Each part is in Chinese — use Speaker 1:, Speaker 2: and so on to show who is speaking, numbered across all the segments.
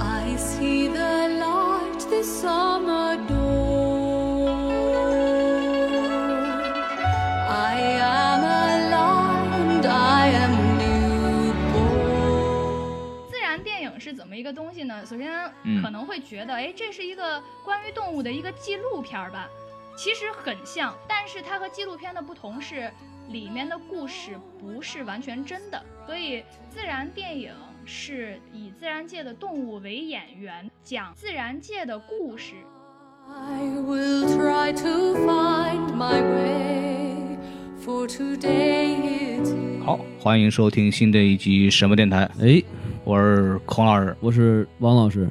Speaker 1: I see the light this summer dawn. I am aligned, I am newborn.
Speaker 2: 自然电影是怎么一个东西呢？首先
Speaker 3: 嗯
Speaker 2: 可能会觉得，哎、这是一个关于动物的一个纪录片儿吧，其实很像，但是它和纪录片的不同是，里面的故事不是完全真的，所以自然电影是以自然界的动物为演员，讲自然界的故事。
Speaker 1: I will try to find my way, for today it is.
Speaker 3: 好，欢迎收听新的一集什么电台？
Speaker 4: 哎，
Speaker 3: 我是孔老师，
Speaker 4: 我是王老师，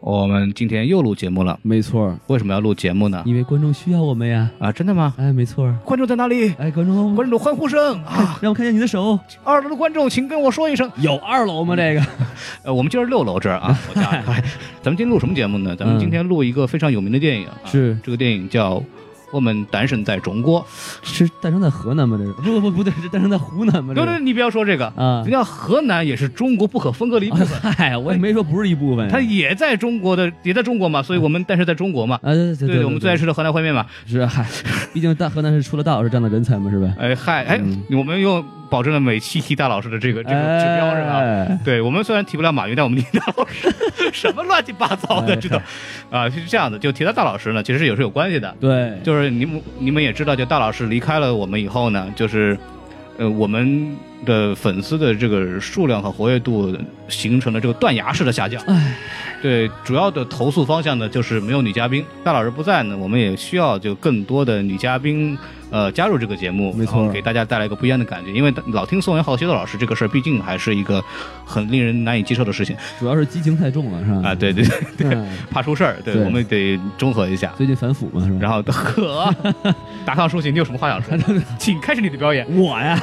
Speaker 3: 我们今天又录节目了。
Speaker 4: 没错儿，
Speaker 3: 为什么要录节目呢？
Speaker 4: 因为观众需要我们呀。
Speaker 3: 啊，真的吗？
Speaker 4: 哎，没错儿，
Speaker 3: 观众在哪里？
Speaker 4: 哎，观众，
Speaker 3: 观众欢呼声啊！
Speaker 4: 让我看见你的手，
Speaker 3: 二楼的观众，请跟我说一声。
Speaker 4: 有二楼吗？这个
Speaker 3: 呃，我们今儿六楼这儿 啊，我家里。哎咱们今天录什么节目呢？咱们今天录一个非常有名的电影，啊
Speaker 4: 是啊
Speaker 3: 这个电影叫《我们单身在中国》。
Speaker 4: 是诞生在河南吗？这是不不不对，是诞生在湖南吗？这
Speaker 3: 对对，
Speaker 4: 是
Speaker 3: 你不要说这个
Speaker 4: 啊
Speaker 3: 人家河南也是中国不可分割的一部分，
Speaker 4: 嗨，我也没说不是一部分呀。
Speaker 3: 它也在中国的，也在中国嘛，所以我们但是在中国嘛。
Speaker 4: 啊，对对
Speaker 3: 我们最爱吃的河南烩面嘛。
Speaker 4: 是嗨， 毕竟大河南是出了大老师这样的人才嘛，是吧？
Speaker 3: 哎嗨，哎，
Speaker 4: 嗯
Speaker 3: 我们又保证了每期提大老师的这个这个指标是吧？
Speaker 4: 哎
Speaker 3: 对我们虽然提不了马云，但我们提大老师， 什么乱七八糟的，
Speaker 4: 哎
Speaker 3: 知道？啊，是这样的，就提到大老师呢，其实是有是有关系的，
Speaker 4: 对，
Speaker 3: 就是你们你们也知道，就大老师离开了我们以后呢，就是。呃，我们的粉丝的这个数量和活跃度形成了这个断崖式的下降。
Speaker 4: 哎，
Speaker 3: 对，主要的投诉方向呢，就是没有女嘉宾。大老师不在呢，我们也需要就更多的女嘉宾，呃，加入这个节目，
Speaker 4: 没
Speaker 3: 然后
Speaker 4: 错
Speaker 3: 给大家带来一个不一样的感觉。因为老听宋元浩、徐豆老师这个事儿，毕竟还是一个很令人难以接受的事情
Speaker 4: 主要是激情太重了，是吧？
Speaker 3: 啊。对对，
Speaker 4: 对，
Speaker 3: 怕出事儿，对
Speaker 4: 对
Speaker 3: 我们得中和一下。
Speaker 4: 最近反腐嘛，是吧？
Speaker 3: 然后呵， 达康书记，你有什么话想说？ 请开始你的表演。
Speaker 4: 我呀，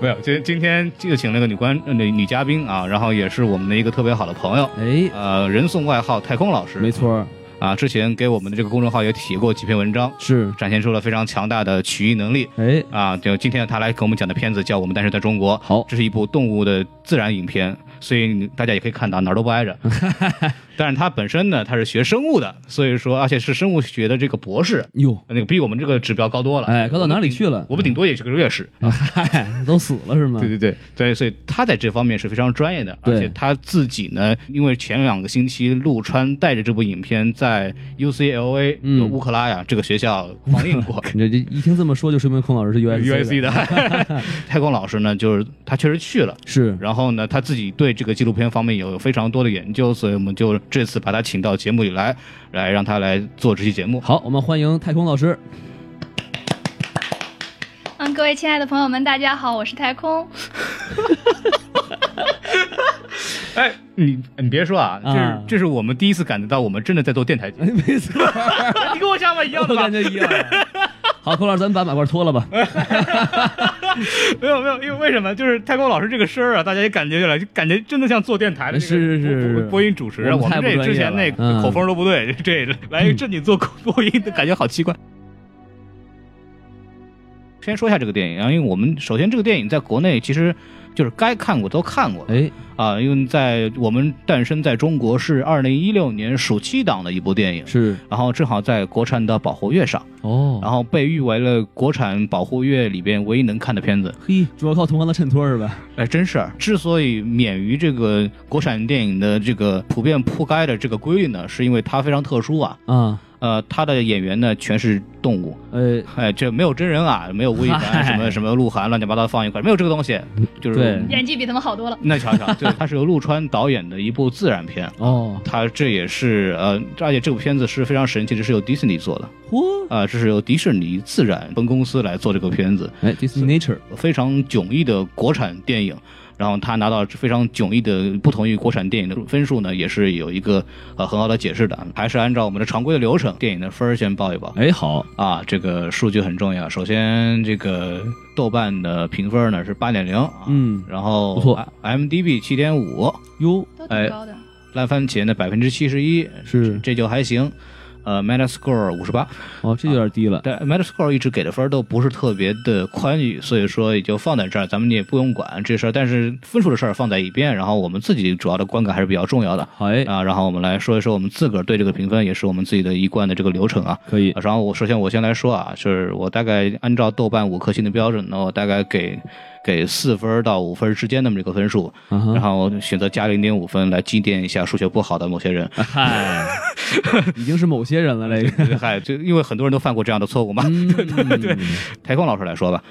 Speaker 3: 没有，今今天就请了个女观呃女女嘉宾啊，然后也是我们的一个特别好的朋友，
Speaker 4: 哎，
Speaker 3: 呃，人送外号“太空老师”，
Speaker 4: 没错儿，
Speaker 3: 啊，之前给我们的这个公众号也写过几篇文章，
Speaker 4: 是，
Speaker 3: 展现出了非常强大的曲艺能力
Speaker 4: 哎，
Speaker 3: 啊。就今天他来给我们讲的片子叫《我们诞生在中国》，
Speaker 4: 好
Speaker 3: 这是一部动物的自然影片，所以大家也可以看到哪儿都不挨 着。但是他本身呢，他是学生物的，所以说而且是生物学的这个博士，
Speaker 4: 哟，
Speaker 3: 那个比我们这个指标高多了。
Speaker 4: 哎，高到哪里去了？
Speaker 3: 我们顶多也是个乐师，
Speaker 4: 哎嗨，都死了是吗？
Speaker 3: 对对对对，所以他在这方面是非常专业的，而
Speaker 4: 对
Speaker 3: 且他自己呢，因为前两个星期陆川带着这部影片在 UCLA、
Speaker 4: 嗯
Speaker 3: 乌克拉呀这个学校放映 过
Speaker 4: 你这这一听这么说，就说明孔老师是
Speaker 3: USC
Speaker 4: USC 的，
Speaker 3: 的太空老师呢，就是他确实去了。
Speaker 4: 是
Speaker 3: 然后呢，他自己对这个纪录片方面有非常多的研究，所以我们就这次把他请到节目里来，来让他来做这期节目。
Speaker 4: 好，我们欢迎太空老师。
Speaker 2: 嗯，各位亲爱的朋友们，大家好，我是太空。
Speaker 3: 哎，你你别说啊，这是
Speaker 4: 啊
Speaker 3: 这是我们第一次感觉到我们真的在做电台节目。
Speaker 4: 哎 没错，
Speaker 3: 你跟我想法一样
Speaker 4: 我
Speaker 3: 的吧
Speaker 4: 感？觉一样。好，孔老师，咱们把马褂脱了吧。
Speaker 3: 没有没有，因为为什么？就是太空老师这个声儿啊，大家也感觉出来，就感觉真的像做电台的这个
Speaker 4: 是是是
Speaker 3: 播
Speaker 4: 是
Speaker 3: 播音主持人。我
Speaker 4: 我们
Speaker 3: 们
Speaker 4: 太
Speaker 3: 这
Speaker 4: 不专业
Speaker 3: 之前那
Speaker 4: 了嗯
Speaker 3: 口风都不对，这来一个正经做播音的感觉好奇怪。先说一下这个电影，然后因为我们首先这个电影在国内其实就是该看过都看过了
Speaker 4: 哎，
Speaker 3: 啊，因为在我们诞生在中国是二零一六年暑期档的一部电影，
Speaker 4: 是
Speaker 3: 然后正好在国产的保护月上，
Speaker 4: 哦，
Speaker 3: 然后被誉为了国产保护月里边唯一能看的片子。
Speaker 4: 嘿，主要靠同行的衬托是吧？
Speaker 3: 哎，真是。之所以免于这个国产电影的这个普遍铺盖的这个规律呢，是因为它非常特殊啊
Speaker 4: 啊，
Speaker 3: 呃，他的演员呢全是动物，
Speaker 4: 呃，
Speaker 3: 哎，这没有真人啊，没有吴亦凡
Speaker 4: 嗨
Speaker 3: 什么什么鹿晗乱七八糟放一块，没有这个东西，就是
Speaker 4: 对
Speaker 2: 演技比他们好多了。
Speaker 3: 那瞧 瞧，对，它是由陆川导演的一部自然片。
Speaker 4: 哦，
Speaker 3: 它这也是呃，而且这部片子是非常神奇的，是由迪士尼做的
Speaker 4: 嚯，
Speaker 3: 啊、这是由迪士尼自然分公司来做这个片子，
Speaker 4: 哎，Disney Nature，
Speaker 3: 非常迥异的国产电影。然后他拿到非常迥异的、不同于国产电影的分数呢，也是有一个呃很好的解释的，还是按照我们的常规的流程，电影的分儿先报一报。
Speaker 4: 哎，好，
Speaker 3: 啊，这个数据很重要。首先，这个豆瓣的评分呢是八点零，啊
Speaker 4: 嗯
Speaker 3: 然后啊
Speaker 4: 不错
Speaker 3: m d b 七点五，
Speaker 4: 哟，
Speaker 2: 都挺高的，
Speaker 3: 烂番茄呢百分之七十一，
Speaker 4: 是
Speaker 3: 这就还行。呃，Metascore 五十八，
Speaker 4: 哦，这有点低了，
Speaker 3: 但 Metascore 一直给的分儿都不是特别的宽裕，所以说也就放在这儿，咱们也不用管这事儿。但是分数的事儿放在一边，然后我们自己主要的观感还是比较重要的
Speaker 4: 好哎，
Speaker 3: 啊。然后我们来说一说我们自个儿对这个评分，也是我们自己的一贯的这个流程啊。
Speaker 4: 可以
Speaker 3: 啊，然后我首先我先来说啊，就是我大概按照豆瓣五颗星的标准呢，我大概给给四分儿到五分儿之间那么一个分数，
Speaker 4: 啊
Speaker 3: 然
Speaker 4: 哈，
Speaker 3: 后我选择加零点五分来祭奠一下数学不好的某些人。
Speaker 4: 嗨， 已经是某些人了，这个，
Speaker 3: 嗨，就因为很多人都犯过这样的错误嘛。
Speaker 4: 对，
Speaker 3: 台空老师来说吧，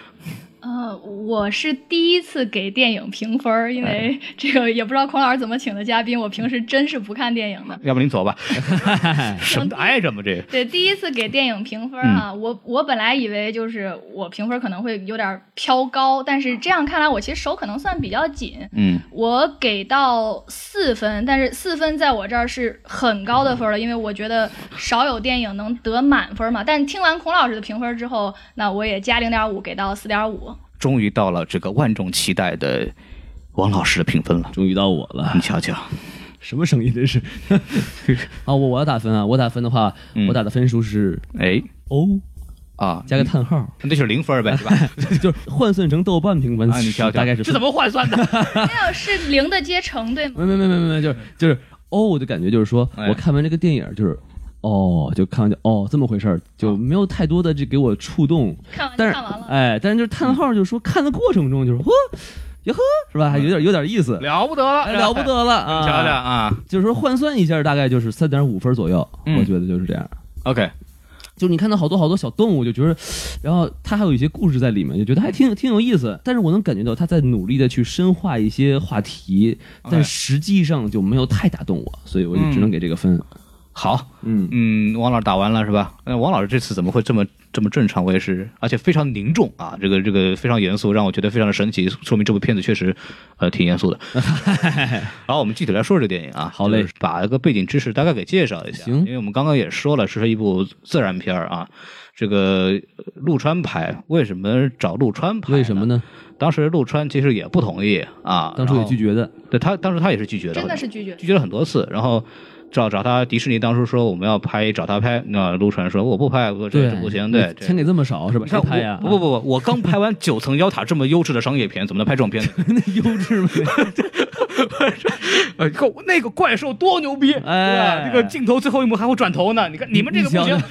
Speaker 2: 呃，我是第一次给电影评分儿，因为这个也不知道孔老师怎么请的嘉宾，我平时真是不看电影的。
Speaker 3: 要不您 走吧，
Speaker 4: 嗨，
Speaker 3: 什么都挨着嘛 这个。
Speaker 2: 对，第一次给电影评分啊，我我本来以为就是我评分可能会有点飘高，但是这样看来，我其实手可能算比较紧，
Speaker 3: 嗯，
Speaker 2: 我给到四分，但是四分在我这儿是很高的分了，因为我觉得少有电影能得满分嘛。但听完孔老师的评分之后，那我也加零点五，给到四点五。
Speaker 3: 终于到了这个万众期待的王老师的评分了，
Speaker 4: 终于到我了
Speaker 3: 你，瞧瞧，
Speaker 4: 啊什么声音这是？ 啊，我我要打分啊，我打分的话，
Speaker 3: 嗯
Speaker 4: 我打的分数是
Speaker 3: 哎
Speaker 4: 哦，
Speaker 3: 啊，
Speaker 4: 加个叹号，
Speaker 3: 那就是零分儿呗，是吧？
Speaker 4: 就是换算成豆瓣评分
Speaker 3: 啊，你瞧瞧，
Speaker 4: 大概是
Speaker 3: 这怎么换 算的？
Speaker 2: 没有，是零的阶乘，对吗？
Speaker 4: 没没没没没没，就是就是哦的感觉，就是说、
Speaker 3: 哎
Speaker 4: 我看完这个电影就是。哦，就看完就哦，这么回事儿，就没有太多的这给我触动。
Speaker 2: 看完就
Speaker 4: 但是
Speaker 2: 看完，了。
Speaker 4: 哎，但是就是叹号，就是说看的过程中就是嚯，哟呵，是吧？还有点有点意思，
Speaker 3: 了不得了，
Speaker 4: 哎了不得了
Speaker 3: 你
Speaker 4: 啊！
Speaker 3: 瞧瞧，啊
Speaker 4: 就是说换算一下，大概就是三点五分左右，
Speaker 3: 嗯
Speaker 4: 我觉得就是这样。
Speaker 3: ，OK，
Speaker 4: 就是你看到好多好多小动物，就觉得，然后它还有一些故事在里面，就觉得还挺挺有意思。但是我能感觉到他在努力的去深化一些话题，但实际上就没有太打动我，所以我就只能给这个分。
Speaker 3: 好，
Speaker 4: 嗯，
Speaker 3: 嗯，王老师打完了是吧？那王老师这次怎么会这么这么正常？我也是，而且非常凝重啊，这个这个非常严肃，让我觉得非常的神奇，说明这部片子确实，呃，挺严肃 的。然后我们具体来说说这个电影啊，
Speaker 4: 好嘞
Speaker 3: 就是把这个背景知识大概给介绍一下，
Speaker 4: 行
Speaker 3: 因为我们刚刚也说了，这是一部自然片儿啊。这个呃陆川拍为什么找陆川拍？
Speaker 4: 为什么？呢？
Speaker 3: 当时陆川其实也不同意啊，
Speaker 4: 当初也拒
Speaker 3: 绝，
Speaker 4: 绝的。
Speaker 3: 对他当时他也是拒绝的，
Speaker 2: 真的是拒绝。
Speaker 3: 拒绝了很多次，然后找找他，迪士尼当初说我们要拍，找他拍，那陆川说我不拍，我这
Speaker 4: 对
Speaker 3: 这，不行，对，这
Speaker 4: 钱给这么少是吧？
Speaker 3: 你
Speaker 4: 谁
Speaker 3: 看
Speaker 4: 拍呀？
Speaker 3: 我不不不不，我刚拍完《九层妖塔》这么优质的商业片，怎么能拍这种片 子？
Speaker 4: 那 优质吗？
Speaker 3: 呃，你看我那个怪兽多牛逼，
Speaker 4: 哎
Speaker 3: 对吧？这个镜头最后一幕还会转头呢，你看你们这个不
Speaker 4: 你
Speaker 3: 行
Speaker 4: 瞧。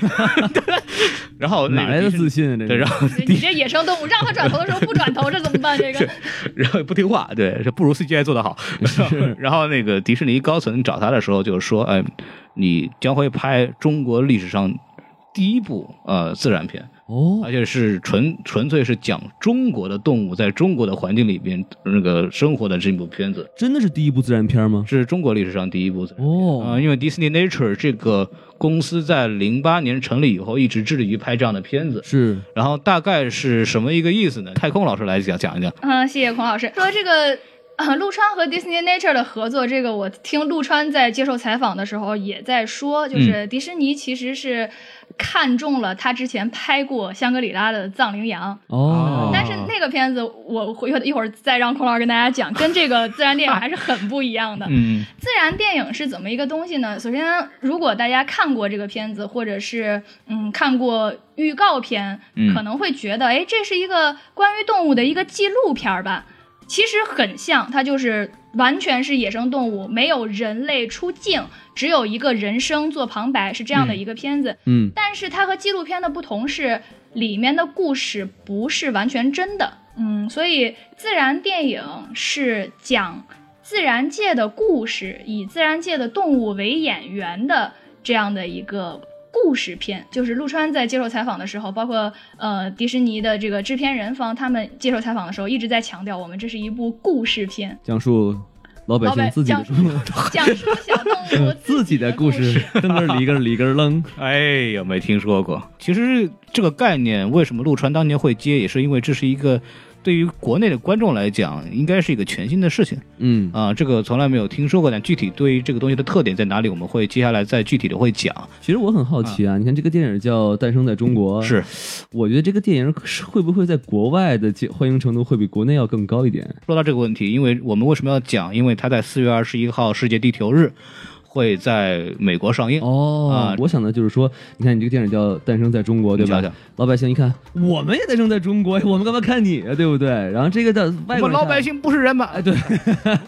Speaker 3: 然后那
Speaker 4: 哪
Speaker 3: 个
Speaker 4: 来
Speaker 3: 迪
Speaker 4: 的
Speaker 3: 士尼
Speaker 4: 自信啊？这
Speaker 3: 对，
Speaker 4: 是
Speaker 3: 然后
Speaker 2: 你这野生动物让它转头的时候不转头，这怎么办？这个
Speaker 3: 然后不听话，对，是不如 CGI 做得 好。然后那个迪士尼高层找他的时候，就是说，哎，你将会拍中国历史上第一部呃自然片，
Speaker 4: 哦
Speaker 3: 而且是纯纯粹是讲中国的动物在中国的环境里边那个生活的这部片子，
Speaker 4: 真的是第一部自然片吗？
Speaker 3: 是中国历史上第一部自然片。啊、
Speaker 4: 哦，
Speaker 3: 因为 Disney Nature 这个公司在零八年成立以后，一直致力于拍这样的片子。
Speaker 4: 是
Speaker 3: 然后大概是什么一个意思呢？太空老师来讲讲一讲。
Speaker 2: 嗯，谢谢孔老师说这个。呃，陆川和 Disney Nature 的合作，这个我听陆川在接受采访的时候也在说，就是
Speaker 4: 嗯
Speaker 2: 迪士尼其实是看中了他之前拍过香格里拉的《藏羚羊》，
Speaker 4: 哦，
Speaker 2: 但是那个片子我会一会儿再让孔老师跟大家讲，跟这个自然电影还是很不一样的。
Speaker 3: 嗯
Speaker 2: 自然电影是怎么一个东西呢？首先，如果大家看过这个片子，或者是嗯看过预告片，
Speaker 3: 嗯
Speaker 2: 可能会觉得，哎，这是一个关于动物的一个纪录片儿吧。其实很像，它就是完全是野生动物，没有人类出镜，只有一个人声做旁白，是这样的一个片子。
Speaker 4: 嗯，
Speaker 2: 但是它和纪录片的不同是，里面的故事不是完全真的。嗯，所以自然电影是讲自然界的故事，以自然界的动物为演员的这样的一个故事片，就是陆川在接受采访的时候，包括呃迪士尼的这个制片人方他们接受采访的时候，一直在强调我们这是一部故事片，
Speaker 4: 讲述老百
Speaker 2: 老
Speaker 4: 姓
Speaker 2: 百
Speaker 4: 自己的
Speaker 2: 讲述讲述小动物
Speaker 4: 自己的
Speaker 2: 的
Speaker 4: 故事，，噔个里个里个楞。
Speaker 3: 哎呀，没听说过。其实这个概念，为什么陆川当年会接，也是因为这是一个对于国内的观众来讲，应该是一个全新的事情
Speaker 4: 嗯
Speaker 3: 啊、这个从来没有听说过。但具体对于这个东西的特点在哪里，我们会接下来再具体的会讲。
Speaker 4: 其实我很好奇啊，你看这个电影叫《诞生在中国》，
Speaker 3: 是，
Speaker 4: 我觉得这个电影是会不会在国外的接欢迎程度会比国内要更高一点？
Speaker 3: 说到这个问题，因为我们为什么要讲？因为它在四月二十一号世界地球日会在美国上映。
Speaker 4: 哦
Speaker 3: 啊
Speaker 4: 我想的就是说，你看你这个电影叫《诞生在中国》，对吧？
Speaker 3: 你瞧瞧
Speaker 4: 老百姓一看，我们也诞生在中国，我们干嘛看你啊？对不对？然后这个的
Speaker 3: 我
Speaker 4: 外国
Speaker 3: 们
Speaker 4: 人
Speaker 3: 老
Speaker 4: 看
Speaker 3: 百，姓不是人吗？
Speaker 4: 哎，对，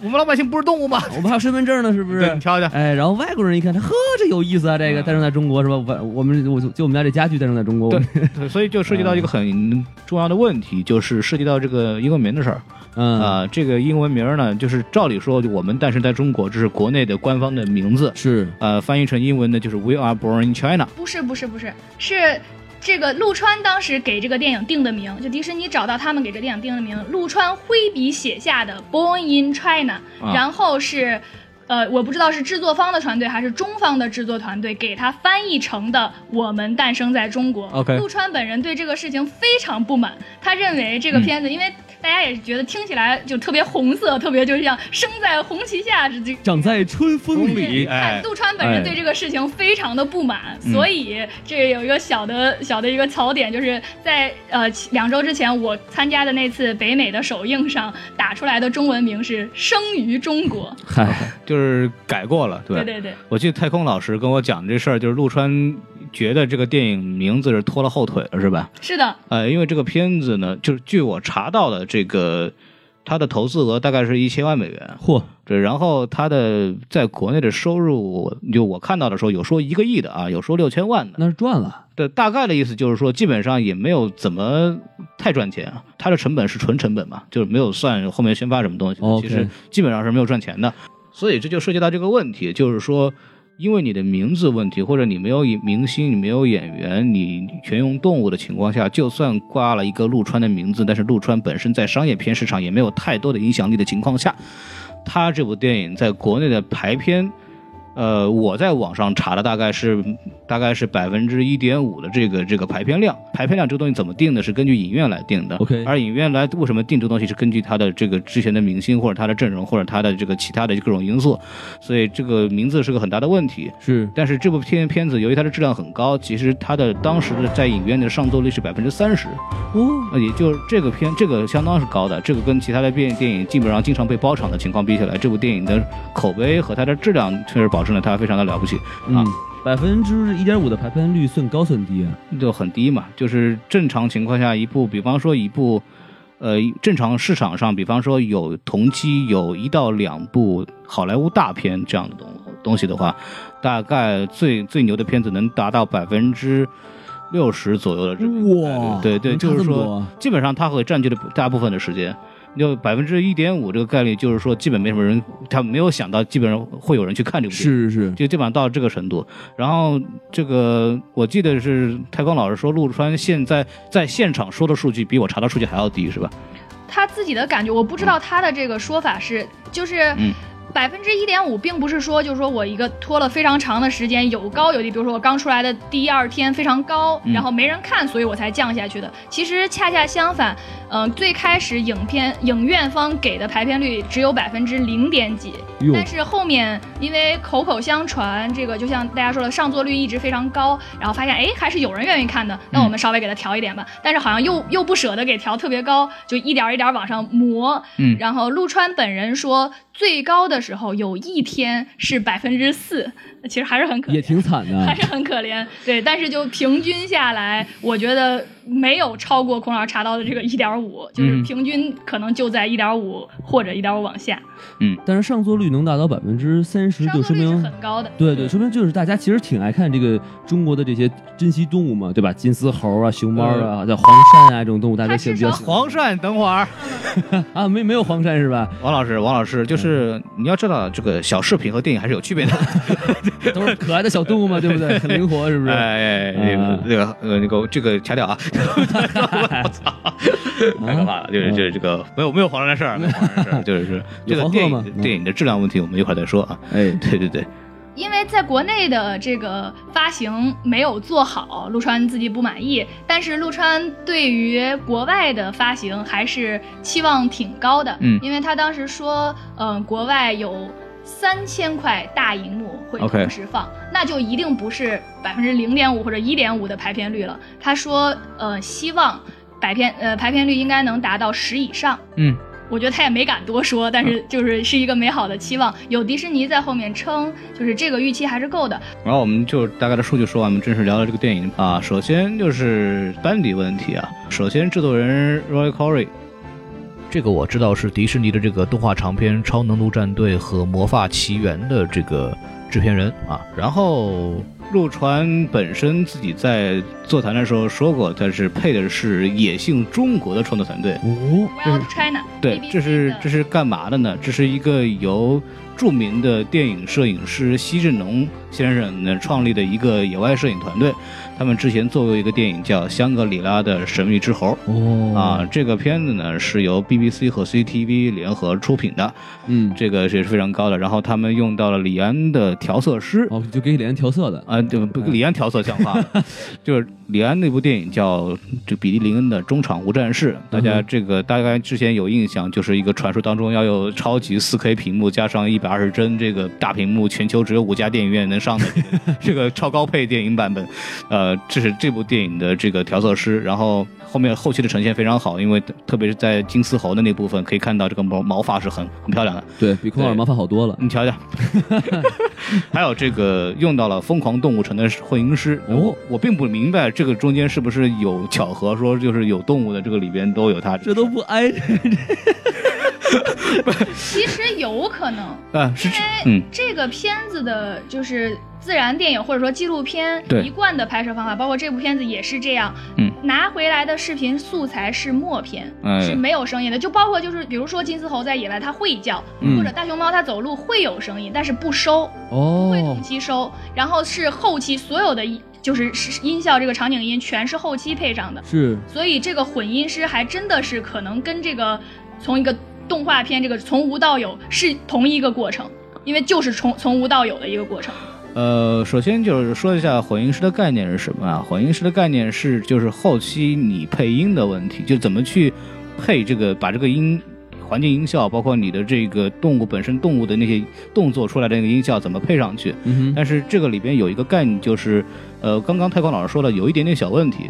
Speaker 3: 我们老百姓不是动物吗？
Speaker 4: 我们还有身份证呢，是不
Speaker 3: 对，
Speaker 4: 是
Speaker 3: 你？瞧瞧，
Speaker 4: 哎，然后外国人一看，呵，这有意思啊！这个
Speaker 3: 嗯
Speaker 4: 诞生在中国是吧？我我们我就就我们家这家具诞生在中国，
Speaker 3: 对对所以就涉及到一个很重要的问题，就是涉及到这个英文名的事儿
Speaker 4: 嗯
Speaker 3: 啊、这个英文名儿呢，就是照理说，我们诞生在中国，这是国内的官方的名字，
Speaker 4: 是
Speaker 3: 呃，翻译成英文呢就是 We are born in China。
Speaker 2: 不是不是不是，是这个陆川当时给这个电影定的名，就迪士尼找到他们给这个电影定的名，陆川挥笔写下的《Born in China》，
Speaker 3: 啊
Speaker 2: 然后是。呃，我不知道是制作方的团队还是中方的制作团队给他翻译成的“我们诞生在中国”。
Speaker 3: OK
Speaker 2: 陆川本人对这个事情非常不满，他认为这个片子，因为大家也觉得听起来就特别红色，特别就是像生在红旗下这这
Speaker 4: 长在春风里。
Speaker 3: 里哎
Speaker 2: 看杜川本人对这个事情非常的不满，所以这有一个小的小的一个槽点，就是在呃两周之前我参加的那次北美的首映上打出来的中文名是“生于中国
Speaker 4: 嗨，
Speaker 3: 就是改过了，”。对吧
Speaker 2: 对对对，
Speaker 3: 我记得太空老师跟我讲这事儿，就是陆川觉得这个电影名字是拖了后腿了，是吧？
Speaker 2: 是的，
Speaker 3: 呃，因为这个片子呢，就是据我查到的，这个它的投资额大概是一千万美元，
Speaker 4: 嚯，
Speaker 3: 对，然后它的在国内的收入，我就我看到的时候有说一个亿的啊，有说六千万的，
Speaker 4: 那是赚了。
Speaker 3: 对，大概的意思就是说，基本上也没有怎么太赚钱啊，它的成本是纯成本嘛，就是没有算后面宣发什么东西的
Speaker 4: OK
Speaker 3: 其实基本上是没有赚钱的，所以这就涉及到这个问题，就是说。因为你的名字问题，或者你没有明星，你没有演员，你全用动物的情况下，就算挂了一个陆川的名字，但是陆川本身在商业片市场也没有太多的影响力的情况下，他这部电影在国内的排片，呃，我在网上查的大概是大概是百分之一点五的这个这个排片量。排片量这个东西怎么定的？是根据影院来定的。
Speaker 4: OK
Speaker 3: 而影院来为什么定这个东西，是根据他的这个之前的明星或者他的阵容或者他的这个其他的各种因素，所以这个名字是个很大的问题。
Speaker 4: 是
Speaker 3: 但是这部片片子由于它的质量很高，其实它的当时的在影院的上座率是百分之三十，
Speaker 4: 哦，
Speaker 3: 呃也就是这个片这个相当是高的，这个跟其他的电电影基本上经常被包场的情况比起来，这部电影的口碑和它的质量确实保证了它非常的了不起啊
Speaker 4: 嗯，，百分之一点五的排片率算高算低啊？
Speaker 3: 就很低嘛，就是正常情况下一部，比方说一部。呃，正常市场上，比方说有同期有一到两部好莱坞大片这样的东东西的话，大概最最牛的片子能达到百分之六十左右的这个
Speaker 4: 哇
Speaker 3: 对对，
Speaker 4: 能差
Speaker 3: 就是
Speaker 4: 这么
Speaker 3: 说
Speaker 4: 多，啊
Speaker 3: 基本上它会占据了大部分的时间。就百分之一点五这个概率，就是说基本没什么人，他没有想到基本上会有人去看这部电影。
Speaker 4: 是是是，
Speaker 3: 就基本上到这个程度。然后这个我记得是太空老师说，陆川现在在现场说的数据比我查到数据还要低，是吧？
Speaker 2: 他自己的感觉，我不知道他的这个说法是就是
Speaker 3: 嗯。
Speaker 2: 百分之一点五，并不是说就是说我一个拖了非常长的时间，有高有低。比如说我刚出来的第一二天非常高，
Speaker 3: 嗯
Speaker 2: 然后没人看，所以我才降下去的。其实恰恰相反，嗯、最开始影片影院方给的排片率只有百分之零点几，
Speaker 4: 哟，
Speaker 2: 但是后面因为口口相传，这个就像大家说的上座率一直非常高，然后发现哎还是有人愿意看的，那我们稍微给它调一点吧。但是好像又又不舍得给调特别高，就一点儿一点儿往上磨。
Speaker 3: 嗯
Speaker 2: 然后陆川本人说，最高的时候有一天是百分之四，其实还是很可
Speaker 4: 也
Speaker 2: 怜。
Speaker 4: 挺惨
Speaker 2: 还
Speaker 4: 的。
Speaker 2: 是很可怜，对，但是就平均下来，我觉得没有超过孔老师查到的这个一点五，就是
Speaker 3: 嗯
Speaker 2: 平均可能就在一点五或者一点五往下，
Speaker 4: 但是上座率能达到百分之三十，
Speaker 2: 上
Speaker 4: 就
Speaker 2: 座
Speaker 4: 说
Speaker 2: 率是
Speaker 4: 明
Speaker 2: 很高的。
Speaker 4: 对对，说明就是大家其实挺爱看这个中国的这些珍稀动物嘛，对吧？金丝猴啊、熊猫啊、叫黄鳝啊这种动物，大家其实比较喜欢
Speaker 3: 黄鳝，等会儿，
Speaker 4: 啊，没没有 黄鳝是吧？
Speaker 3: 王老师，王老师，就是你要知道，这个小视频和电影还是有区别的。
Speaker 4: 都是可爱的小动物嘛，对不对？很灵活，是不啊是？
Speaker 3: 哎，那个那个呃那个这个掐掉 啊！我操，太可怕了！
Speaker 4: 嗯
Speaker 3: 就是就是这个没有没有黄蓉的事儿，没有黄蓉的 事儿，就是是这个电
Speaker 4: 嗯
Speaker 3: 影电影的质量问题，我们一会儿再说啊。
Speaker 4: 哎，
Speaker 3: 对对对，
Speaker 2: 因为在国内的这个发行没有做好，陆川自己不满意，但是陆川对于国外的发行还是期望挺高的，
Speaker 3: 嗯
Speaker 2: 因为他当时说，嗯、国外有。三千块大荧幕会
Speaker 3: OK
Speaker 2: 同时放那就一定不是百分之零点五或者一点五的排片率了。他说，呃，希望百片呃排片率应该能达到十以上。
Speaker 3: 嗯，
Speaker 2: 我觉得他也没敢多说，但是就是是一个美好的期望，有迪士尼在后面撑，就是这个预期还是够的。
Speaker 3: 然后我们就大概的数据说完，我们正式聊聊这个电影啊。首先就是班底问题啊，首先制作人 Roy Corey，
Speaker 5: 这个我知道是迪士尼的这个动画长片《超能陆战队》和《魔法奇缘》的这个制片人啊，
Speaker 3: 然后陆川本身自己在座谈的时候说过，他是配的是野性中国的创作团队。
Speaker 4: 哦，
Speaker 2: Wild China，
Speaker 3: 对，这是这是干嘛的呢？这是一个由著名的电影摄影师西志农先生呢创立的一个野外摄影团队。他们之前做过一个电影叫《香格里拉的神秘之猴》。
Speaker 4: 哦
Speaker 3: 啊，，这个片子呢是由 BBC 和 CCTV 联合出品的，
Speaker 4: 嗯，
Speaker 3: 这个是非常高的。然后他们用到了李安的调色师，
Speaker 4: 哦，就给脸调色的，
Speaker 3: 啊，对，不，李安调色像 话了就是李安那部电影叫这比利林恩的《中场无战事》，大家
Speaker 4: 嗯哼
Speaker 3: 这个大概之前有印象，就是一个传说当中要有超级4 K 屏幕加上一百二十帧这个大屏幕，全球只有五家电影院能上的 这个这个超高配电影版本。呃，这是这部电影的这个调色师，然后后面后期的呈现非常好，因为特别是在金丝猴的那部分可以看到这个毛毛发是很很漂亮的。
Speaker 4: 对比孔老师麻烦好多了。
Speaker 3: 你瞧瞧， 还有这个用到了《疯狂动物城》的混音师
Speaker 4: 哦
Speaker 3: 我我并不明白这个中间是不是有巧合，说就是有动物的这个里边都有它，
Speaker 4: 这都不挨着，
Speaker 2: 其实有可能，
Speaker 3: 啊是嗯
Speaker 2: 这个片子的就是自然电影或者说纪录片
Speaker 3: 对
Speaker 2: 一贯的拍摄方法，包括这部片子也是这样。
Speaker 3: 嗯，
Speaker 2: 拿回来的视频素材是默片，
Speaker 3: 哎
Speaker 2: 是没有声音的。就包括就是比如说金丝猴在野外它会叫，
Speaker 4: 嗯
Speaker 2: 或者大熊猫它走路会有声音，但是不收，不会
Speaker 4: 哦
Speaker 2: 同，期收。然后是后期所有的音就是是音效这个场景音全是后期配上的，
Speaker 4: 是
Speaker 2: 所以这个混音师还真的是可能跟这个从一个动画片这个从无到有是同一个过程，因为就是从从无到有的一个过程。
Speaker 3: 呃，首先就是说一下混音师的概念是什么啊？混音师的概念是就是后期你配音的问题，就怎么去配这个把这个音。环境音效，包括你的这个动物本身动物的那些动作出来的那个音效怎么配上去？
Speaker 4: 嗯哼，
Speaker 3: 但是这个里边有一个概念，就是呃，刚刚太空老师说了，有一点点小问题，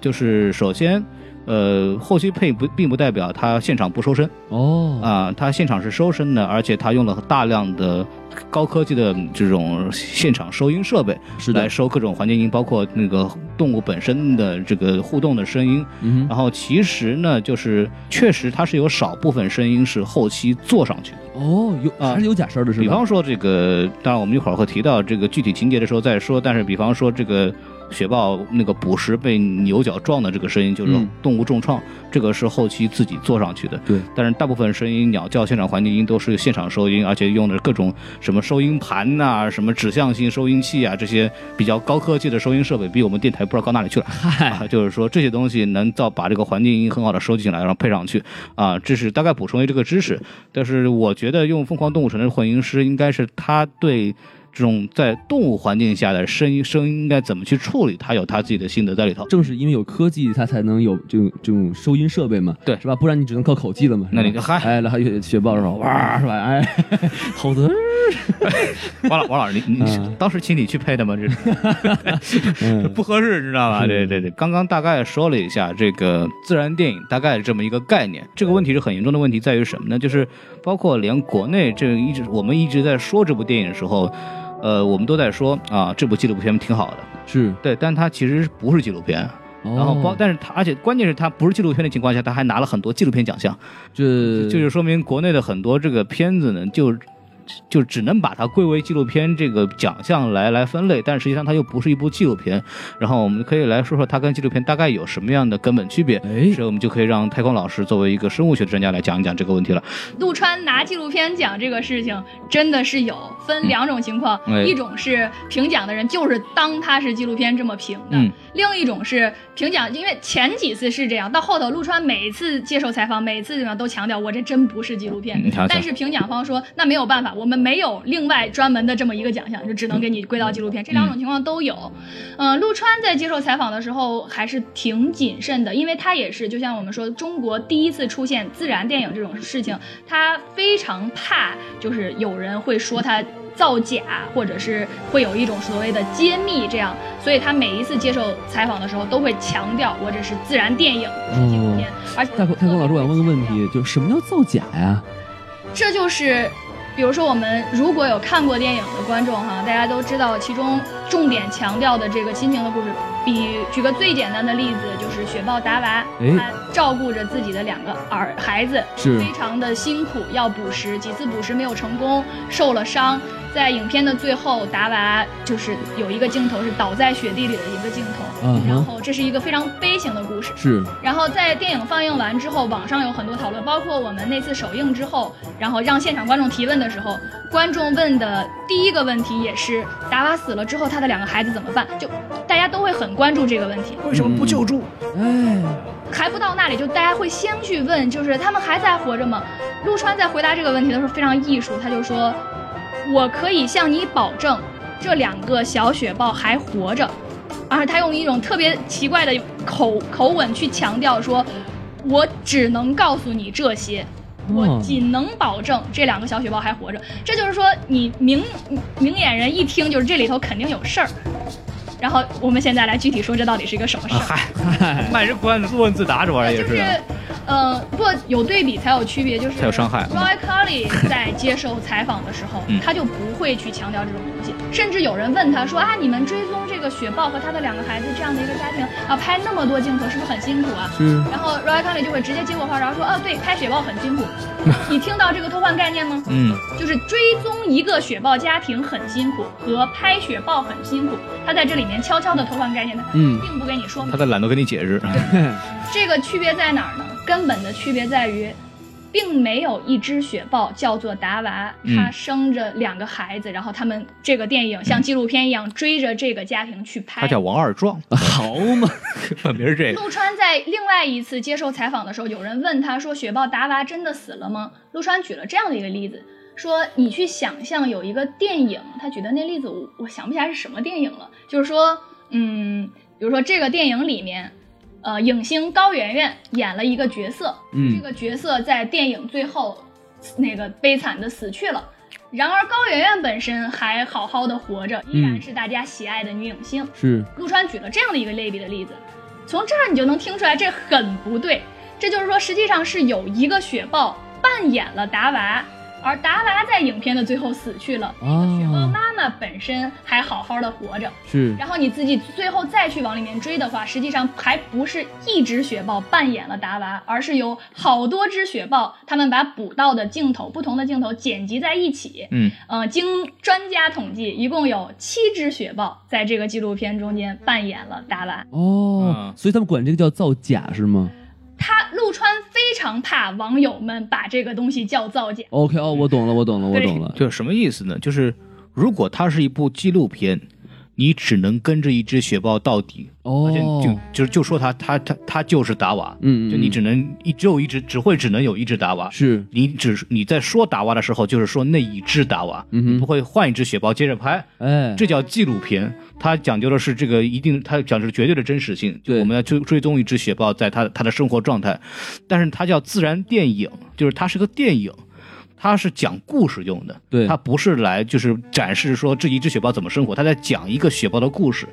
Speaker 3: 就是首先。呃，后期配不并不代表他现场不收声
Speaker 4: 哦
Speaker 3: 啊、他现场是收声的，而且他用了大量的高科技的这种现场收音设备
Speaker 4: 是
Speaker 3: 来
Speaker 4: 的，
Speaker 3: 收各种环境音，包括那个动物本身的这个互动的声音，
Speaker 4: 嗯
Speaker 3: 然后其实呢，就是确实它是有少部分声音是后期做上去的。
Speaker 4: 哼，哦，有
Speaker 3: 啊
Speaker 4: 还是有假声的是吧？
Speaker 3: 比方说这个，当然我们一会儿会提到这个具体情节的时候再说。但是比方说这个雪豹那个捕食被牛角撞的这个声音，就是
Speaker 4: 嗯
Speaker 3: 动物重创，这个是后期自己做上去的。
Speaker 4: 对，
Speaker 3: 但是大部分声音、鸟叫、现场环境音都是现场收音，而且用的各种什么收音盘呐、什么指向性收音器啊，这些比较高科技的收音设备，比我们电台不知道高哪里去了。
Speaker 4: 嗨，
Speaker 3: 啊，就是说这些东西能造把这个环境音很好的收集进来，然后配上去啊，这是大概补充一这个知识。但是我觉得用《疯狂动物城》的混音师，应该是他对这种在动物环境下的声音声音应该怎么去处理，他有他自己的心得在里头。
Speaker 4: 正是因为有科技，它才能有这种这种收音设备嘛，
Speaker 3: 对
Speaker 4: 是吧？不然你只能靠口技了嘛。
Speaker 3: 那你
Speaker 4: 是吧
Speaker 3: 嗨
Speaker 4: 哎，然后有雪豹是吧？哇，是 吧？哎，猴子，
Speaker 3: 王老王老师，你你是
Speaker 4: 嗯
Speaker 3: 当时请你去配的吗？这是。
Speaker 4: 嗯，
Speaker 3: 不合适，你知道吧？
Speaker 4: 是
Speaker 3: 对对对，刚刚大概说了一下这个自然电影大概这么一个概念，这个问题是很严重的问题，在于什么呢？就是包括连国内这一直我们一直在说这部电影的时候，呃，我们都在说啊，这部纪录片挺好的，
Speaker 4: 是。
Speaker 3: 对，但它其实不是纪录片，然后包，
Speaker 4: 哦
Speaker 3: 但是它而且关键是它不是纪录片的情况下，它还拿了很多纪录片奖项，
Speaker 4: 这
Speaker 3: 就是说明国内的很多这个片子呢，就就只能把它归为纪录片这个奖项来来分类，但实际上它又不是一部纪录片。然后我们可以来说说它跟纪录片大概有什么样的根本区别，
Speaker 4: 哎
Speaker 3: 所以我们就可以让太空老师作为一个生物学专家来讲一讲这个问题了。
Speaker 2: 陆川拿纪录片奖这个事情真的是有分两种情况，
Speaker 3: 嗯哎
Speaker 2: 一种是评奖的人就是当他是纪录片这么评的，
Speaker 3: 嗯
Speaker 2: 另一种是评奖，因为前几次是这样，到后头陆川每一次接受采访，每一次呢都强调我这真不是纪录片，
Speaker 3: 嗯调整
Speaker 2: 但是评奖方说那没有办法，我们没有另外专门的这么一个奖项，就只能给你归到纪录片。这两种情况都有，嗯，陆川在接受采访的时候还是挺谨慎的，因为他也是就像我们说，中国第一次出现自然电影这种事情，他非常怕就是有人会说他造假，或者是会有一种所谓的揭秘这样，所以他每一次接受采访的时候都会强调我这是自然电影，不是纪录片，而且
Speaker 4: 哦太空太空老师，我想问个问题，就是什么叫造假呀？
Speaker 2: 这就是，比如说我们如果有看过电影的观众哈，大家都知道其中重点强调的这个亲情的故事。比举个最简单的例子，就是雪豹达娃，
Speaker 4: 哎
Speaker 2: 他照顾着自己的两个儿孩子，
Speaker 4: 是
Speaker 2: 非常的辛苦，要捕食，几次捕食没有成功，受了伤。在影片的最后，达娃就是有一个镜头是倒在雪地里的一个镜头，
Speaker 4: 嗯哼
Speaker 2: 然后这是一个非常悲情的故事。
Speaker 4: 是
Speaker 2: 然后在电影放映完之后，网上有很多讨论，包括我们那次首映之后，然后让现场观众提问的时候，观众问的第一个问题也是达瓦死了之后他的两个孩子怎么办？就大家都会很关注这个问题，
Speaker 5: 为什么不救助？
Speaker 4: 哎，
Speaker 2: 还不到那里，就大家会先去问，就是他们还在活着吗？陆川在回答这个问题的时候非常艺术，他就说：“我可以向你保证，这两个小雪豹还活着。”而他用一种特别奇怪的口口吻去强调说：“我只能告诉你这些。”我
Speaker 4: 哇
Speaker 2: 仅能保证这两个小雪豹还活着，这就是说你明明眼人一听就是这里头肯定有事儿。然后我们现在来具体说这到底是一个什么事儿。
Speaker 3: 卖人关自问自答，这玩意儿也啊
Speaker 2: 就是是
Speaker 3: 的。，
Speaker 2: 呃，不过有对比才有区别，就是
Speaker 3: 才有伤害
Speaker 2: Roy Colley 在接受采访的时候
Speaker 3: 嗯，
Speaker 2: 他就不会去强调这种东西，甚至有人问他说啊，你们追踪这个雪豹和他的两个孩子这样的一个家庭啊，拍那么多镜头是不是很辛苦啊？
Speaker 4: 是
Speaker 2: 然后 Roy Colley 就会直接接过话，然后说啊，对，拍雪豹很 辛苦。你听到这个偷换概念吗？
Speaker 3: 嗯，
Speaker 2: 就是追踪一个雪豹家庭很辛苦和拍雪豹很辛苦，他在这里面悄悄的偷换概念，他
Speaker 4: 嗯
Speaker 2: 并不跟你说明
Speaker 3: 他。在懒得跟你解释。
Speaker 2: 这个区别在哪儿呢？根本的区别在于，并没有一只雪豹叫做达娃，
Speaker 3: 嗯
Speaker 2: 它生着两个孩子，然后他们这个电影像纪录片一样追着这个家庭去拍。
Speaker 3: 他叫王二 壮，
Speaker 4: 好嘛，
Speaker 3: 本名是这个。
Speaker 2: 陆川在另外一次接受采访的时候，有人问他说：“雪豹达娃真的死了吗？”陆川举了这样的一个例子，说：“你去想象有一个电影，他举的那例子我我想不起来是什么电影了，就是说，嗯，比如说这个电影里面，呃，影星高圆圆演了一个角色，这
Speaker 4: 嗯，
Speaker 2: 个角色在电影最后那个悲惨的死去了。”然而，高圆圆本身还好好的活着，依然
Speaker 4: 嗯
Speaker 2: 是大家喜爱的女影星。
Speaker 4: 是
Speaker 2: 陆川举了这样的一个类比的例子，从这儿你就能听出来这很不对。这就是说，实际上是有一个雪豹扮演了达娃，而达娃在影片的最后死去了，雪豹
Speaker 4: 啊，
Speaker 2: 妈妈本身还好好的活着。
Speaker 4: 是
Speaker 2: 然后你自己最后再去往里面追的话，实际上还不是一只雪豹扮演了达娃，而是有好多只雪豹，他们把捕到的镜头、不同的镜头剪辑在一起。
Speaker 3: 嗯，
Speaker 2: 呃，经专家统计，一共有七只雪豹在这个纪录片中间扮演了达娃。
Speaker 4: 哦，
Speaker 3: 嗯
Speaker 4: 所以他们管这个叫造假是吗
Speaker 2: 他陆川非常怕网友们把这个东西叫造假。
Speaker 4: ？OK，哦，我懂了，我懂了，我
Speaker 2: 对
Speaker 4: 懂了。
Speaker 3: 就是什么意思呢？就是如果它是一部纪录片，你只能跟着一只雪豹到底，
Speaker 4: 哦
Speaker 3: 而且，就就是就说它它它它就是达瓦，
Speaker 4: 嗯嗯
Speaker 3: 就你
Speaker 4: 嗯
Speaker 3: 只能一只有一只只会只能有一只达瓦，
Speaker 4: 是
Speaker 3: 你只你在说达瓦的时候，就是说那一只达瓦，
Speaker 4: 嗯哼
Speaker 3: 你不会换一只雪豹接着拍，
Speaker 4: 哎，
Speaker 3: 这叫纪录片，它讲究的是这个一定，它讲究绝对的真实性。就
Speaker 4: 对
Speaker 3: 我们要追追踪一只雪豹在它它的生活状态，但是它叫自然电影，就是它是个电影。它是讲故事用的，
Speaker 4: 对
Speaker 3: 它不是来就是展示说这一只雪豹怎么生活，它在讲一个雪豹的故事，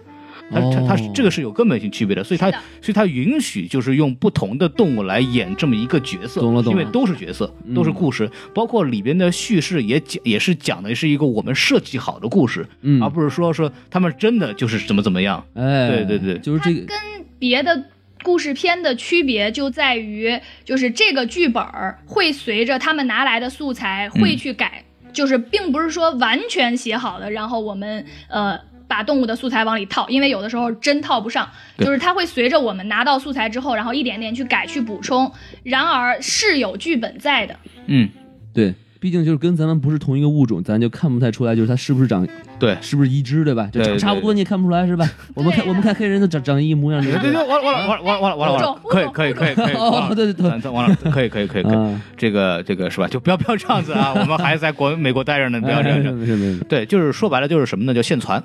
Speaker 3: 它它它是
Speaker 4: 哦
Speaker 3: 这个是有根本性区别的，所以它
Speaker 2: 是的
Speaker 3: 所以它允许就是用不同的动物来演这么一个角色，
Speaker 4: 懂了懂了嗯
Speaker 3: 因为都是角色，都是故事，包括里边的叙事也讲也是讲的是一个我们设计好的故事，
Speaker 4: 嗯
Speaker 3: 而不是说说他们真的就是怎么怎么样。
Speaker 4: 哎，
Speaker 3: 对对对
Speaker 4: 就是这个，
Speaker 2: 跟别的故事片的区别就在于，就是这个剧本儿会随着他们拿来的素材会去改。就是并不是说完全写好的，然后我们呃把动物的素材往里套，因为有的时候真套不上，
Speaker 3: 对
Speaker 2: 就是它会随着我们拿到素材之后，然后一点点去改去补充，然而是有剧本在的。
Speaker 3: 嗯，
Speaker 4: 对，毕竟就是跟咱们不是同一个物种，咱就看不太出来，就是它是不是长
Speaker 3: 对。
Speaker 4: 是不是一只，对吧？就
Speaker 3: 对
Speaker 4: 长
Speaker 3: 对
Speaker 4: 差不多
Speaker 3: 对
Speaker 4: 你也看不出来是吧？我们看我们看黑人都长长一模一样，
Speaker 3: 对对对，嗯完了完了完了完了完了完了，可以可以可以可以，
Speaker 4: 哦， 对对对，
Speaker 3: 咱完了，可以可以可以可以，
Speaker 4: 啊，
Speaker 3: 这个这个是吧？就不要不要这样子 啊！我们还在国美国待着呢，不要这样
Speaker 4: 没
Speaker 3: 子
Speaker 4: 事。没事没事，
Speaker 3: 对，就是说白了就是什么呢？叫现传。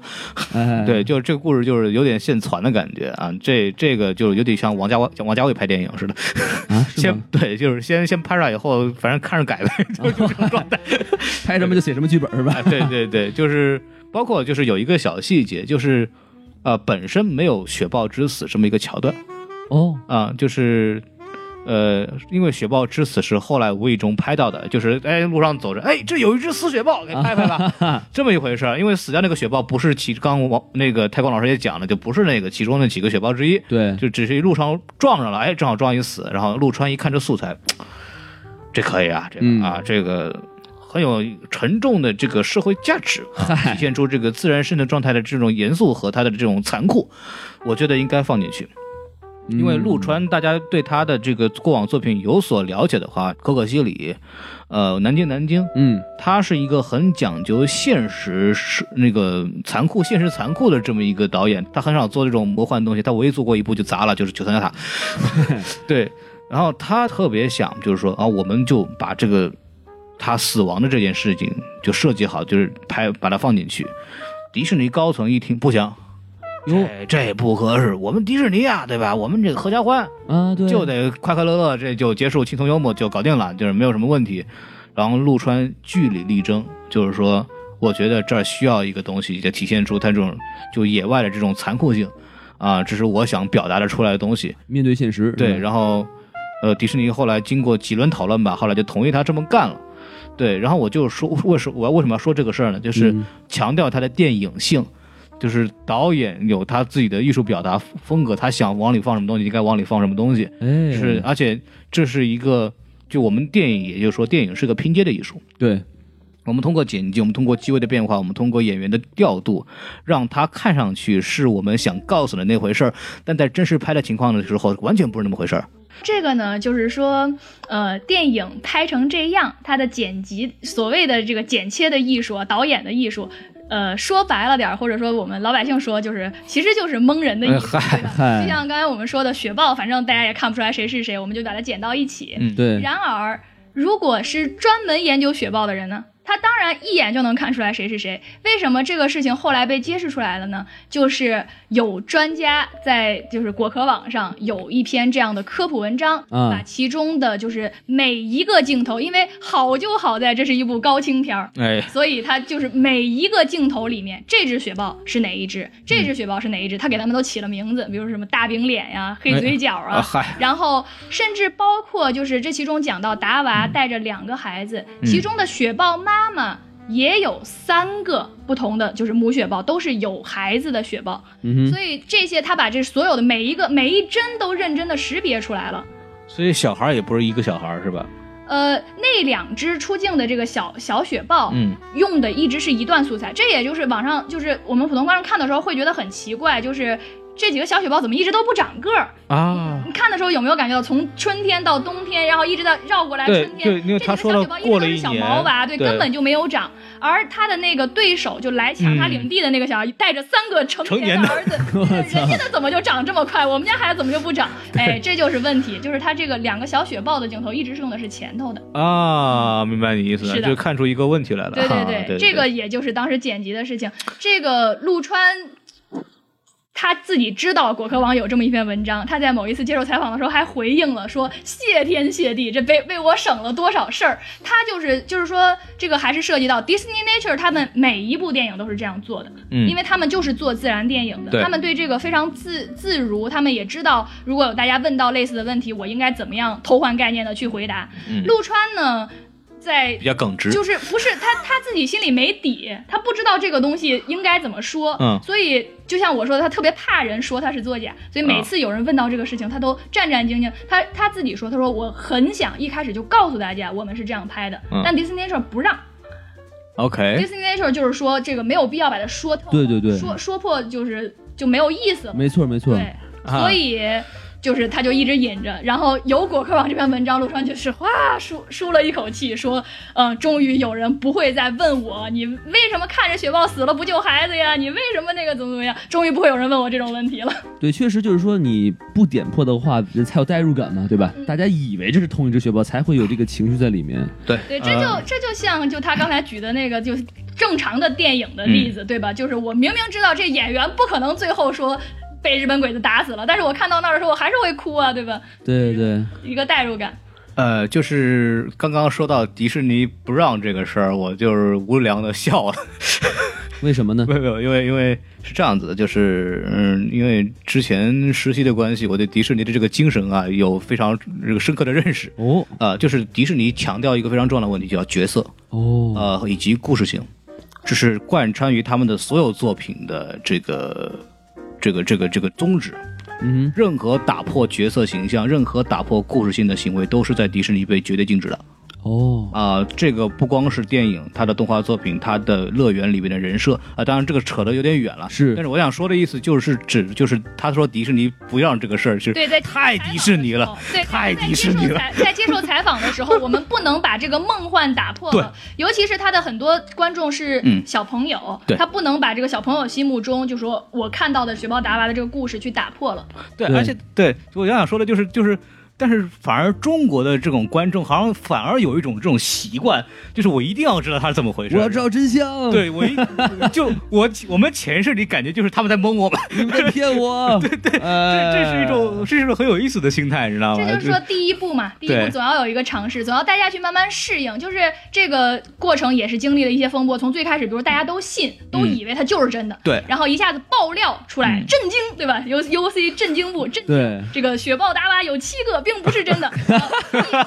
Speaker 4: 哎，
Speaker 3: 对，就是这个故事就是有点现传的感觉啊。这这个就有点像王家卫像王家卫拍电影似的，
Speaker 4: 啊，是
Speaker 3: 先
Speaker 4: 吗
Speaker 3: 对，就是先先拍出来以后，反正看着改呗，就就这种状态。
Speaker 4: 拍什么就写什么剧本是吧
Speaker 3: 啊，？对对对，就是包括就是有一个小细节，就是呃本身没有雪豹之死这么一个桥段
Speaker 4: 哦，
Speaker 3: 啊、就是。呃，因为雪豹之死是后来无意中拍到的，就是哎路上走着，哎这有一只死雪豹，给拍拍吧，这么一回事儿。因为死掉那个雪豹不是其刚刚王那个太空老师也讲了，就不是那个其中那几个雪豹之一，
Speaker 4: 对，
Speaker 3: 就只是一路上撞上了，哎，正好撞一死，然后陆川一看这素材，这可以啊，这个、
Speaker 4: 嗯
Speaker 3: 啊，这个很有沉重的这个社会价值，啊、体现出这个自然生的状态的这种严肃和它的这种残酷，我觉得应该放进去，因为陆川大家对他的这个过往作品有所了解的话，《可可西里》，呃，《南京南京》，
Speaker 4: 嗯，
Speaker 3: 他是一个很讲究现实是那个残酷、现实残酷的这么一个导演，他很少做这种魔幻的东西，他唯一做过一部就砸了，就是《九层妖塔》。对，然后他特别想就是说啊，我们就把这个他死亡的这件事情就设计好，就是拍把它放进去。迪士尼高层一听不行，
Speaker 4: 哟
Speaker 3: 这这不合适，我们迪士尼啊，对吧？我们这个合家欢，
Speaker 4: 啊，对，
Speaker 3: 就得快快乐乐，这就结束，轻松幽默就搞定了，就是没有什么问题。然后陆川据理力争，就是说，我觉得这儿需要一个东西，就体现出他这种就野外的这种残酷性，啊，这是我想表达的出来的东西。
Speaker 4: 面对现实，
Speaker 3: 对，
Speaker 4: 是吧
Speaker 3: 然后，呃，迪士尼后来经过几轮讨论吧，后来就同意他这么干了。对，然后我就说，为什我要为什么要说这个事儿呢？就是
Speaker 4: 嗯
Speaker 3: 强调他的电影性，就是导演有他自己的艺术表达风格，他想往里放什么东西，应该往里放什么东西。
Speaker 4: 哎，
Speaker 3: 是，而且这是一个，就我们电影，也就是说，电影是个拼接的艺术。
Speaker 4: 对，
Speaker 3: 我们通过剪辑，我们通过机位的变化，我们通过演员的调度，让它看上去是我们想告诉的那回事儿，但在真实拍的情况的时候，完全不是那么回事儿。
Speaker 2: 这个呢，就是说，呃，电影拍成这样，它的剪辑，所谓的这个剪切的艺术啊，导演的艺术，呃，说白了点儿，或者说我们老百姓说，就是其实就是蒙人的艺术，对吧？
Speaker 4: 嗨
Speaker 2: 就像刚才我们说的雪豹，反正大家也看不出来谁是谁，我们就把它剪到一起。
Speaker 3: 嗯
Speaker 4: 对，
Speaker 2: 然而，如果是专门研究雪豹的人呢，他当然一眼就能看出来谁是谁。为什么这个事情后来被揭示出来了呢？就是有专家在就是果壳网上有一篇这样的科普文章，
Speaker 4: 啊
Speaker 2: 把其中的就是每一个镜头，因为好就好在这是一部高清片儿。
Speaker 3: 哎，
Speaker 2: 所以它就是每一个镜头里面，这只雪豹是哪一只，这只雪豹是哪一只，他给它们都起了名字，比如说什么大饼脸呀、黑嘴角啊，
Speaker 3: 嗨，
Speaker 2: 然后甚至包括就是这其中讲到达娃带着两个孩子，
Speaker 3: 嗯
Speaker 2: 其中的雪豹妈妈。也有三个不同的，就是母雪豹，都是有孩子的雪豹，
Speaker 4: 嗯哼，
Speaker 2: 所以这些他把这所有的每一个每一帧都认真的识别出来了。
Speaker 3: 所以小孩儿也不是一个小孩儿是吧？
Speaker 2: 呃，那两只出镜的这个小小雪豹，
Speaker 3: 嗯，
Speaker 2: 用的一直是一段素材，这也就是网上就是我们普通观众看的时候会觉得很奇怪，就是这几个小雪豹怎么一直都不长个儿？
Speaker 3: 啊。
Speaker 2: 你看的时候有没有感觉到从春天到冬天，然后一直到绕过来
Speaker 3: 对
Speaker 2: 春
Speaker 3: 对
Speaker 2: 天，
Speaker 3: 因为
Speaker 2: 这
Speaker 3: 他
Speaker 2: 几
Speaker 3: 说
Speaker 2: 个
Speaker 3: 了
Speaker 2: 小雪豹
Speaker 3: 过
Speaker 2: 一直
Speaker 3: 了
Speaker 2: 都
Speaker 3: 一
Speaker 2: 是小
Speaker 3: 年
Speaker 2: 毛娃，对，
Speaker 3: 对
Speaker 2: 根本就没有长。而他的那个对手就来抢他领地的那个小孩，带着三个成
Speaker 3: 成
Speaker 2: 年
Speaker 3: 年的
Speaker 2: 儿子， 人家的怎么就长这么快，我们家孩子怎么就不长？哎，这就是问题，就是他这个两个小雪豹的镜头一直是用的是前头的。
Speaker 3: 啊，明白你意思了，
Speaker 2: 是的
Speaker 3: 就看出一个问题来了。
Speaker 2: 对
Speaker 3: 啊
Speaker 2: 对
Speaker 3: 对对，
Speaker 2: 这个也就是当时剪辑的事情。这个陆川他自己知道果壳网有这么一篇文章，他在某一次接受采访的时候还回应了说：“谢天谢地，这为为我省了多少事儿。”他就是就是说，这个还是涉及到 Disney Nature 他们每一部电影都是这样做的，
Speaker 3: 嗯
Speaker 2: 因为他们就是做自然电影
Speaker 3: 对
Speaker 2: 的，他们对这个非常自自如，他们也知道如果有大家问到类似的问题，我应该怎么样偷换概念的去回答。
Speaker 3: 嗯
Speaker 2: 陆川呢，在
Speaker 3: 比较耿直，
Speaker 2: 就是不是他他自己心里没底，他不知道这个东西应该怎么说，
Speaker 3: 嗯
Speaker 2: 所以就像我说的，他特别怕人说他是作假，所以
Speaker 4: 嗯
Speaker 2: 每次有人问到这个事情，他都战战兢兢。他他自己说，他说我很想一开始就告诉大家我们是这样拍的，
Speaker 3: 嗯
Speaker 2: 但 Disney 说不让。
Speaker 3: OK，
Speaker 2: Disney Nature 就是说这个没有必要把它说透，
Speaker 4: 哎对对对
Speaker 2: 说说破就是就没有意思了，
Speaker 4: 没错没错，
Speaker 2: 对，所以。就是他就一直引着，然后有果壳网这篇文章，陆川就是哗舒舒了一口气，说，嗯、终于有人不会再问我，你为什么看着雪豹死了不救孩子呀？你为什么那个怎么怎么样？终于不会有人问我这种问题了。
Speaker 4: 对，确实就是说
Speaker 3: 嗯
Speaker 4: 你不点破的话，人才有代入感嘛，对吧？大家以为这是同一只雪豹，才会有这个情绪在里面。
Speaker 3: 对 嗯
Speaker 2: 对，这就、这就像就他刚才举的那个，就是正常的电影的例子，对吧？就是我明明知道这演员不可能最后说被日本鬼子打死了，但是我看到那儿的时候，我还是会哭啊，对吧？
Speaker 4: 对对
Speaker 2: 一个代入感。
Speaker 3: 呃，就是刚刚说到迪士尼不让这个事儿，我就是无良的笑了。
Speaker 4: 对，为什么呢？
Speaker 3: 没有没有，因为因为是这样子的，就是嗯，因为之前实习的关系，我对迪士尼的这个精神啊有非常这个深刻的认识。
Speaker 4: 哦
Speaker 3: 啊、就是迪士尼强调一个非常重要的问题，叫角色，
Speaker 4: 哦，
Speaker 3: 呃，以及故事性，这是贯穿于他们的所有作品的这个这个这个这个宗旨。
Speaker 4: 嗯
Speaker 3: 任何打破角色形象、任何打破故事性的行为，都是在迪士尼被绝对禁止的。
Speaker 4: 哼哦，
Speaker 3: 啊、这个不光是电影，它的动画作品，它的乐园里面的人设啊、当然这个扯得有点远了。
Speaker 4: 是
Speaker 3: 但是我想说的意思就是指，就是他说迪士尼不让这个事儿是
Speaker 2: 对，在
Speaker 3: 太迪士尼了，
Speaker 2: 对，
Speaker 3: 太迪士尼了。
Speaker 2: 在接受采在接受采访的时候，我们不能把这个梦幻打破了，尤其是他的很多观众是
Speaker 3: 嗯
Speaker 2: 小朋友，
Speaker 3: 对
Speaker 2: 他不能把这个小朋友心目中就说我看到的雪豹达娃的这个故事去打破了。
Speaker 3: 对，
Speaker 4: 对
Speaker 3: 而且对，我想说的就是就是。但是反而中国的这种观众好像反而有一种这种习惯，就是我一定要知道它是怎么回事。
Speaker 4: 我要知道真相，，
Speaker 3: 对我一 就我我们潜意识里感觉就是他们在蒙我们，
Speaker 4: 你们在骗我，哎对对，
Speaker 3: 这这是一
Speaker 4: 呃
Speaker 3: 种这是一种很有意思的心态，你知道吗？
Speaker 2: 这就是说第一步嘛，第一步
Speaker 3: 对
Speaker 2: 总要有一个尝试，总要大家去慢慢适应。就是这个过程也是经历了一些风波，从最开始，比如大家都信，都以为它就是真的，
Speaker 3: 嗯对
Speaker 2: 然后一下子爆料出来，
Speaker 3: 嗯
Speaker 2: 震惊，对吧？U U C 震惊部震惊。
Speaker 4: 对
Speaker 2: 这个雪豹达娃有七个，并不是 真的。然后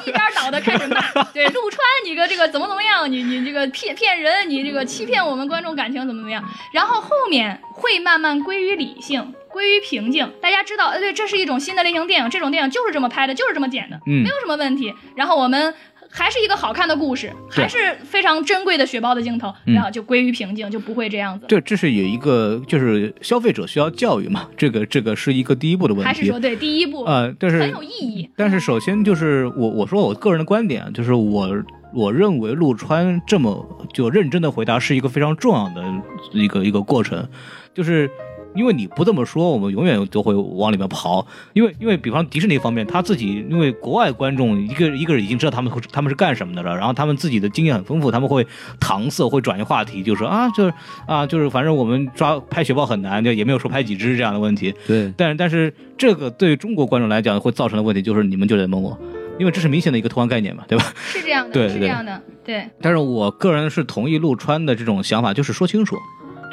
Speaker 2: 一一边倒的开始骂，对陆川，你个这个怎么怎么样？你你这个骗骗人，你这个欺骗我们观众感情怎么怎么样？然后后面会慢慢归于理性，归于平静。大家知道，呃，对，这是一种新的类型电影，这种电影就是这么拍的，就是这么剪的，
Speaker 3: 嗯
Speaker 2: 没有什么问题。然后我们。还是一个好看的故事，
Speaker 3: 对
Speaker 2: 还是非常珍贵的雪豹的镜头，
Speaker 3: 嗯
Speaker 2: 然后就归于平静，就不会这样子了。
Speaker 3: 这这是有一个就是消费者需要教育嘛，这个这个是一个第一步的问
Speaker 2: 还是
Speaker 3: 题
Speaker 2: 说，。对第一部
Speaker 3: 呃，但
Speaker 2: 很
Speaker 3: 是
Speaker 2: 有意义，
Speaker 3: 但是首先就是我我说我个人的观点啊，就是我我认为陆川这么就认真的回答是一个非常重要的一个一个过程，就是。因为你不这么说，我们永远都会往里面刨。因为因为比方迪士尼方面，他自己因为国外观众一个一个已经知道他们会他们是干什么的了，然后他们自己的经验很丰富，他们会搪塞，会转移话题，就说啊就是啊就是反正我们抓拍雪豹很难，就也没有说拍几只这样的问题。
Speaker 4: 对
Speaker 3: 但但是这个对于中国观众来讲会造成的问题就是你们就在蒙我，因为这是明显的一个偷换概念嘛，对吧？
Speaker 2: 是这样的，
Speaker 3: 对
Speaker 2: 是这
Speaker 3: 对
Speaker 2: 样的，对。
Speaker 3: 但是我个人是同意陆川的这种想法，就是说清楚。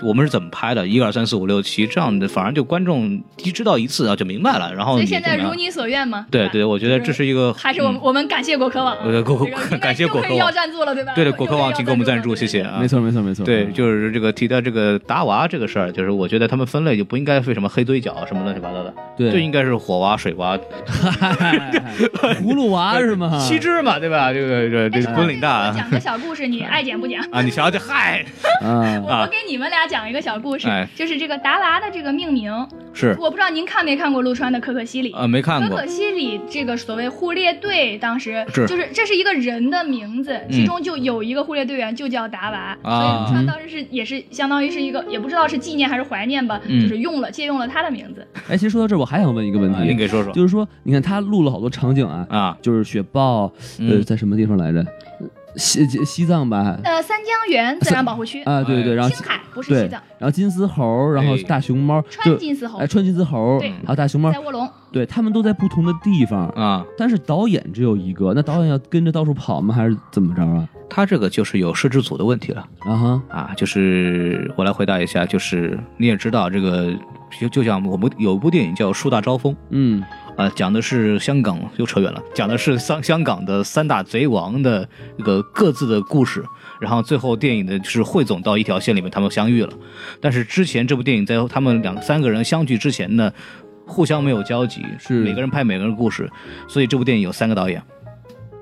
Speaker 3: 我们是怎么拍的？一二三四五六七，这样的反而就观众一知道一次啊就明白了，然后
Speaker 2: 所以
Speaker 3: 你
Speaker 2: 现
Speaker 3: 怎
Speaker 2: 在
Speaker 3: 么
Speaker 2: 如
Speaker 3: 样？
Speaker 2: 你所愿嘛？
Speaker 3: 对
Speaker 2: 吧
Speaker 3: 对，，我觉得这是一个
Speaker 2: 还是我们、
Speaker 3: 嗯
Speaker 2: 我们感谢果壳网，
Speaker 3: 呃果
Speaker 2: 这个应该
Speaker 3: 感谢
Speaker 2: 又
Speaker 3: 果
Speaker 2: 可
Speaker 3: 壳
Speaker 2: 以要
Speaker 3: 网，
Speaker 2: 赞助了，对吧？
Speaker 3: 对
Speaker 2: 又
Speaker 3: 果壳
Speaker 2: 可以
Speaker 3: 网
Speaker 2: 要
Speaker 3: 请给我们赞助，
Speaker 2: 了
Speaker 3: 谢谢。啊。
Speaker 4: 没错没错没错，
Speaker 3: 对，就是这个提到这个达娃这个事儿，就是我觉得他们分类就不应该分什么黑嘴角什么乱七八糟的，
Speaker 4: 对
Speaker 3: 就应该是火娃、水娃、
Speaker 4: 葫芦娃是吗？
Speaker 3: 七只嘛，对吧？这个这
Speaker 2: 哎
Speaker 3: 这
Speaker 2: 我
Speaker 3: 昆啊岭大
Speaker 2: 我讲个小故事，你爱剪不剪？
Speaker 3: 啊，你瞧瞧，嗨，
Speaker 4: 啊
Speaker 2: 我
Speaker 3: 啊
Speaker 2: 我给你们俩讲一个小故事
Speaker 3: 哎，
Speaker 2: 就是这个达娃的这个命名，
Speaker 3: 是
Speaker 2: 我不知道您看没看过陆川的《可可西里》
Speaker 3: 啊，没看
Speaker 2: 可
Speaker 3: 过
Speaker 2: 可，西里这个所谓护猎队，当时
Speaker 3: 是嗯
Speaker 2: 就是这是一个人的名字，其中就有一个护猎队员就叫达娃，
Speaker 3: 啊
Speaker 2: 所以陆川当时是也是相当于是一个也不知道是纪念还是怀念吧，
Speaker 3: 嗯
Speaker 2: 就是用了借用了他的名字。
Speaker 4: 哎，其实说到这儿，我还想问一个问
Speaker 3: 啊您
Speaker 4: 题，
Speaker 3: 给说说
Speaker 4: 就是说，你看他录了好多场景啊，
Speaker 3: 啊，
Speaker 4: 就是雪豹，呃，
Speaker 3: 嗯
Speaker 4: 在什么地方来着？西西藏吧？
Speaker 2: 呃，三江源自然保护区，
Speaker 4: 啊，对对，然后
Speaker 2: 青海不是
Speaker 4: 对，
Speaker 2: 西藏
Speaker 4: 然，后金丝猴，然后
Speaker 3: 哎
Speaker 4: 大熊猫，
Speaker 2: 川
Speaker 4: 就
Speaker 2: 金丝猴
Speaker 4: 哎，川金丝猴，
Speaker 2: 对
Speaker 4: 还有大熊猫
Speaker 2: 在，卧龙，
Speaker 4: 对他们都在不同的地方，
Speaker 3: 啊，
Speaker 4: 但是导演只有一个，那导演要跟着到处跑吗？还是怎么着啊？
Speaker 3: 他这个就是有摄制组的问题了
Speaker 4: 啊哈，
Speaker 3: 啊，就是我来回答一下，就是你也知道这个，就就像我们有一部电影叫《树大招风》。
Speaker 4: 嗯，
Speaker 3: 啊，讲的是香港，又扯远了。讲的是香香港的三大贼王的这个各自的故事，然后最后电影的是汇总到一条线里面，他们相遇了。但是之前这部电影在他们两三个人相聚之前呢，互相没有交集，
Speaker 4: 是
Speaker 3: 每个人拍每个人的故事，所以这部电影有三个导演。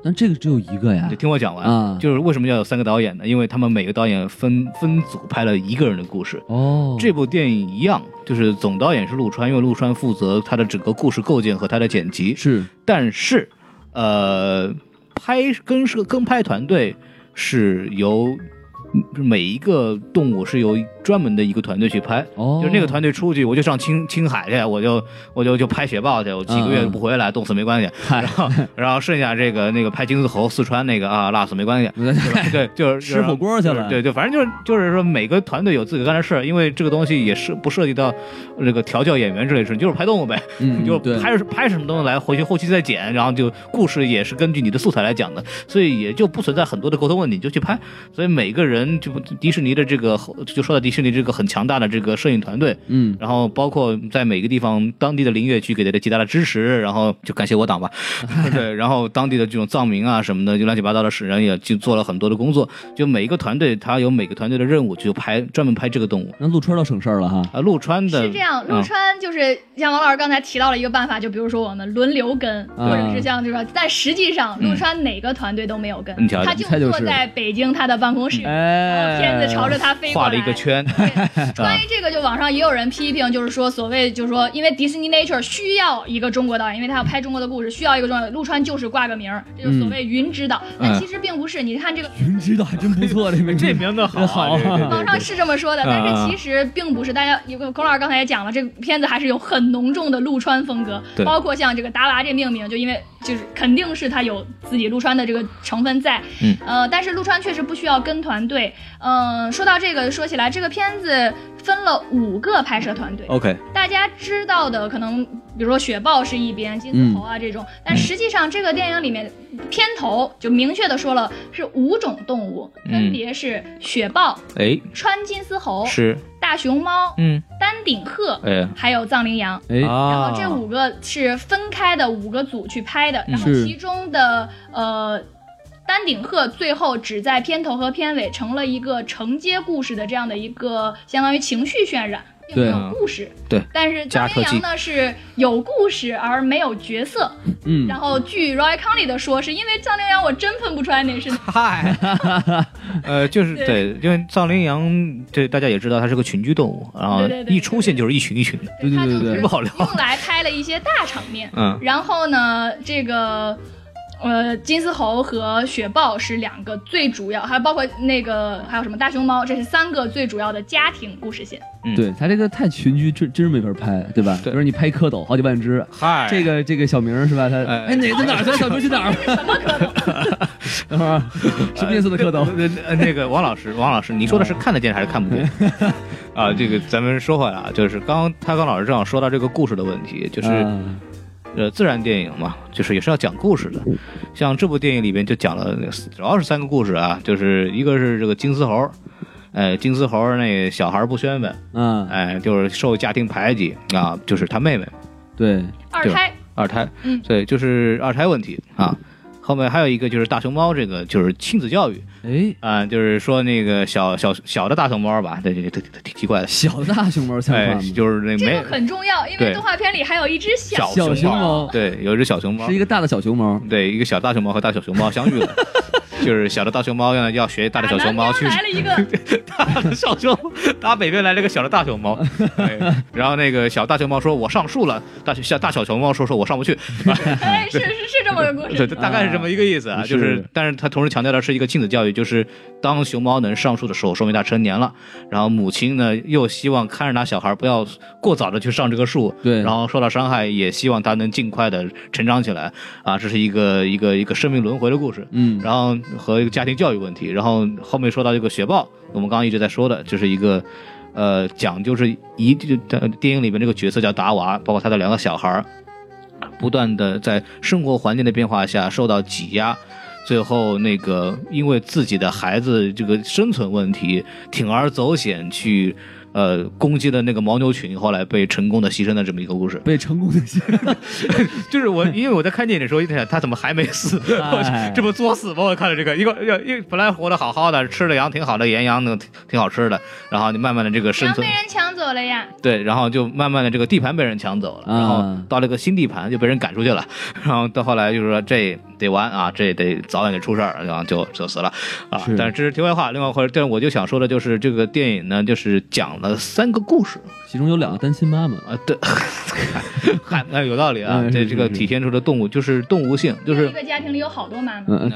Speaker 4: 但这个只有一个呀
Speaker 3: 你。听我讲完
Speaker 4: 啊
Speaker 3: 就是为什么要有三个导演呢？因为他们每个导演分分组拍了一个人的故事。
Speaker 4: 哦，
Speaker 3: 这部电影一样，就是总导演是陆川，因为陆川负责他的整个故事构建和他的剪辑。
Speaker 4: 是
Speaker 3: 但是，呃，拍跟是跟拍团队是由嗯每一个动物是由专门的一个团队去拍。
Speaker 4: 哦，
Speaker 3: 就是那个团队出去，我就上青青海去，我就我就就拍雪豹去，我几个月
Speaker 4: 嗯嗯
Speaker 3: 不回来，冻死没关系。然后然后剩下这个那个拍金丝猴，四川那个啊，辣死没关系。对吧对，就是
Speaker 4: 吃火锅去了
Speaker 3: 对对，反正就是就是说每个团队有自己干的事儿，因为这个东西也是不涉及到这个调教演员之类的事，就是拍动物呗，
Speaker 4: 嗯
Speaker 3: 就
Speaker 4: 对
Speaker 3: 是拍拍什么东西来，回去后期再剪，然后就故事也是根据你的素材来讲的，所以也就不存在很多的沟通问题，你就去拍。所以每个人就迪士尼的这个就说到迪士尼这个很强大的这个摄影团队，
Speaker 4: 嗯，
Speaker 3: 然后包括在每个地方当地的林业区给他的极大的支持，然后就感谢我党 吧，对，然后当地的这种藏民啊什么的，就乱七八糟的事，然后也去做了很多的工作。就每一个团队，他有每个团队的任务，就拍专门拍这个动物
Speaker 4: 那陆川倒省事儿了
Speaker 2: 哦
Speaker 4: 哈。
Speaker 3: 啊。陆川的
Speaker 2: 是这样，陆
Speaker 3: 嗯
Speaker 2: 川就是像王老师刚才提到了一个办法，就比如说我们轮流跟，
Speaker 4: 嗯
Speaker 2: 或者是像就是说，但实际上
Speaker 3: 嗯
Speaker 2: 陆川哪个团队都没有跟，
Speaker 3: 你瞧瞧
Speaker 2: 他
Speaker 4: 他就是
Speaker 2: 坐在北京他的办公室，然后
Speaker 4: 哎，
Speaker 2: 片子朝着他飞过
Speaker 3: 嗯画
Speaker 2: 来。
Speaker 3: 了一个圈， 啊
Speaker 2: 对关于这个，就网上也有人批评，就是说所谓就是说，因为迪士尼 Nature 需要一个中国导演，因为他要拍中国的故事，需要一个中国。陆川就是挂个名儿，这
Speaker 3: 嗯
Speaker 2: 就是所谓云指导，但其实并不是。你看这个
Speaker 4: 云指导还真不错，这名
Speaker 3: 这名字好
Speaker 4: 真好
Speaker 3: 啊，对对对
Speaker 2: 网上是这么说的，
Speaker 3: 啊
Speaker 2: 但是其实并不是。大家有个孔老师刚才也讲了，这个片子还是有很浓重的陆川风格
Speaker 3: 对，
Speaker 2: 包括像这个达娃这命名，就因为就是肯定是他有自己陆川的这个成分在。
Speaker 3: 嗯，
Speaker 2: 呃，但是陆川确实不需要跟团队。嗯、说到这个，说起来这个片子分了五个拍摄团队。
Speaker 3: OK，
Speaker 2: 大家知道的可能，比如说雪豹是一边，金丝猴
Speaker 3: 嗯
Speaker 2: 啊这种，但实际上这个电影里面片头就明确的说了是五种动物，分
Speaker 3: 嗯
Speaker 2: 别是雪豹、
Speaker 3: 哎，
Speaker 2: 川金丝猴、
Speaker 3: 是，
Speaker 2: 大熊猫、
Speaker 3: 嗯，
Speaker 2: 丹顶鹤，
Speaker 3: 哎，
Speaker 2: 还有藏羚羊。
Speaker 4: 哎，
Speaker 2: 然
Speaker 3: 啊
Speaker 2: 后这五个是分开的五个组去拍的，然后
Speaker 4: 嗯是
Speaker 2: 其中的呃。丹顶鹤最后只在片头和片尾成了一个承接故事的这样的一个相当于情绪渲染，并没
Speaker 4: 对
Speaker 3: 啊
Speaker 2: 有故事。
Speaker 3: 对
Speaker 2: 但是
Speaker 3: 加
Speaker 2: 藏羚
Speaker 3: 特技
Speaker 2: 羊呢是有故事而没有角色。
Speaker 4: 嗯
Speaker 2: 然后据 Roy Conley 的说，是因为藏羚羊我真分不出来哪是哪。
Speaker 3: 嗨， 呃，就是
Speaker 2: 对
Speaker 3: 对，因为藏羚羊，对大家也知道，它是个群居动物，然后
Speaker 2: 对对对
Speaker 3: 一出现就是一群一群的，
Speaker 4: 对对
Speaker 2: 它就
Speaker 4: 对对
Speaker 2: 是
Speaker 3: 不好聊
Speaker 2: 用来拍了一些大场面。
Speaker 3: 嗯，
Speaker 2: 然后呢，这个呃金丝猴和雪豹是两个最主要，还有包括那个还有什么大熊猫，这是三个最主要的家庭故事线。
Speaker 4: 对他这个太群居，真真是没法拍，对吧？
Speaker 3: 对
Speaker 4: 比如你拍蝌蚪好几万只，
Speaker 3: 嗨
Speaker 4: 这个这个小明儿是吧？他
Speaker 3: 哎
Speaker 4: 哎哪在哪儿？他小明去哪儿？什么蝌蚪？啊， 什么颜色的蝌蚪？
Speaker 3: 呃呃那个王老师，王老师，你说的是看得见还是看不见？ 啊，这个咱们说回来啊，就是刚刚他刚老师正好说到这个故事的问题，就是、
Speaker 4: 啊
Speaker 3: 呃自然电影嘛，就是也是要讲故事的。像这部电影里边就讲了主要是三个故事啊，就是一个是这个金丝猴，呃金丝猴那小孩不宣愤，
Speaker 4: 啊，
Speaker 3: 哎、就是受家庭排挤啊，就是他妹妹
Speaker 4: 对，
Speaker 2: 二胎
Speaker 3: 二胎，
Speaker 2: 嗯
Speaker 3: 对，就是二胎问题啊。后面还有一个就是大熊猫，这个就是亲子教育
Speaker 4: 哎，
Speaker 3: 啊、就是说那个小小小的大熊猫吧，对对对，挺奇怪的，
Speaker 4: 小的大熊猫像
Speaker 3: 哎
Speaker 4: 话，吗？
Speaker 3: 就是那
Speaker 2: 这
Speaker 3: 没
Speaker 2: 个很重要，因
Speaker 3: 对
Speaker 2: 为动画片里还有一只小
Speaker 3: 小
Speaker 4: 小熊猫
Speaker 3: 对，有一只小熊猫
Speaker 4: 是一，个大的小熊猫，
Speaker 3: 对，一个小大熊猫和大小熊猫相 遇了，就是小的大熊猫要要学大的小熊猫去
Speaker 2: 啊打南边来了一 个
Speaker 3: 大 的小熊，打北边来了个小的大熊猫，哎然后那个小大熊猫说：“我上树了。”大小大小熊猫说：“说我上不 去。”
Speaker 2: 哎，是是是这么个故
Speaker 3: 对，
Speaker 2: 事。
Speaker 3: 这大概是这么一个意思啊，
Speaker 4: 是
Speaker 3: 就是，但是他同时强调的是一个亲子教育，就是当熊猫能上树的时候，说明它成年了。然后母亲呢，又希望看着他小孩不要过早的去上这个树，
Speaker 2: 嗯
Speaker 4: 对
Speaker 3: 然后受到伤害，也希望他能尽快的成长起来啊，这是一个一个一个生命轮回的故事。
Speaker 4: 嗯，
Speaker 3: 然后和一个家庭教育问题，然后后面说到这个雪豹，我们刚刚一直在说的，就是一个，呃，讲就是一就呃电影里面这个角色叫达娃，包括他的两个小孩儿，不断的在生活环境的变化下受到挤压，最后那个因为自己的孩子这个生存问题铤而走险去，呃，攻击了那个牦牛群，后来被成功的牺牲的这么一个故事。
Speaker 4: 被成功的 吸引
Speaker 3: 就是 我，因为我在看电影的时候，一直想他怎么还没死？ 我
Speaker 4: 哎
Speaker 3: 这不作死吗？我看了这个，一个要一本来活得好好的，吃了羊挺好的，盐羊那个挺挺好吃的，然后你慢慢的这个生
Speaker 2: 羊
Speaker 3: 存
Speaker 2: 被，人抢走了呀！
Speaker 3: 对，然后就慢慢的这个地盘被人抢走了，
Speaker 4: 啊
Speaker 3: 然后到了个新地盘就被人赶出去了，然后到后来就是说这得完啊，这得早晚得出事儿，然后就就死了啊
Speaker 4: 是。
Speaker 3: 但是这是题外话，另外或者，但是我就想说的就是这个电影呢，就是讲了三个故事
Speaker 4: 其中有两个单亲妈妈，
Speaker 3: 啊，对， 还哎有道理啊，
Speaker 4: 嗯
Speaker 3: 这
Speaker 4: 是
Speaker 3: 这个
Speaker 4: 是是
Speaker 3: 体现出的动物就是动物性，就
Speaker 2: 因为
Speaker 3: 是
Speaker 2: 一个家庭里有好多妈妈，
Speaker 4: 嗯，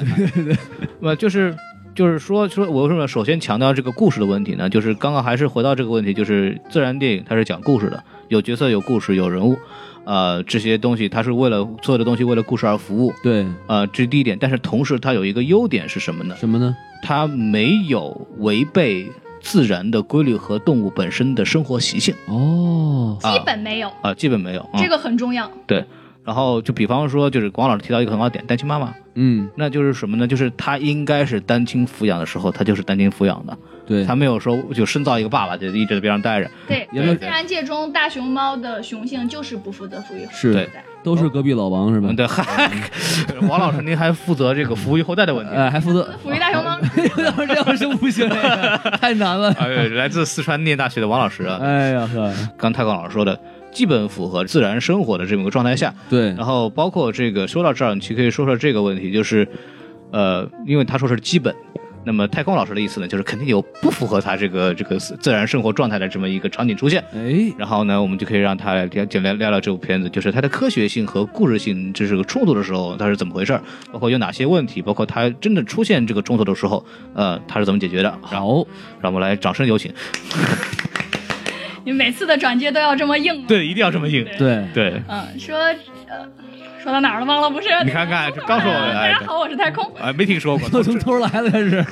Speaker 3: 呃，就是就是说说，我为什么首先强调这个故事的问题呢？就是刚刚还是回到这个问题，就是自然电影它是讲故事的，有角色、有故事、有人物，呃，这些东西它是为了所有的东西为了故事而服务，
Speaker 4: 对，
Speaker 3: 呃，这是第一点。但是同时它有一个优点是什么呢？
Speaker 4: 什么呢？
Speaker 3: 它没有违背自然的规律和动物本身的生活习性
Speaker 4: 哦，
Speaker 3: 啊
Speaker 2: 基本没有，
Speaker 3: 啊、基本没有。嗯、
Speaker 2: 这个很重要。
Speaker 3: 对。然后就比方说，就是广老师提到一个很好的点，单亲妈妈，
Speaker 4: 嗯，
Speaker 3: 那就是什么呢？就是她应该是单亲抚养的时候，她就是单亲抚养的。
Speaker 4: 对，
Speaker 3: 他没有说就深造一个爸爸，就一直在边上待着。
Speaker 2: 对，
Speaker 4: 也没有
Speaker 2: 自然界中大熊猫的雄性就是不负责抚育后
Speaker 4: 是
Speaker 3: 对
Speaker 2: 代，
Speaker 4: 都是隔壁老王是吧
Speaker 3: 嗯，？对，嗨， 王老师您还负责这个抚育后代的问题。
Speaker 4: 哎，还负责
Speaker 2: 抚育大熊猫。
Speaker 4: 要 这样就不行了，太难了。
Speaker 3: 哎呦，来自四川念大学的王老师啊，
Speaker 4: 哎呀呵，
Speaker 3: 刚太光老师说的，基本符合自然生活的这么一个状态下。
Speaker 4: 对，
Speaker 3: 然后包括这个，说到这儿，你其实可以说说这个问题，就是，呃，因为他说是基本，那么太空老师的意思呢，就是肯定有不符合他这个这个自然生活状态的这么一个场景出现。
Speaker 4: 哎，
Speaker 3: 然后呢，我们就可以让他来聊简单聊聊这部片子，就是它的科学性和故事性这是个冲突的时候，它是怎么回事儿，包括有哪些问题，包括它真的出现这个冲突的时候，呃，它是怎么解决的。然后，
Speaker 4: 好，
Speaker 3: 让我们来掌声有请。
Speaker 2: 你每次的转接都要这么硬吗？啊
Speaker 3: 对，一定要这么硬。
Speaker 4: 对，
Speaker 3: 对，
Speaker 2: 嗯，说呃，说到哪儿了？忘了不是？
Speaker 3: 你看看，这刚说
Speaker 2: 啊
Speaker 3: 完，
Speaker 2: 大
Speaker 3: 哎
Speaker 2: 家，好，我是太空。
Speaker 3: 哎，没听说过，
Speaker 4: 又从头来了，这是。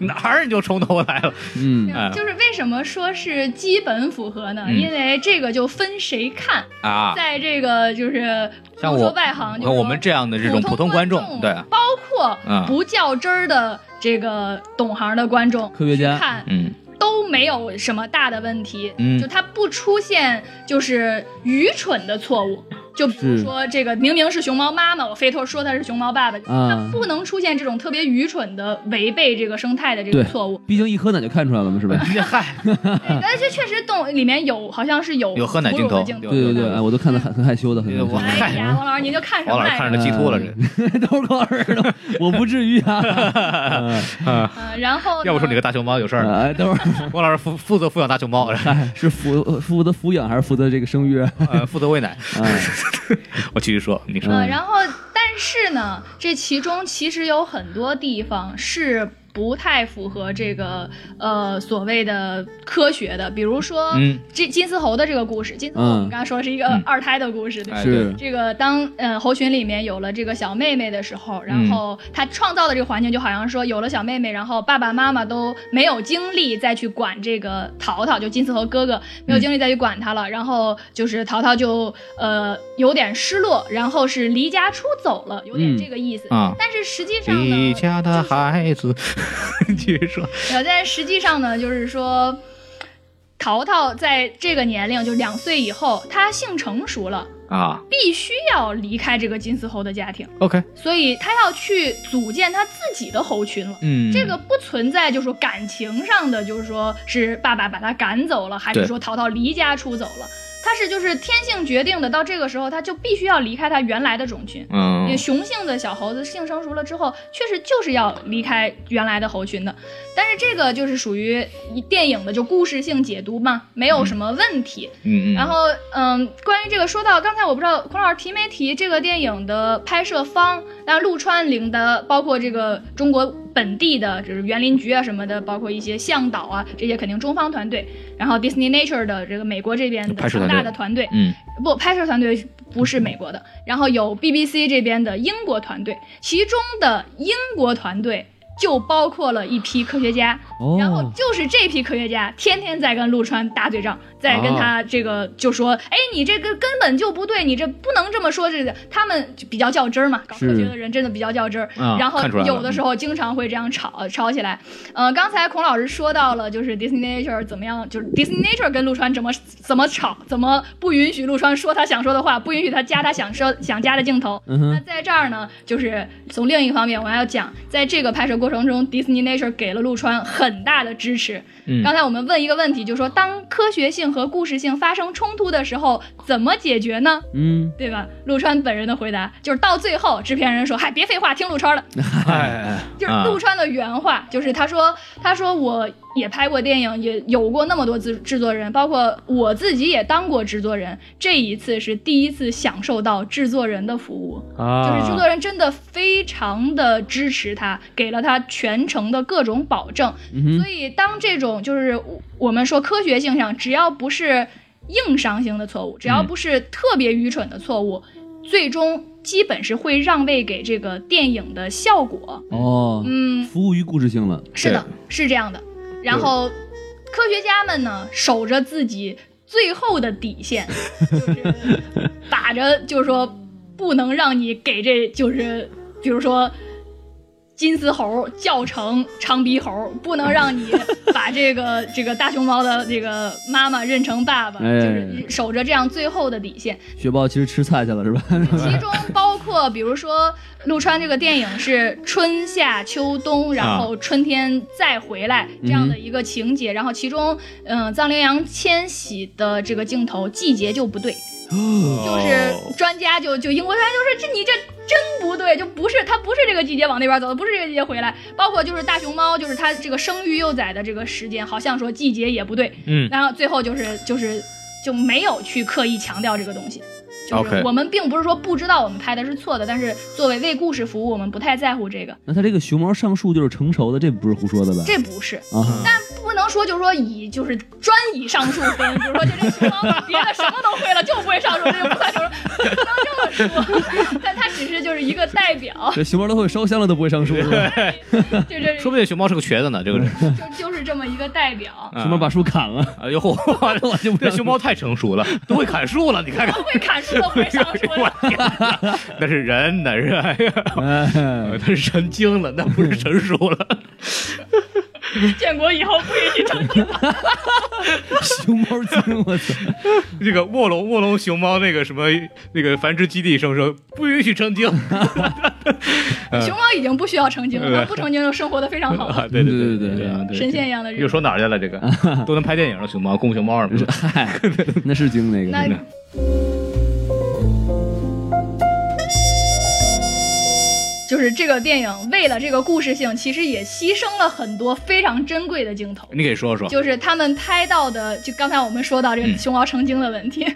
Speaker 3: 哪儿你就冲头来了？
Speaker 4: 嗯，
Speaker 3: 哎
Speaker 2: 就是为什么说是基本符合呢？
Speaker 3: 嗯
Speaker 2: 因为这个就分谁看，
Speaker 3: 啊，
Speaker 2: 在这个就是
Speaker 3: 像
Speaker 2: 不
Speaker 3: 我
Speaker 2: 说外行，就是
Speaker 3: 和我们这样的这种普通观众，对，
Speaker 2: 包括
Speaker 3: 嗯
Speaker 2: 不较真儿的这个懂行的观众，
Speaker 4: 科学家
Speaker 2: 看
Speaker 3: 嗯
Speaker 2: 都没有什么大的问题，
Speaker 3: 嗯
Speaker 2: 就它不出现就是愚蠢的错误，就比如
Speaker 4: 是
Speaker 2: 说这个明明是熊猫妈妈，我非托说它是熊猫爸爸，
Speaker 4: 啊
Speaker 2: 它不能出现这种特别愚蠢的违背这个生态的这个
Speaker 4: 对
Speaker 2: 错误。
Speaker 4: 毕竟一喝奶就看出来了嘛，是吧？
Speaker 3: 嗨，
Speaker 2: 但是确实动里面有好像是有
Speaker 3: 有喝奶
Speaker 2: 哺
Speaker 3: 镜
Speaker 2: 乳
Speaker 3: 头
Speaker 2: 的，镜头。
Speaker 4: 对对对，哎，我都看得很很害羞的，很
Speaker 3: 我
Speaker 4: 害
Speaker 2: 哎
Speaker 3: 嗨
Speaker 2: 呀，王老师您就看什
Speaker 3: 王
Speaker 2: 么
Speaker 3: 老师看
Speaker 2: 来着？
Speaker 3: 着
Speaker 4: 羞。
Speaker 3: 激吐了，这，
Speaker 4: 都是老师的，我不至于啊。
Speaker 2: 嗯，然后呢
Speaker 3: 啊要不说你个大熊猫有事儿呢。
Speaker 4: 哎，等会儿，
Speaker 3: 王老师负负责抚养大熊猫，
Speaker 4: 哎，是负负责抚养还是负责这个生育？啊，
Speaker 3: 呃，负责喂奶。
Speaker 2: 嗯
Speaker 3: 我继续说，你说，
Speaker 2: 呃，然后但是呢，这其中其实有很多地方是不太符合这个呃所谓的科学的，比如说、
Speaker 3: 嗯
Speaker 2: 这金丝猴的这个故事，金丝猴我们
Speaker 4: 嗯
Speaker 2: 刚才说是一个
Speaker 3: 嗯
Speaker 2: 二胎的故事，对吧？
Speaker 3: 哎
Speaker 4: 是
Speaker 2: 这个当呃猴群里面有了这个小妹妹的时候，然后他创造的这个环境就好像说有了小妹妹，然后爸爸妈妈都没有精力再去管这个淘淘，就金丝猴哥哥没有精力再去管他了，然后就是淘淘就呃有点失落，然后是离家出走了，有点
Speaker 4: 嗯
Speaker 2: 这个意思。
Speaker 3: 啊
Speaker 2: 但是实际上呢，
Speaker 3: 离家的孩子， 你继续说，
Speaker 2: 呃，但实际上呢，就是说，淘淘在这个年龄，就两岁以后，他性成熟了，
Speaker 3: 啊
Speaker 2: 必须要离开这个金丝猴的家庭，
Speaker 3: ，OK，
Speaker 2: 所以他要去组建他自己的猴群了。
Speaker 3: 嗯，
Speaker 2: 这个不存在，就是说感情上的，就是说是爸爸把他赶走了，还是
Speaker 3: 对
Speaker 2: 说淘淘离家出走了？他是就是天性决定的，到这个时候他就必须要离开他原来的种群。因为
Speaker 3: 嗯
Speaker 2: 雄性的小猴子性成熟了之后，确实就是要离开原来的猴群的。但是这个就是属于电影的就故事性解读嘛，没有什么问题。
Speaker 3: 嗯嗯，
Speaker 2: 然后，嗯，关于这个说到刚才我不知道孔老师提没提这个电影的拍摄方，那陆川领的，包括这个中国本地的，就是园林局啊什么的，包括一些向导啊这些肯定中方团队，然后 Disney Nature 的这个美国这边
Speaker 3: 拍
Speaker 2: 的
Speaker 3: 摄团
Speaker 2: 强
Speaker 3: 队
Speaker 2: 大的团队，
Speaker 3: 嗯
Speaker 2: 不，拍摄团队不是美国的，然后有 BBC 这边的英国团队，其中的英国团队就包括了一批科学家，然后
Speaker 4: 哦，
Speaker 2: 就是这批科学家天天在跟陆川打嘴仗，在
Speaker 3: 哦
Speaker 2: 跟他这个就说，哎，你这个根本就不对，你这不能这么说，这个他们就比较较真儿嘛，搞科学的人真的比较较真儿，
Speaker 3: 啊
Speaker 2: 然后
Speaker 3: 看出来了
Speaker 2: 有的时候经常会这样吵吵起来。呃，刚才孔老师说到了，就是 Disney Nature 怎么样，就是 Disney Nature 跟陆川怎么怎么吵，怎么不允许陆川说他想说的话，不允许他加他想说想加的镜头，
Speaker 4: 嗯
Speaker 2: 那
Speaker 4: 哼，
Speaker 2: 在这儿呢，就是从另一方面，我还要讲，在这个拍摄过程中，Disney Nature 给了陆川很大的支持。
Speaker 3: 嗯
Speaker 2: 刚才我们问一个问题，就说当科学性性和故事性发生冲突的时候，怎么解决呢？
Speaker 4: 嗯，
Speaker 2: 对吧？陆川本人的回答就是到最后，制片人说：“嗨，别废话，听陆川了。”
Speaker 3: 哎，
Speaker 2: 就是
Speaker 3: 啊
Speaker 2: 陆川的原话，就是他说，他说我也拍过电影，也有过那么多制制作人，包括我自己也当过制作人。这一次是第一次享受到制作人的服务，
Speaker 3: 啊，
Speaker 2: 就是制作人真的非常的支持他，给了他全程的各种保证。所以当这种就是我我们说科学性上，只要不是硬伤性的错误，只要不是特别愚蠢的错误，最终基本是会让位给这个电影的效果。
Speaker 4: 哦，
Speaker 2: 嗯，
Speaker 4: 服务于故事性了，
Speaker 2: 是的，是这样的。然后科学家们呢，守着自己最后的底线，就是打着，就是说不能让你给这就是，比如说。金丝猴叫成长鼻猴，不能让你把这个 这个大熊猫的这个妈妈认成爸爸，
Speaker 4: 哎
Speaker 2: 就是守着这样最后的底线。
Speaker 4: 雪豹其实吃菜去了是吧？
Speaker 2: 其中包括比如说陆川这个电影是春夏秋冬，然后春天再回来这样的一个情节，然后其中嗯、呃藏羚羊迁徙的这个镜头季节就不对，
Speaker 3: 哦
Speaker 2: 就是专家就就英国专家就说这你这真不对，就不是它不是这个季节往那边走的，不是这个季节回来，包括就是大熊猫，就是它这个生育幼崽的这个时间，好像说季节也不对，
Speaker 3: 嗯
Speaker 2: 然后最后就是就是就没有去刻意强调这个东西。就是
Speaker 3: OK
Speaker 2: 我们并不是说不知道我们拍的是错的，但是作为为故事服务，我们不太在乎这个。
Speaker 4: 那他这个熊猫上树就是成熟的，这不是胡说的吧？
Speaker 2: 这不是，
Speaker 4: 啊，
Speaker 2: 但不能说就是说以就是专以上树分，比如说这只熊猫别的什么都会了，就不会上树，这就不算成熟，不能这么说。但它只是就是一个代表，
Speaker 4: 这熊猫都会烧香了都不会上树是吧？
Speaker 2: 就这
Speaker 3: 说不定熊猫是个瘸子呢，这个人。
Speaker 2: 就就是这么一个代表。
Speaker 4: 熊猫把树砍了，
Speaker 3: 哎呦，我就这熊猫太成熟了，都会砍树了，你看看。
Speaker 2: 会砍树都不会上树
Speaker 3: 我
Speaker 2: 的，
Speaker 3: 天哪那是人，那是哎呀，
Speaker 4: 哎，
Speaker 3: 那是神经了，那不是成熟了。
Speaker 2: 建国以后不允许成
Speaker 4: 熊猫精，我操！
Speaker 3: 这个卧龙卧龙熊猫那个什么那个繁殖基地生说不允许 成精啊
Speaker 2: 熊猫已经不需要成精了，它
Speaker 3: 对
Speaker 2: 不成精就生活的非常 好了，
Speaker 3: 啊！对
Speaker 4: 对
Speaker 3: 对
Speaker 4: 对对
Speaker 3: 对啊对
Speaker 2: 神仙一样的人
Speaker 3: 又。说哪儿去了？这个都能拍电影了，熊猫、公熊猫什么 的。
Speaker 4: 嗨，那是精那个，
Speaker 2: 那
Speaker 4: 真的
Speaker 2: 就是这个电影为了这个故事性，其实也牺牲了很多非常珍贵的镜头。
Speaker 3: 你给说说，
Speaker 2: 就是他们拍到的，就刚才我们说到这个熊猫成精的问题，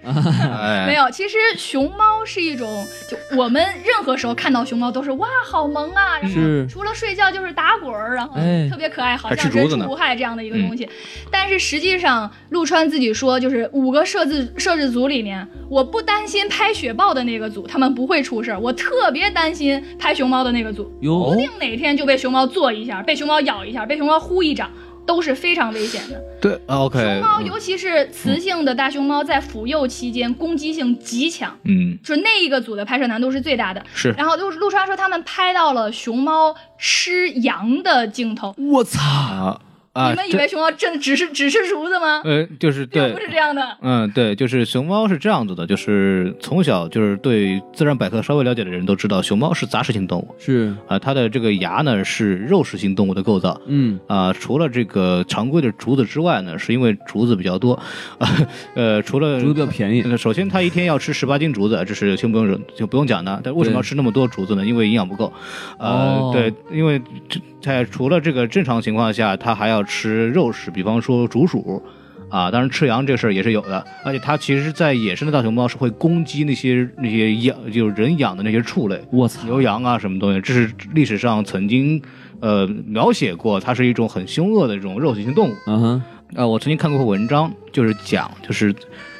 Speaker 3: 哎，
Speaker 2: 没有。其实熊猫是一种，就我们任何时候看到熊猫都是哇，好萌啊！然后
Speaker 4: 是
Speaker 2: 除了睡觉就是打滚儿，然后
Speaker 4: 哎嗯
Speaker 2: 特别可爱，好
Speaker 3: 还
Speaker 2: 像
Speaker 3: 吃竹
Speaker 2: 人
Speaker 3: 子
Speaker 2: 畜
Speaker 3: 呢
Speaker 2: 无害这样的一个东西。但是实际上，陆川自己说，就是五个摄制摄制组里面，我不担心拍雪豹的那个组，他们不会出事儿，我特别担心拍熊猫的那个组，
Speaker 4: 哟
Speaker 2: 不定哪天就被熊猫坐一下，被熊猫咬一下，被熊猫呼一掌，都是非常危险的。
Speaker 3: 对，OK，啊
Speaker 2: 熊猫，尤其是雌性的大熊猫，在抚幼期间攻击性极强，
Speaker 3: 嗯，
Speaker 2: 就是那一个组的拍摄难度是最大的。
Speaker 3: 是
Speaker 2: 然后陆陆川说他们拍到了熊猫吃羊的镜头，
Speaker 4: 我操！
Speaker 3: 啊啊，
Speaker 2: 你们以为熊猫真只是 只是竹子吗？
Speaker 3: 这呃就是
Speaker 2: 并
Speaker 3: 对
Speaker 2: 不。是这样的。
Speaker 3: 嗯，对，就是熊猫是这样子的，就是从小就是对自然百科稍微了解的人都知道，熊猫是杂食性动物
Speaker 4: 是，
Speaker 3: 啊、它的这个牙呢是肉食性动物的构造，
Speaker 4: 嗯，
Speaker 3: 啊、除了这个常规的竹子之外呢，是因为竹子比较多，啊，呃，除了
Speaker 4: 竹子比较便宜，
Speaker 3: 呃首先它一天要吃十八斤竹子，这是先不用就不用讲的。但为什么要吃那么多竹子呢？因为营养不够，呃，
Speaker 4: 哦
Speaker 3: 对，因为这在除了这个正常情况下，它还要吃肉食，比方说竹鼠。啊，当然吃羊这事儿也是有的，而且它其实，在野生的大熊猫是会攻击那些那些养就是人养的那些畜类，
Speaker 4: 我操！
Speaker 3: 牛羊啊什么东西，这是历史上曾经呃描写过，它是一种很凶恶的这种肉食性动物。
Speaker 4: 啊哈，
Speaker 3: 呃，我曾经看过一篇文章，就是讲就是。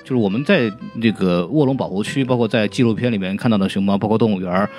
Speaker 3: 就是我们在这个卧龙保护区，包括在纪录片里面看到的熊猫，包括动物园儿，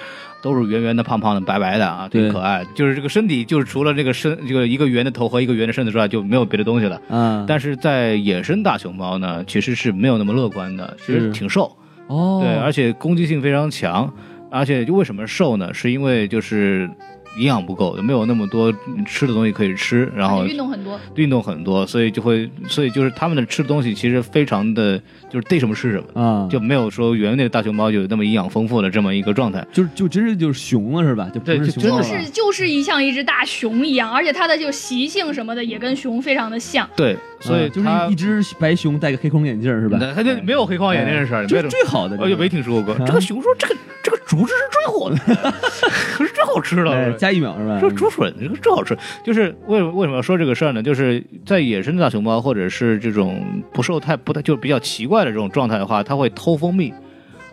Speaker 3: 都是圆圆的、胖胖的、白白的啊，
Speaker 4: 对
Speaker 3: 挺可爱的。就是这个身体，就是除了这个身，这个一个圆的头和一个圆的身子之外，就没有别的东西了。
Speaker 4: 啊，
Speaker 3: 但是在野生大熊猫呢，其实是没有那么乐观的，其
Speaker 4: 是
Speaker 3: 实挺瘦，
Speaker 4: 哦，
Speaker 3: 对，而且攻击性非常强，而且就为什么瘦呢？是因为就是营养不够，没有那么多吃的东西可以吃，然后
Speaker 2: 而且运动很多，
Speaker 3: 运动很多，所以就会，所以就是他们的吃的东西其实非常的，就是逮什么吃什么，
Speaker 4: 啊，
Speaker 3: 就没有说原那个大熊猫有那么营养丰富的这么一个状态。
Speaker 4: 就是就真是就是熊了是吧？就不
Speaker 3: 对
Speaker 4: 是
Speaker 3: 就
Speaker 4: 熊猫
Speaker 3: 真的
Speaker 4: 了，
Speaker 2: 是就是一像一只大熊一样，而且它的就习性什么的也跟熊非常的像。
Speaker 3: 对，所以
Speaker 4: 啊就是
Speaker 3: 它
Speaker 4: 一只白熊戴个黑框眼镜是吧？哎
Speaker 3: 它就没有黑框眼镜的事儿，没
Speaker 4: 这
Speaker 3: 有
Speaker 4: 是最好的，
Speaker 3: 我就没听说过。
Speaker 4: 啊
Speaker 3: 这个熊说这个这个竹子是最好 的，可是最好吃
Speaker 4: 哎
Speaker 3: 了。
Speaker 4: 加一秒是吧？
Speaker 3: 说竹笋这个最好吃，就是为为什么要说这个事儿呢？就是在野生的大熊猫或者是这种不受太不太就是比较奇怪的这种状态的话，它会偷蜂蜜，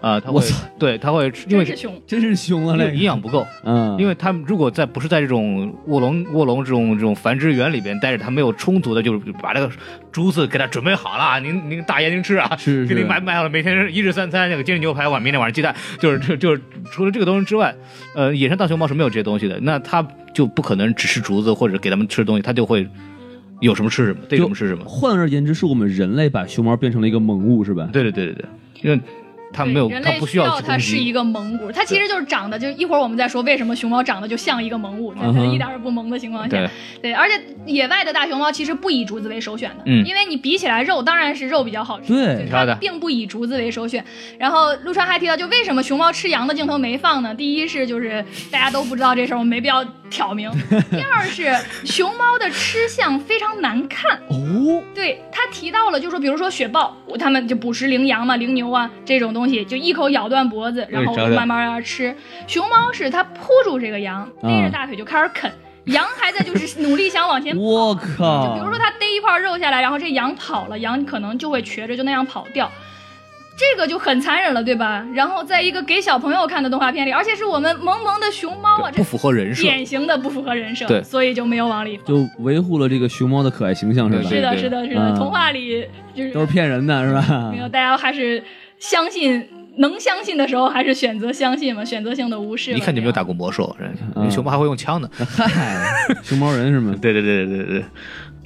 Speaker 3: 啊、它
Speaker 4: 我
Speaker 3: 会
Speaker 4: 操
Speaker 3: 对它会因
Speaker 2: 真
Speaker 3: 为
Speaker 2: 是熊，
Speaker 4: 真是熊了
Speaker 3: 因
Speaker 4: 那
Speaker 3: 为
Speaker 4: 个
Speaker 3: 营养不够，
Speaker 4: 嗯，
Speaker 3: 因为它们如果在不是在这种卧龙卧龙这种这种繁殖园里边待着，它没有充足的，就是把这个竹子给它准备好了，啊您您大爷您吃啊，
Speaker 4: 是
Speaker 3: 给你
Speaker 4: 是
Speaker 3: 买买好了，每天一日三餐，那个今日牛排，晚明天晚上鸡蛋，就是就就是除了这个东西之外，呃，野生大熊猫是没有这些东西的，那它就不可能只吃竹子或者给它们吃东西，它就会有什么吃什么，逮什么吃什么。
Speaker 4: 换而言之，是我们人类把熊猫变成了一个萌物，是吧？
Speaker 3: 对对对对对，因为它没有
Speaker 2: 对人，
Speaker 3: 它
Speaker 2: 类
Speaker 3: 不
Speaker 2: 需
Speaker 3: 需要去
Speaker 2: 它
Speaker 3: 攻
Speaker 2: 是一
Speaker 3: 击。
Speaker 2: 个蒙古，它其实就是长得就一会儿我们再说为什么熊猫长得就像一个蒙古，它
Speaker 4: 嗯哼
Speaker 2: 一点儿也不萌的情况下，
Speaker 3: 对，
Speaker 2: 对，而且野外的大熊猫其实不以竹子为首选的，
Speaker 3: 嗯
Speaker 2: 因为你比起来肉，当然是肉比较好吃，
Speaker 4: 对
Speaker 2: 就是
Speaker 3: 好
Speaker 2: 它
Speaker 3: 的
Speaker 2: 并不以竹子为首选。然后陆川还提到，就为什么熊猫吃羊的镜头没放呢？第一是就是大家都不知道这事儿，我们没必要 挑明；第二是熊猫的吃相非常难看，
Speaker 4: 哦，
Speaker 2: 对他提到了，就说比如说雪豹，他们就捕食羚羊嘛、羚牛啊这种东西，就一口咬断脖子，然后
Speaker 3: 对找点
Speaker 2: 慢慢慢慢吃。熊猫是它扑住这个羊，
Speaker 3: 啊
Speaker 2: 勒着大腿就开始啃，羊还在就是努力想往 前跑。
Speaker 4: 我
Speaker 2: 就
Speaker 4: 靠！
Speaker 2: 比如说它逮一块肉下来，然后这羊跑了，羊可能就会瘸着就那样跑掉。这个就很残忍了，对吧？然后在一个给小朋友看的动画片里，而且是我们萌萌的熊猫啊，
Speaker 3: 对
Speaker 2: 这
Speaker 3: 不符合人设。
Speaker 2: 典型的不符合人设，
Speaker 3: 对
Speaker 2: 所以就没有往里放。
Speaker 4: 就维护了这个熊猫的可爱形象，是吧？
Speaker 3: 对
Speaker 2: 是的，
Speaker 3: 对
Speaker 2: 是的，是的，
Speaker 4: 嗯
Speaker 2: 童话里就是
Speaker 4: 都是骗人的，是吧
Speaker 2: 没？有，大家还是相信，能相信的时候还是选择相信嘛，选择性的无视。
Speaker 3: 一看就没有打。过魔兽，人
Speaker 4: 嗯
Speaker 3: 熊猫还会用枪呢。
Speaker 4: 嗨，熊猫人是吗？
Speaker 3: 对对对对对对，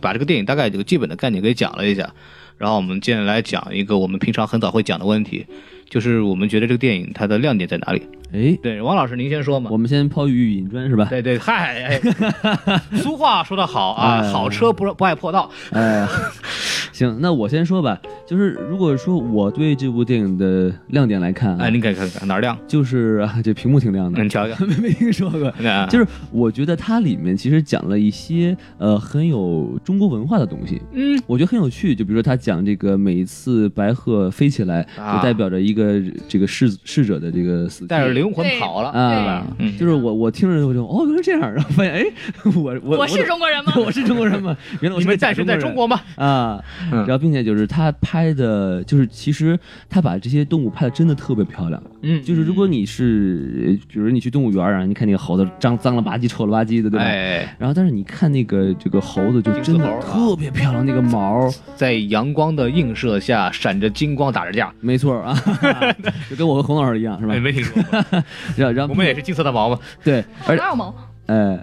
Speaker 3: 把这个电影大概这个基本的概念给讲了一下，然后我们接下来讲一个我们平常很早会讲的问题，就是我们觉得这个电影它的亮点在哪里？
Speaker 4: 哎，
Speaker 3: 对，王老师您先说嘛
Speaker 4: 我。们先抛玉引砖是吧？
Speaker 3: 对对，嗨， 哎俗话说得好啊，
Speaker 4: 哎
Speaker 3: 好车不不爱破道。
Speaker 4: 哎，行，那我先说吧。就是如果说我对这部电影的亮点来看、啊，
Speaker 3: 哎，您嗯给看看哪儿亮？
Speaker 4: 就是、啊、这屏幕挺亮的，。
Speaker 3: 您瞧瞧
Speaker 4: 没没听说过。
Speaker 3: 那
Speaker 4: 就是我觉得它里面其实讲了一些呃很有中国文化的东西，
Speaker 3: 嗯，
Speaker 4: 我觉得很有趣。就比如说他讲这个每一次白鹤飞起来，
Speaker 3: 啊
Speaker 4: 就代表着一个这个逝逝者的这个死去
Speaker 3: 带着灵魂跑了。
Speaker 4: 啊
Speaker 2: 对，
Speaker 3: 嗯
Speaker 4: 就是我我听着我就哦原来这样，然后发现哎我我
Speaker 2: 我是中国人吗？
Speaker 4: 我是中国人吗？原来我
Speaker 3: 你
Speaker 4: 是个
Speaker 3: 们
Speaker 4: 假
Speaker 3: 暂时在
Speaker 4: 人
Speaker 3: 中国吗？
Speaker 4: 啊，
Speaker 3: 嗯
Speaker 4: 然后并且就是他拍的，就是其实他把这些动物拍的真的特别漂亮。
Speaker 3: 嗯
Speaker 4: 就是如果你是，呃比如你去动物园啊，你看那个猴子脏脏了吧唧、臭了吧唧的，对吧？
Speaker 3: 哎，
Speaker 4: 然后但是你看那个这个猴子就真
Speaker 3: 金丝猴
Speaker 4: 的
Speaker 3: 啊
Speaker 4: 特别漂亮，那个 毛，
Speaker 3: 在阳光的映射下，闪着金光打着架。
Speaker 4: 没错 啊，就跟我和洪老师一样是吧
Speaker 3: 哎，？没听说过，
Speaker 4: 然后然
Speaker 3: 我
Speaker 4: 后
Speaker 3: 们也是金色的毛嘛。
Speaker 4: 对，而
Speaker 2: 哪有 毛？
Speaker 4: 哎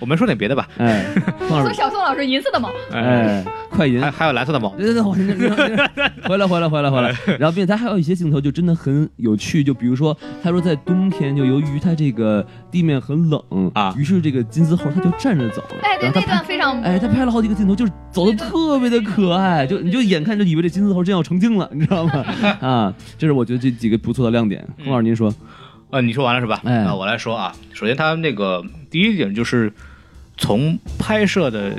Speaker 3: 我们说点别的吧。
Speaker 4: 哎，
Speaker 2: 我
Speaker 4: 洪老
Speaker 2: 说
Speaker 4: 师
Speaker 2: 小宋老师银色的毛，
Speaker 3: 哎，
Speaker 4: 哎，快银
Speaker 3: 还还有蓝色的哎毛。
Speaker 4: 对对对，我那那 回来回来回来回来。然后，并且它还有一些镜头就真的很有趣，就比如说，他说在冬天，就由于它这个地面很冷
Speaker 3: 啊
Speaker 4: 于是这个金丝猴它就站着走了。
Speaker 2: 哎，对，
Speaker 4: 然
Speaker 2: 那
Speaker 4: 后它拍
Speaker 2: 段非常
Speaker 4: 哎，他拍了好几个镜头，就是走的特别的可爱，就你就眼看就以为这金丝猴真要成精了，你知道 吗？啊，这是我觉得这几个不错的亮点。
Speaker 3: 嗯
Speaker 4: 龚老师您说，
Speaker 3: 呃，你说完了是吧？
Speaker 4: 哎
Speaker 3: 那我来说啊。首先，他那个第一点就是从拍摄的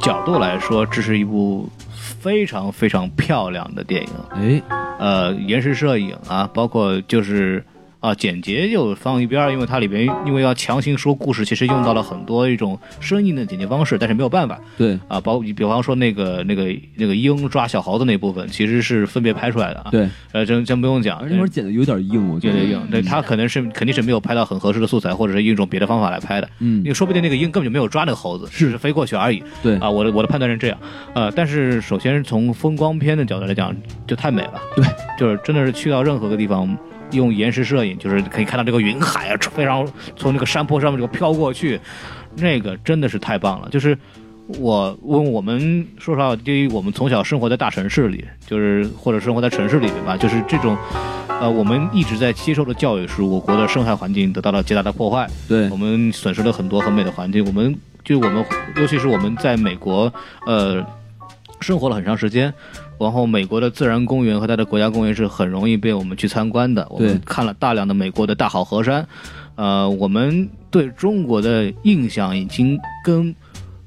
Speaker 3: 角度来说，这是一部非常非常漂亮的电影。
Speaker 4: 哎，
Speaker 3: 呃，延时摄影啊，包括就是啊，简洁就放一边儿，因为它里边因为要强行说故事，其实用到了很多一种生硬的剪辑方式，但是没有办法。
Speaker 4: 对
Speaker 3: 啊，包比方说那个那个那个鹰抓小猴子那部分，其实是分别拍出来的啊。，
Speaker 4: 对，
Speaker 3: 呃，真真不用讲，
Speaker 4: 而且那会儿剪的有点硬，我觉
Speaker 3: 对
Speaker 4: 得
Speaker 3: 对硬，对他可能是肯定是没有拍到很合适的素材，或者是一种别的方法来拍的。
Speaker 4: 嗯
Speaker 3: 那，个说不定那个鹰根本就没有抓那个猴子，只是飞过去而已。
Speaker 4: 对
Speaker 3: 啊，我的我的判断是这样。呃，但是首先是从风光片的角度来讲，就太美了。
Speaker 4: 对，
Speaker 3: 就是真的是去到任何个地方。用延时摄影，就是可以看到这个云海啊，非常从这个山坡上面这个飘过去，那个真的是太棒了。就是我问我们，说实话，对于我们从小生活在大城市里，就是或者生活在城市里面吧，就是这种呃，我们一直在接受的教育是我国的生态环境得到了极大的破坏，
Speaker 4: 对
Speaker 3: 我们损失了很多很美的环境。我们就我们，尤其是我们在美国，呃，生活了很长时间，然后美国的自然公园和它的国家公园是很容易被我们去参观的。我们
Speaker 4: 对
Speaker 3: 看了大量的美国的大好河山，呃，我们对中国的印象已经跟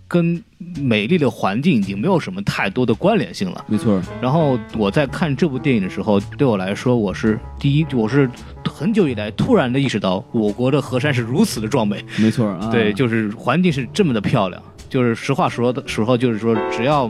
Speaker 3: 跟美丽的环境已经没有什么太多的关联性了。
Speaker 4: 没错，
Speaker 3: 然后我在看这部电影的时候，对我来说，我是第一，我是很久以来突然的意识到，我国的河山是如此的壮美，
Speaker 4: 没错啊，
Speaker 3: 对，就是环境是这么的漂亮。就是实话说的时候，就是说只要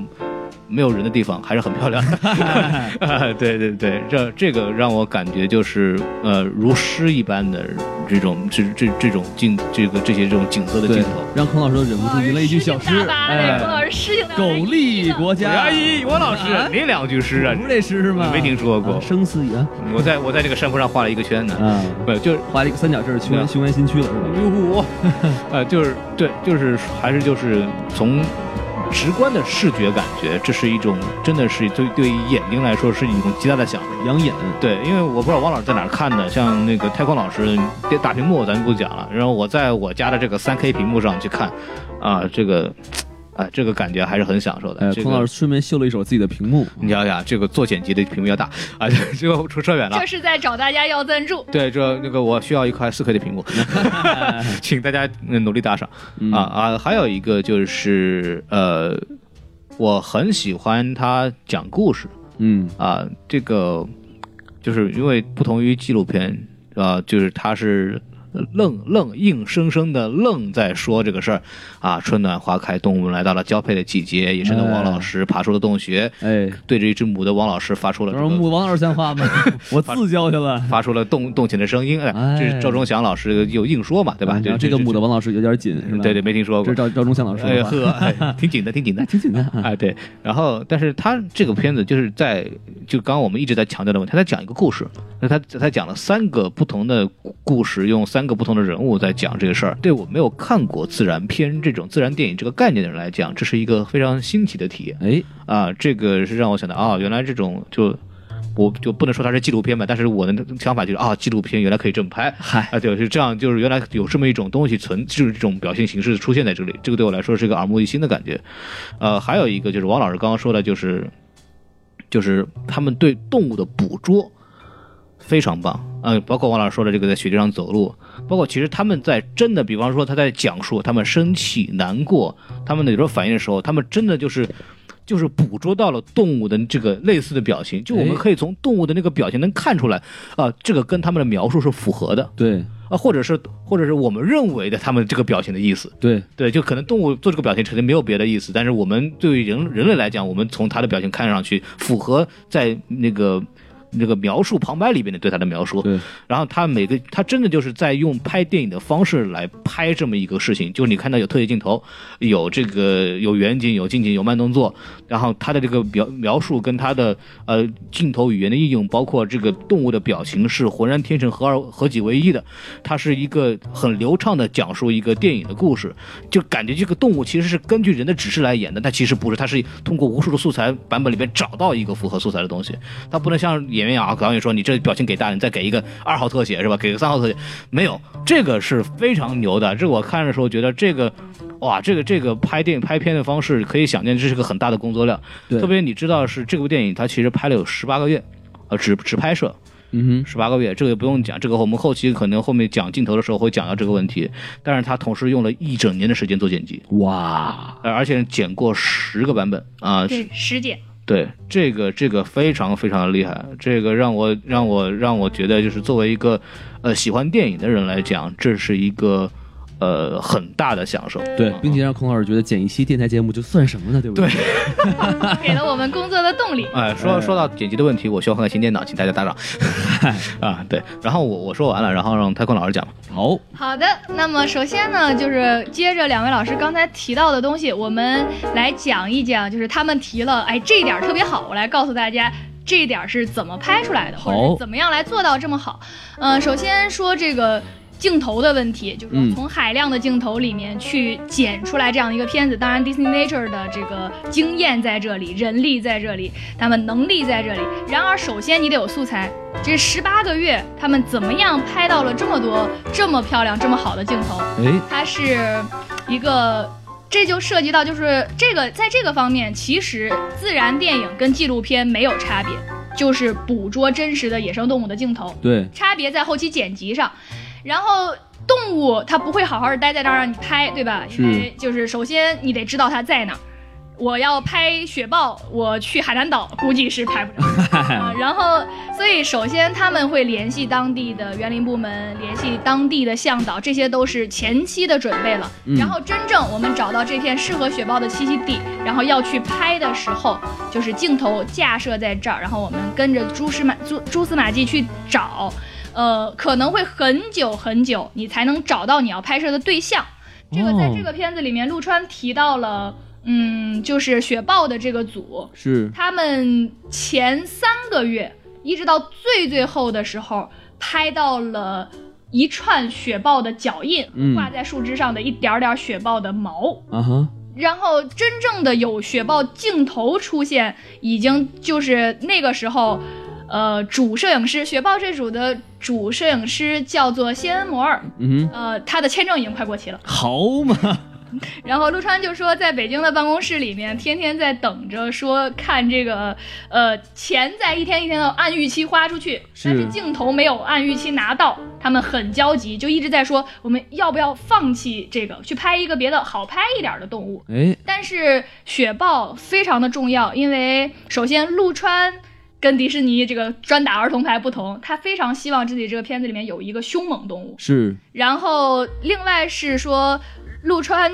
Speaker 3: 没有人的地方，还是很漂亮 的。 啊对对对，这这个让我感觉就是呃，如诗一般的这种这这这种镜，这个这些这种景色的镜
Speaker 4: 对
Speaker 3: 头。，
Speaker 4: 让孔老师忍不住吟了一句小诗，
Speaker 2: 哎，孔老
Speaker 4: 哎，
Speaker 2: 师诗情大发
Speaker 4: 苟利国
Speaker 3: 哎
Speaker 4: 家，
Speaker 3: 一，王老
Speaker 4: 啊
Speaker 3: 师，你两句诗啊
Speaker 4: 不，是这诗是吗？
Speaker 3: 没听说过
Speaker 4: 啊生死以啊，
Speaker 3: 我在我在这个山坡上画了一个圈呢。
Speaker 4: 啊，
Speaker 3: 不，就是
Speaker 4: 画了一个三角阵儿，雄
Speaker 3: 对啊
Speaker 4: 安雄安新区了是吧？
Speaker 3: 哟呼， 呃，就是对，就是还是就是从直观的视觉感觉，这是一种真的是对对于眼睛来说是一种极大的享受。
Speaker 4: 养眼，
Speaker 3: 对，因为我不知道王老师在哪儿看的，像那个太空老师电大屏幕咱就不讲了，然后我在我家的这个三 K 屏幕上去看，啊、这个，哎、这个感觉还是很享受的。
Speaker 4: 哎，
Speaker 3: 这
Speaker 4: 孔老
Speaker 3: 个
Speaker 4: 师顺便秀了一手自己的屏幕，嗯
Speaker 3: 你想想，这个做剪辑的屏幕要大啊，这个扯扯远了
Speaker 2: 这。是在找大家要赞助。
Speaker 3: 对，这那个我需要一块四 K 的屏 幕，请大家嗯努力打赏
Speaker 4: 嗯
Speaker 3: 啊啊！还有一个就是呃，我很喜欢他讲故事
Speaker 4: 嗯，
Speaker 3: 啊，这个就是因为不同于纪录片啊，就是他是。愣愣硬生生的愣在说这个事儿啊！春暖花开，动物们来到了交配的季节，野生的王老师爬出了洞穴，
Speaker 4: 哎，
Speaker 3: 对着一只母的王老师发出了、
Speaker 4: 我
Speaker 3: 这
Speaker 4: 说
Speaker 3: 个。
Speaker 4: 母王二像话 吗？我自教去了。
Speaker 3: 发出了动动情的声音，哎，这是赵忠祥老师有硬说嘛，对吧？
Speaker 4: 啊然后这个母
Speaker 3: 的，
Speaker 4: 的王老师有点紧，是吧？
Speaker 3: 对对，，没听说
Speaker 4: 这
Speaker 3: 过
Speaker 4: 是。赵赵忠祥老师
Speaker 3: 哎
Speaker 4: 的话，
Speaker 3: 呵，哎挺紧的，挺紧的
Speaker 4: 那，挺简单啊。
Speaker 3: 哎，对。然后，但是他这个片子就是在就刚刚我们一直在强调的问题，他在讲一个故事，那他他讲了三个不同的故事，用三个不同的人物在讲这个事儿。对我没有看过自然片这种自然电影这个概念的人来讲，这是一个非常新奇的体验。
Speaker 4: 哎，
Speaker 3: 啊，这个是让我想到啊，原来这种就。我就不能说它是纪录片吧，但是我的想法就是啊，纪录片原来可以这么拍，
Speaker 4: 嗨
Speaker 3: 啊，对，是这样，就是原来有这么一种东西存，就是这种表现形式出现在这里，这个对我来说是一个耳目一新的感觉。呃，还有一个就是王老师刚刚说的，就是就是他们对动物的捕捉非常棒，呃，包括王老师说的这个在雪地上走路，包括其实他们在真的，比方说他在讲述他们生气、难过，他们的有时候反应的时候，他们真的就是。就是捕捉到了动物的这个类似的表情，就我们
Speaker 4: 哎
Speaker 3: 可以从动物的那个表情能看出来，啊、这个跟他们的描述是符合的，啊、
Speaker 4: 对
Speaker 3: 或者是或者是我们认为的他们这个表情的意思。
Speaker 4: 对，
Speaker 3: 对，就可能动物做这个表情肯定没有别的意思，但是我们对于人人类来讲，我们从它的表情看上去符合在那个那个描述旁白里边的对它的描述。
Speaker 4: 对，
Speaker 3: 然后他每个他真的就是在用拍电影的方式来拍这么一个事情，就是你看到有特写镜头，有这个有远景，有近景，有慢动作，然后他的这个描描述跟他的呃镜头语言的应用，包括这个动物的表情是浑然天成合二合几为一的，它是一个很流畅的讲述一个电影的故事，就感觉这个动物其实是根据人的指示来演的，但其实不是，它是通过无数的素材版本里面找到一个符合素材的东西。它不能像演员啊导演说你这表情给大，你再给一个二号特写是吧？给个三号特写，没有，这个是非常牛的。这我看的时候觉得这个，哇，这个这个拍电影拍片的方式可以想见，这是个很大的工作量。
Speaker 4: 对
Speaker 3: 特别你知道是这部电影它其实拍了有十八个月，呃，只只拍摄，
Speaker 4: 嗯
Speaker 3: 十八个月，这个也不用讲，这个我们后期可能后面讲镜头的时候会讲到这个问题。但是他同时用了一整年的时间做剪辑，
Speaker 4: 哼，哇，
Speaker 3: 呃而且剪过十个版本啊、
Speaker 4: 嗯
Speaker 2: 对，师姐，
Speaker 3: 对，这个这个非常非常的厉害，这个让我让我让我觉得就是作为一个呃喜欢电影的人来讲，这是一个呃很大的享受。
Speaker 4: 对，并且让孔老师觉得剪一期电台节目就算什么呢？对不对？对，
Speaker 2: 给了我们工作的动力。
Speaker 3: 哎，说说到剪辑的问题，我需要换个新电脑，请大家 打赏。啊，对，然后我我说完了，然后让太空老师讲吧。
Speaker 4: 好，
Speaker 2: 好的，那么首先呢，就是接着两位老师刚才提到的东西，我们来讲一讲，就是他们提了，哎，这一点儿特别好，我来告诉大家。这一点儿是怎么拍出来的，或者
Speaker 4: 好
Speaker 2: 呃是怎么样来做到这么好？嗯、首先说这个镜头的问题，就是
Speaker 4: 嗯
Speaker 2: 说从海量的镜头里面去剪出来这样一个片子。当然，Disney Nature 的这个经验在这里，人力在这里，他们能力在这里。然而，首先你得有素材。这十八个月，他们怎么样拍到了这么多、这么漂亮、这么好的镜头？
Speaker 4: 哎，
Speaker 2: 它是一个，这就涉及到就是这个，在这个方面，其实自然电影跟纪录片没有差别，就是捕捉真实的野生动物的镜头，
Speaker 4: 对，
Speaker 2: 差别在后期剪辑上，然后。动物它不会好好的待在那儿让你拍，对吧？因为就是首先你得知道它在哪儿。我要拍雪豹，我去海南岛估计是拍不着。啊，然后，所以首先他们会联系当地的园林部门，联系当地的向导，这些都是前期的准备了。
Speaker 4: 嗯
Speaker 2: 然后真正我们找到这片适合雪豹的栖息地，然后要去拍的时候，就是镜头架设在这儿，然后我们跟着蛛丝马蛛蛛丝马迹去找，呃，可能会很久很久，你才能找到你要拍摄的对象。这个在
Speaker 4: 哦
Speaker 2: 这个片子里面，陆川提到了，嗯，就是雪豹的这个组，
Speaker 4: 是
Speaker 2: 他们前三个月一直到最最后的时候，拍到了一串雪豹的脚印
Speaker 4: 嗯，
Speaker 2: 挂在树枝上的一点儿点儿雪豹的毛。
Speaker 4: 啊哈，
Speaker 2: 然后真正的有雪豹镜头出现，已经就是那个时候，呃，主摄影师雪豹这组的主摄影师叫做谢恩摩尔，
Speaker 4: 嗯哼，
Speaker 2: 呃，他的签证已经快过期了。
Speaker 4: 好嘛，
Speaker 2: 然后陆川就说，在北京的办公室里面，天天在等着说看这个，呃，钱在一天一天的按预期花出去，
Speaker 4: 是
Speaker 2: 但是镜头没有按预期拿到，他们很焦急，就一直在说我们要不要放弃这个，去拍一个别的好拍一点的动物。
Speaker 4: 哎，
Speaker 2: 但是雪豹非常的重要，因为首先陆川跟迪士尼这个专打儿童牌不同，他非常希望自己这个片子里面有一个凶猛动物。
Speaker 4: 是
Speaker 2: 然后另外是说，陆川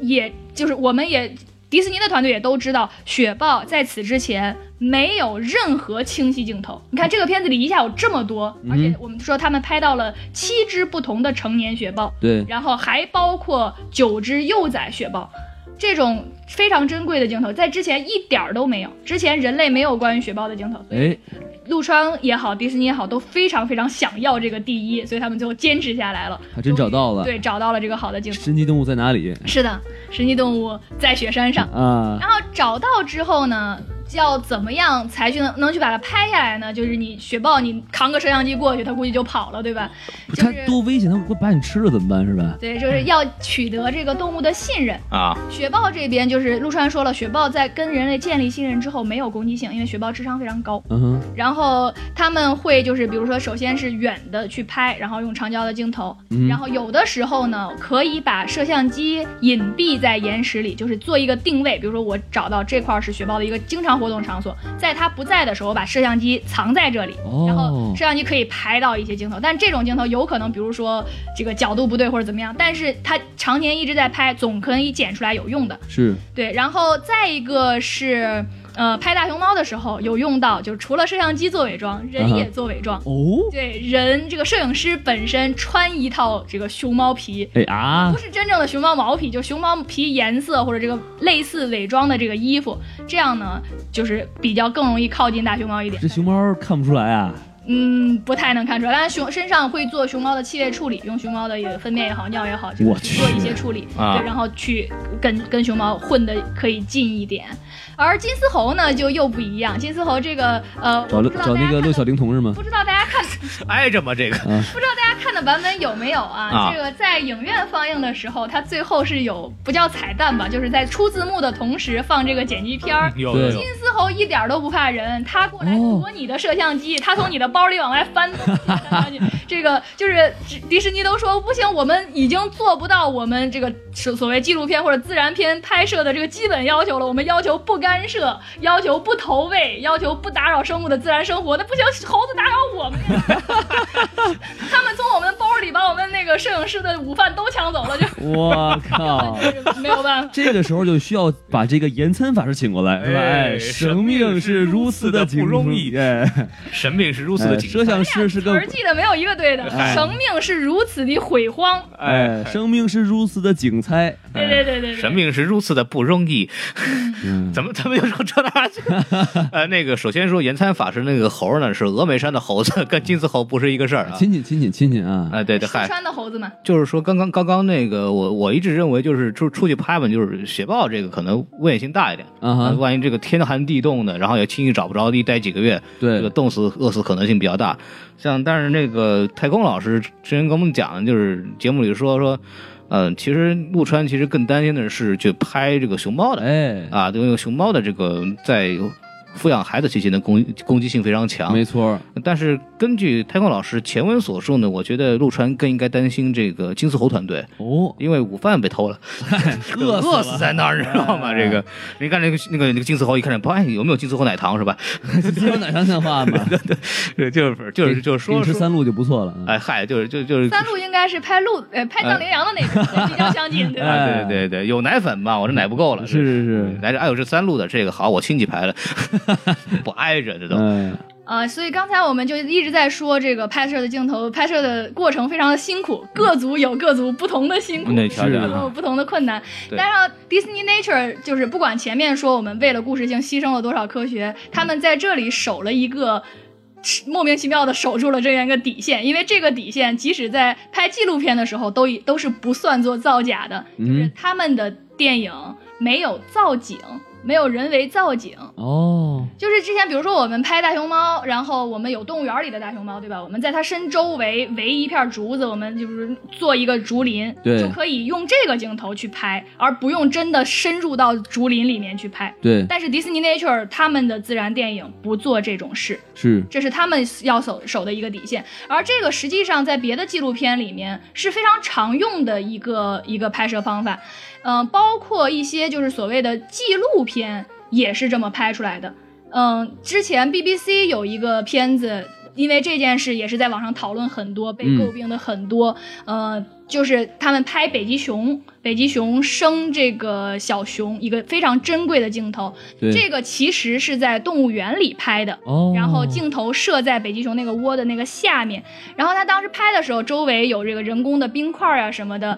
Speaker 2: 也就是我们也迪士尼的团队也都知道，雪豹在此之前没有任何清晰镜头。你看这个片子里一下有这么多，而且我们说他们拍到了七只不同的成年雪豹，
Speaker 4: 对，
Speaker 2: 然后还包括九只幼崽雪豹。这种非常珍贵的镜头，在之前一点儿都没有。之前人类没有关于雪豹的镜头，所以
Speaker 4: 哎，
Speaker 2: 陆川也好，迪士尼也好，都非常非常想要这个第一，所以他们最后坚持下来了。
Speaker 4: 还真找到了，
Speaker 2: 对，找到了这个好的镜头。
Speaker 4: 神奇动物在哪里
Speaker 2: 是的，神奇动物在雪山上。
Speaker 4: 啊？
Speaker 2: 然后找到之后呢，要怎么样才去能能去把它拍下来呢？就是你雪豹，你扛个摄像机过去，它估计就跑了，对吧？就
Speaker 4: 它
Speaker 2: 是
Speaker 4: 多危险，它会把你吃了怎么办？是吧？
Speaker 2: 对，就是要取得这个动物的信任。
Speaker 3: 啊，
Speaker 2: 雪豹这边就是陆川说了，雪豹在跟人类建立信任之后没有攻击性，因为雪豹智商非常高。
Speaker 4: 嗯哼，
Speaker 2: 然后他们会就是，比如说，首先是远的去拍，然后用长焦的镜头，
Speaker 4: 嗯
Speaker 2: 然后有的时候呢，可以把摄像机隐蔽在岩石里，就是做一个定位。比如说，我找到这块儿是雪豹的一个经常活动场所，在它不在的时候，我把摄像机藏在这里，
Speaker 4: 哦
Speaker 2: 然后摄像机可以拍到一些镜头，但这种镜头有可能，比如说这个角度不对或者怎么样，但是它常年一直在拍，总可以剪出来有用的。
Speaker 4: 是
Speaker 2: 对，然后再一个是，呃，拍大熊猫的时候有用到，就是除了摄像机做伪装，人
Speaker 4: 啊哈
Speaker 2: 也做伪装。
Speaker 4: 哦，
Speaker 2: 对，人这个摄影师本身穿一套这个熊猫皮，
Speaker 4: 哎啊
Speaker 2: 不，是真正的熊猫毛皮，就熊猫皮颜色或者这个类似伪装的这个衣服，这样呢就是比较更容易靠近大熊猫一点
Speaker 4: 这。熊猫看不出来啊？
Speaker 2: 嗯，不太能看出来，但是熊身上会做熊猫的气味处理，用熊猫的也粪便也好，尿也好，这个
Speaker 4: 我
Speaker 2: 去
Speaker 4: 去
Speaker 2: 做一些处理，
Speaker 3: 啊
Speaker 2: 对，然后去跟跟熊猫混的可以近一点。而金丝猴呢，就又不一样，金丝猴这个呃，
Speaker 4: 找
Speaker 2: 我不
Speaker 4: 了
Speaker 2: 知道
Speaker 4: 找
Speaker 2: 大
Speaker 4: 那
Speaker 2: 家看
Speaker 4: 个陆
Speaker 2: 的
Speaker 4: 小玲同 志吗？
Speaker 2: 不知道大家看
Speaker 3: 挨着嘛这个
Speaker 2: 大家看的版本有没有啊？
Speaker 3: 啊
Speaker 2: 这个在影院放映的时候，它最后是有不叫彩蛋吧，就是在出字幕的同时放这个剪辑片儿。
Speaker 3: 有
Speaker 4: 对
Speaker 3: 有有，
Speaker 2: 金丝猴一点都不怕人，它过来
Speaker 4: 哦
Speaker 2: 夺你的摄像机，它从你的包里往外翻东西翻你这个就是迪士尼都说不行，我们已经做不到我们这个所所谓纪录片或者自然片拍摄的这个基本要求了。我们要求不干涉，要求不投喂，要求不打扰生物的自然生活。那不行，猴子打扰我们呀！他们从我们包里把我们那个摄影师的午饭都抢走了，就
Speaker 4: 我靠！
Speaker 2: 就是没有办法。
Speaker 4: 这个时候就需要把这个延参法师请过来，是吧？哎，
Speaker 3: 哎
Speaker 4: 生命是如此的
Speaker 3: 不容易
Speaker 4: 哎，
Speaker 3: 神命是如此
Speaker 4: 哎
Speaker 3: 的紧
Speaker 4: 摄像师是
Speaker 2: 词
Speaker 4: 个
Speaker 2: 儿记得没有一个对的，生命是如此的毁荒。
Speaker 4: 哎，生命是如此的精彩，
Speaker 2: 对对对对对，
Speaker 3: 神命是如此的不容易，
Speaker 4: 嗯
Speaker 3: 怎么怎么又说这哪去？呃，那个首先说延参法师那个猴呢，是峨眉山的猴子，跟金丝猴不是一个事儿啊。
Speaker 4: 亲亲亲亲亲亲啊！
Speaker 3: 哎，对对，
Speaker 2: 四
Speaker 3: 嗨，
Speaker 2: 川的猴子嘛，
Speaker 3: 就是说刚刚刚刚那个，我我一直认为就是出出去拍嘛，就是雪豹这个可能危险性大一点。
Speaker 4: 啊
Speaker 2: 哎
Speaker 3: 啊，
Speaker 4: 哈，
Speaker 3: 万一这个天寒地冻的，然后也轻易找不着，一待几个月，这个
Speaker 4: 对，
Speaker 3: 冻死、饿死可能性比较大。像但是那个太空老师之前跟我们讲，就是节目里说说，嗯、其实陆川其实更担心的是去拍这个熊猫的，
Speaker 4: 哎，
Speaker 3: 啊，因为熊猫的这个在抚养孩子期间的攻攻击性非常强。
Speaker 4: 没错儿，
Speaker 3: 但是根据太空老师前文所述呢，我觉得陆川更应该担心这个金丝猴团队，
Speaker 4: 哦，
Speaker 3: 因为午饭被偷了，
Speaker 4: 饿死了
Speaker 3: 饿死在那儿，你知道吗？
Speaker 4: 哎
Speaker 3: 这个你看那个那个那个金丝猴，一看这，哎，有没有金丝猴奶糖是吧？
Speaker 4: 自由奶糖像话吗？
Speaker 3: 对就是就是就是
Speaker 4: 给
Speaker 3: 说
Speaker 4: 你吃
Speaker 3: 说，
Speaker 4: 三鹿就不错了。啊
Speaker 3: 哎嗨，就是就就是。
Speaker 2: 三鹿应该是拍鹿呃拍藏羚羊的那个比较相近，对吧？
Speaker 3: 啊，对对对对，有奶粉嘛？我这奶不够了，
Speaker 4: 是是是
Speaker 3: 来这哎呦，这三路的这个好，我亲戚 排的，不挨着这都。
Speaker 4: 嗯，
Speaker 2: 啊，所以刚才我们就一直在说这个拍摄的镜头，拍摄的过程非常的辛苦，各组有各组不同的辛苦，
Speaker 3: 嗯那条件
Speaker 2: 各组
Speaker 3: 啊
Speaker 2: 有不同的困难。
Speaker 3: 对
Speaker 2: 加上 Disney Nature，就是不管前面说我们为了故事性牺牲了多少科
Speaker 3: 嗯
Speaker 2: 学，他们在这里守了一个。莫名其妙的守住了这样一个底线，因为这个底线即使在拍纪录片的时候都已都是不算作造假的，就是
Speaker 4: 嗯
Speaker 2: 他们的电影没有造景，没有人为造景，
Speaker 4: 哦，
Speaker 2: 就是之前，比如说我们拍大熊猫，然后我们有动物园里的大熊猫，对吧？我们在它身周围围一片竹子，我们就是做一个竹林，
Speaker 4: 对
Speaker 2: 就可以用这个镜头去拍，而不用真的深入到竹林里面去拍。
Speaker 4: 对，
Speaker 2: 但是迪士尼 Nature 他们的自然电影不做这种事，
Speaker 4: 是，
Speaker 2: 这是他们要守守的一个底线。而这个实际上在别的纪录片里面是非常常用的一个一个拍摄方法，嗯、包括一些就是所谓的纪录片也是这么拍出来的。嗯，之前 BBC 有一个片子，因为这件事也是在网上讨论很多，被
Speaker 4: 嗯
Speaker 2: 诟病的很多。呃，就是他们拍北极熊，北极熊生这个小熊，一个非常珍贵的镜头。
Speaker 4: 对，
Speaker 2: 这个其实是在动物园里拍的，
Speaker 4: 哦，
Speaker 2: 然后镜头射在北极熊那个窝的那个下面，然后他当时拍的时候，周围有这个人工的冰块啊什么的。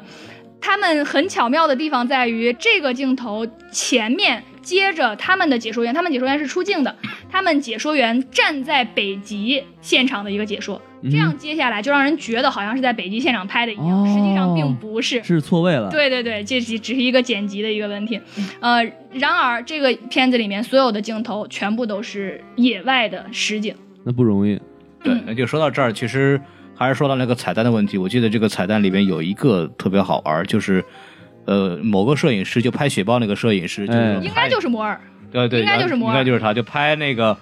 Speaker 2: 他们很巧妙的地方在于，这个镜头前面接着他们的解说员，他们解说员是出镜的，他们解说员站在北极现场的一个解说，这样接下来就让人觉得好像是在北极现场拍的一样，实际上并
Speaker 4: 哦
Speaker 2: 不是。
Speaker 4: 是错
Speaker 3: 嗯
Speaker 4: 位了。，
Speaker 2: 对对对，这只只是一个剪辑的一个问题。呃，然而这个片子里面所有的镜头全部都是野外的实景。
Speaker 4: 那不容易。
Speaker 3: 对，那嗯就说到这儿，其实还是说到那个彩蛋的问题。我记得这个彩蛋里边有一个特别好玩儿，就是。呃，某个摄影师就拍雪豹那个摄影师，就是
Speaker 4: 哎
Speaker 3: 拍
Speaker 2: 应该就是摩尔，
Speaker 3: 对对，
Speaker 2: 应该
Speaker 3: 然后
Speaker 2: 就是摩尔
Speaker 3: 应该就是他，就拍那个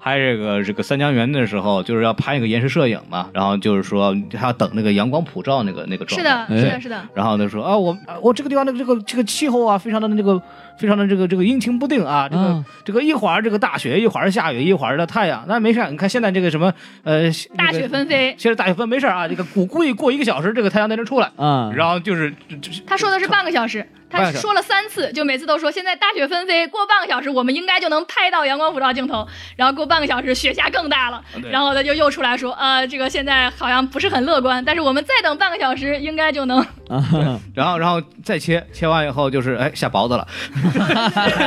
Speaker 3: 拍这个这个三江源的时候，就是要拍那个延时摄影嘛，然后就是说他要等那个阳光普照那个那个状
Speaker 2: 是
Speaker 3: 态。
Speaker 2: 的，
Speaker 4: 哎
Speaker 2: 是的，是的，
Speaker 3: 然后他说啊，我啊我这个地方的这个这个气候啊，非常的那个非常的这个这个阴晴不定啊，这个、
Speaker 4: 啊
Speaker 3: 这个一会儿这个大雪，一会儿下雨，一会儿的太阳，那没事儿，你看现在这个什么呃
Speaker 2: 大雪。
Speaker 3: 那个
Speaker 2: 纷飞。
Speaker 3: 现在大雪纷没事儿啊，这个故故意过一个小时，这个太阳才能出来。
Speaker 4: 啊，
Speaker 3: 然后就是就是
Speaker 2: 他说的是半个小时，
Speaker 3: 嗯半个
Speaker 2: 他
Speaker 3: 小时
Speaker 2: 说了三次，就每次都说现在大雪纷飞，过半个小时我们应该就能拍到阳光普照镜头，然后过半个小时雪下更大了，
Speaker 3: 对
Speaker 2: 然后他就又出来说，呃，这个现在好像不是很乐观，但是我们再等半个小时应该就能
Speaker 4: 啊哈哈，
Speaker 3: 然后然后再切切完以后就是哎下雹子了，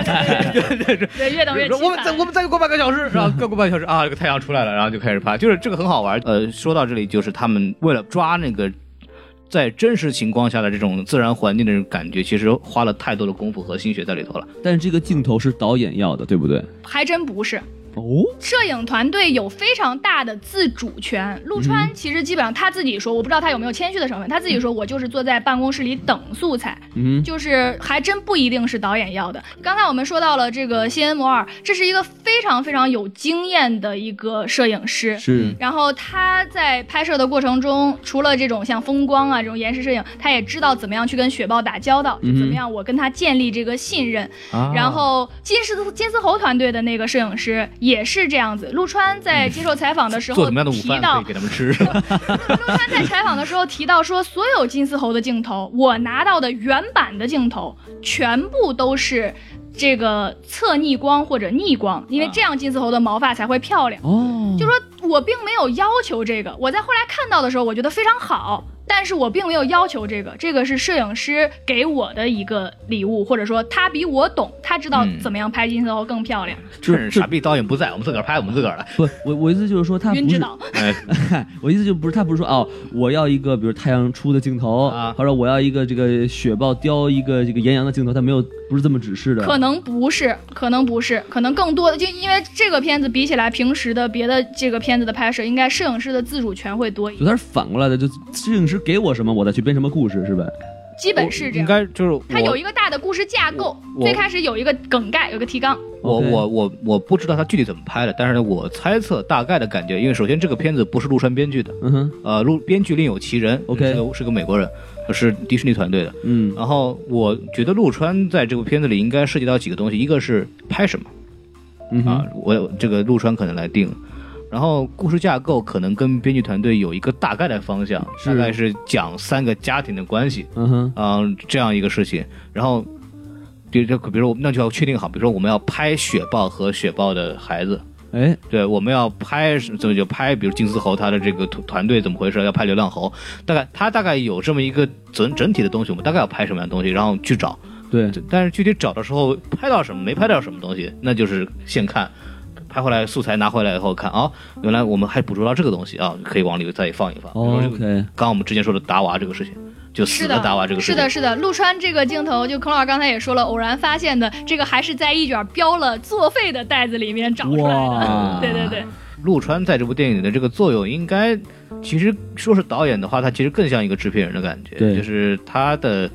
Speaker 2: 对越等越
Speaker 3: 说
Speaker 2: 凄
Speaker 3: 我们再
Speaker 2: 惨。
Speaker 3: 我们再过半个小时，然后再过半个小时啊，这个太阳出来了，然后就开始拍，就是这个很好玩。呃，说到这里，就是他们为了抓那个在真实情况下的这种自然环境的这种感觉，其实花了太多的功夫和心血在里头了。
Speaker 4: 但是这个镜头是导演要的，对不对？
Speaker 2: 还真不是，
Speaker 4: 哦，
Speaker 2: 摄影团队有非常大的自主权。陆
Speaker 4: 嗯
Speaker 2: 川其实基本上他自己说，我不知道他有没有谦虚的成分，他自己说我就是坐在办公室里等素材，
Speaker 4: 嗯，
Speaker 2: 就是还真不一定是导演要的。刚才我们说到了这个西恩摩尔，这是一个非常非常有经验的一个摄影师。
Speaker 4: 是，
Speaker 2: 然后他在拍摄的过程中，除了这种像风光啊这种延时摄影，他也知道怎么样去跟雪豹打交道，
Speaker 4: 嗯哼
Speaker 2: 就怎么样我跟他建立这个信任。
Speaker 3: 啊
Speaker 2: 然后金丝金丝猴团队的那个摄影师也是这样子。陆川在接受采访的时
Speaker 3: 做
Speaker 2: 候
Speaker 3: 什么样的午
Speaker 2: 提
Speaker 3: 饭可
Speaker 2: 到
Speaker 3: 以，给他们吃？
Speaker 2: 陆川在采访的时候提到说，所有金丝猴的镜头，我拿到的原版的镜头全部都是这个侧逆光或者逆光，因
Speaker 3: 啊
Speaker 2: 为这样金丝猴的毛发才会漂亮。
Speaker 4: 哦，
Speaker 2: 就说我并没有要求这个，我在后来看到的时候，我觉得非常好。但是我并没有要求这个，这个是摄影师给我的一个礼物，或者说他比我懂，他知道
Speaker 3: 嗯
Speaker 2: 怎么样拍金丝猴更漂亮。
Speaker 3: 就
Speaker 4: 就是是
Speaker 3: 傻逼导演不在，我们自个儿拍我们自个儿的。
Speaker 4: 不，我我意思就是说他
Speaker 2: 云
Speaker 4: 不
Speaker 2: 指
Speaker 4: 是，
Speaker 2: 导
Speaker 3: 哎，
Speaker 4: 我意思就不是他不是说哦，我要一个比如太阳出的镜头，
Speaker 3: 啊
Speaker 4: 或者我要一个这个雪豹雕一个这个岩羊的镜头，他没有不是这么指示的。
Speaker 2: 可能不是，可能不是，可能更多的就因为这个片子比起来平时的别的这个片子的拍摄，应该摄影师的自主权会多一
Speaker 4: 就
Speaker 2: 点，
Speaker 4: 他是反过来的，就摄影师给我什么，我再去编什么故事，是吧？
Speaker 2: 基本是
Speaker 3: 呃
Speaker 2: 这
Speaker 3: 应
Speaker 2: 样。
Speaker 3: 该就是
Speaker 2: 它有
Speaker 3: 我
Speaker 2: 一个大的故事架构，
Speaker 3: 我
Speaker 2: 最开始有一个梗概，有一个提纲。
Speaker 3: 我
Speaker 4: OK
Speaker 3: 我我我不知道他具体怎么拍的，但是呢，我猜测大概的感觉，因为首先这个片子不是陆川编剧的，
Speaker 4: 嗯哼，
Speaker 3: 呃，陆编剧另有其人
Speaker 4: OK
Speaker 3: 是个是个美国人，呃是迪士尼团队的。
Speaker 4: 嗯
Speaker 3: 然后我觉得陆川在这部片子里应该涉及到几个东西，一个是拍什么。
Speaker 4: 嗯
Speaker 3: 啊
Speaker 4: 哼，，
Speaker 3: 我这个陆川可能来定。然后故事架构可能跟编剧团队有一个大概的方向，
Speaker 4: 是
Speaker 3: 大概是讲三个家庭的关系，
Speaker 4: 嗯哼，
Speaker 3: 嗯、这样一个事情。然后，比如就比如我们那就要确定好，比如说我们要拍雪豹和雪豹的孩子，
Speaker 4: 哎，
Speaker 3: 对，我们要拍怎么就拍，比如金丝猴他的这个团团队怎么回事，要拍流浪猴，大概他大概有这么一个整整体的东西，我们大概要拍什么样的东西，然后去找。
Speaker 4: 对，
Speaker 3: 但是具体找的时候拍到什么，没拍到什么东西，那就是现看。拍回来素材拿回来以后看啊、原来我们还捕捉到这个东西啊，可以往里再放一放。
Speaker 4: 哦
Speaker 3: 比如说这个
Speaker 4: ，OK，
Speaker 3: 刚刚我们之前说的达娃这个事情，就死
Speaker 2: 是
Speaker 3: 的
Speaker 2: 的，
Speaker 3: 达娃这个事
Speaker 2: 是
Speaker 3: 情，
Speaker 2: 的，是的。陆川这个镜头，就孔老师刚才也说了，偶然发现的，这个还是在一卷标了作废的袋子里面找出来
Speaker 4: 哇
Speaker 2: 的。 对对 对，
Speaker 3: 陆川在这部电影里的这个作用，应该其实说是导演的话，他其实更像一个制片人的感觉，
Speaker 4: 对
Speaker 3: 就是他的。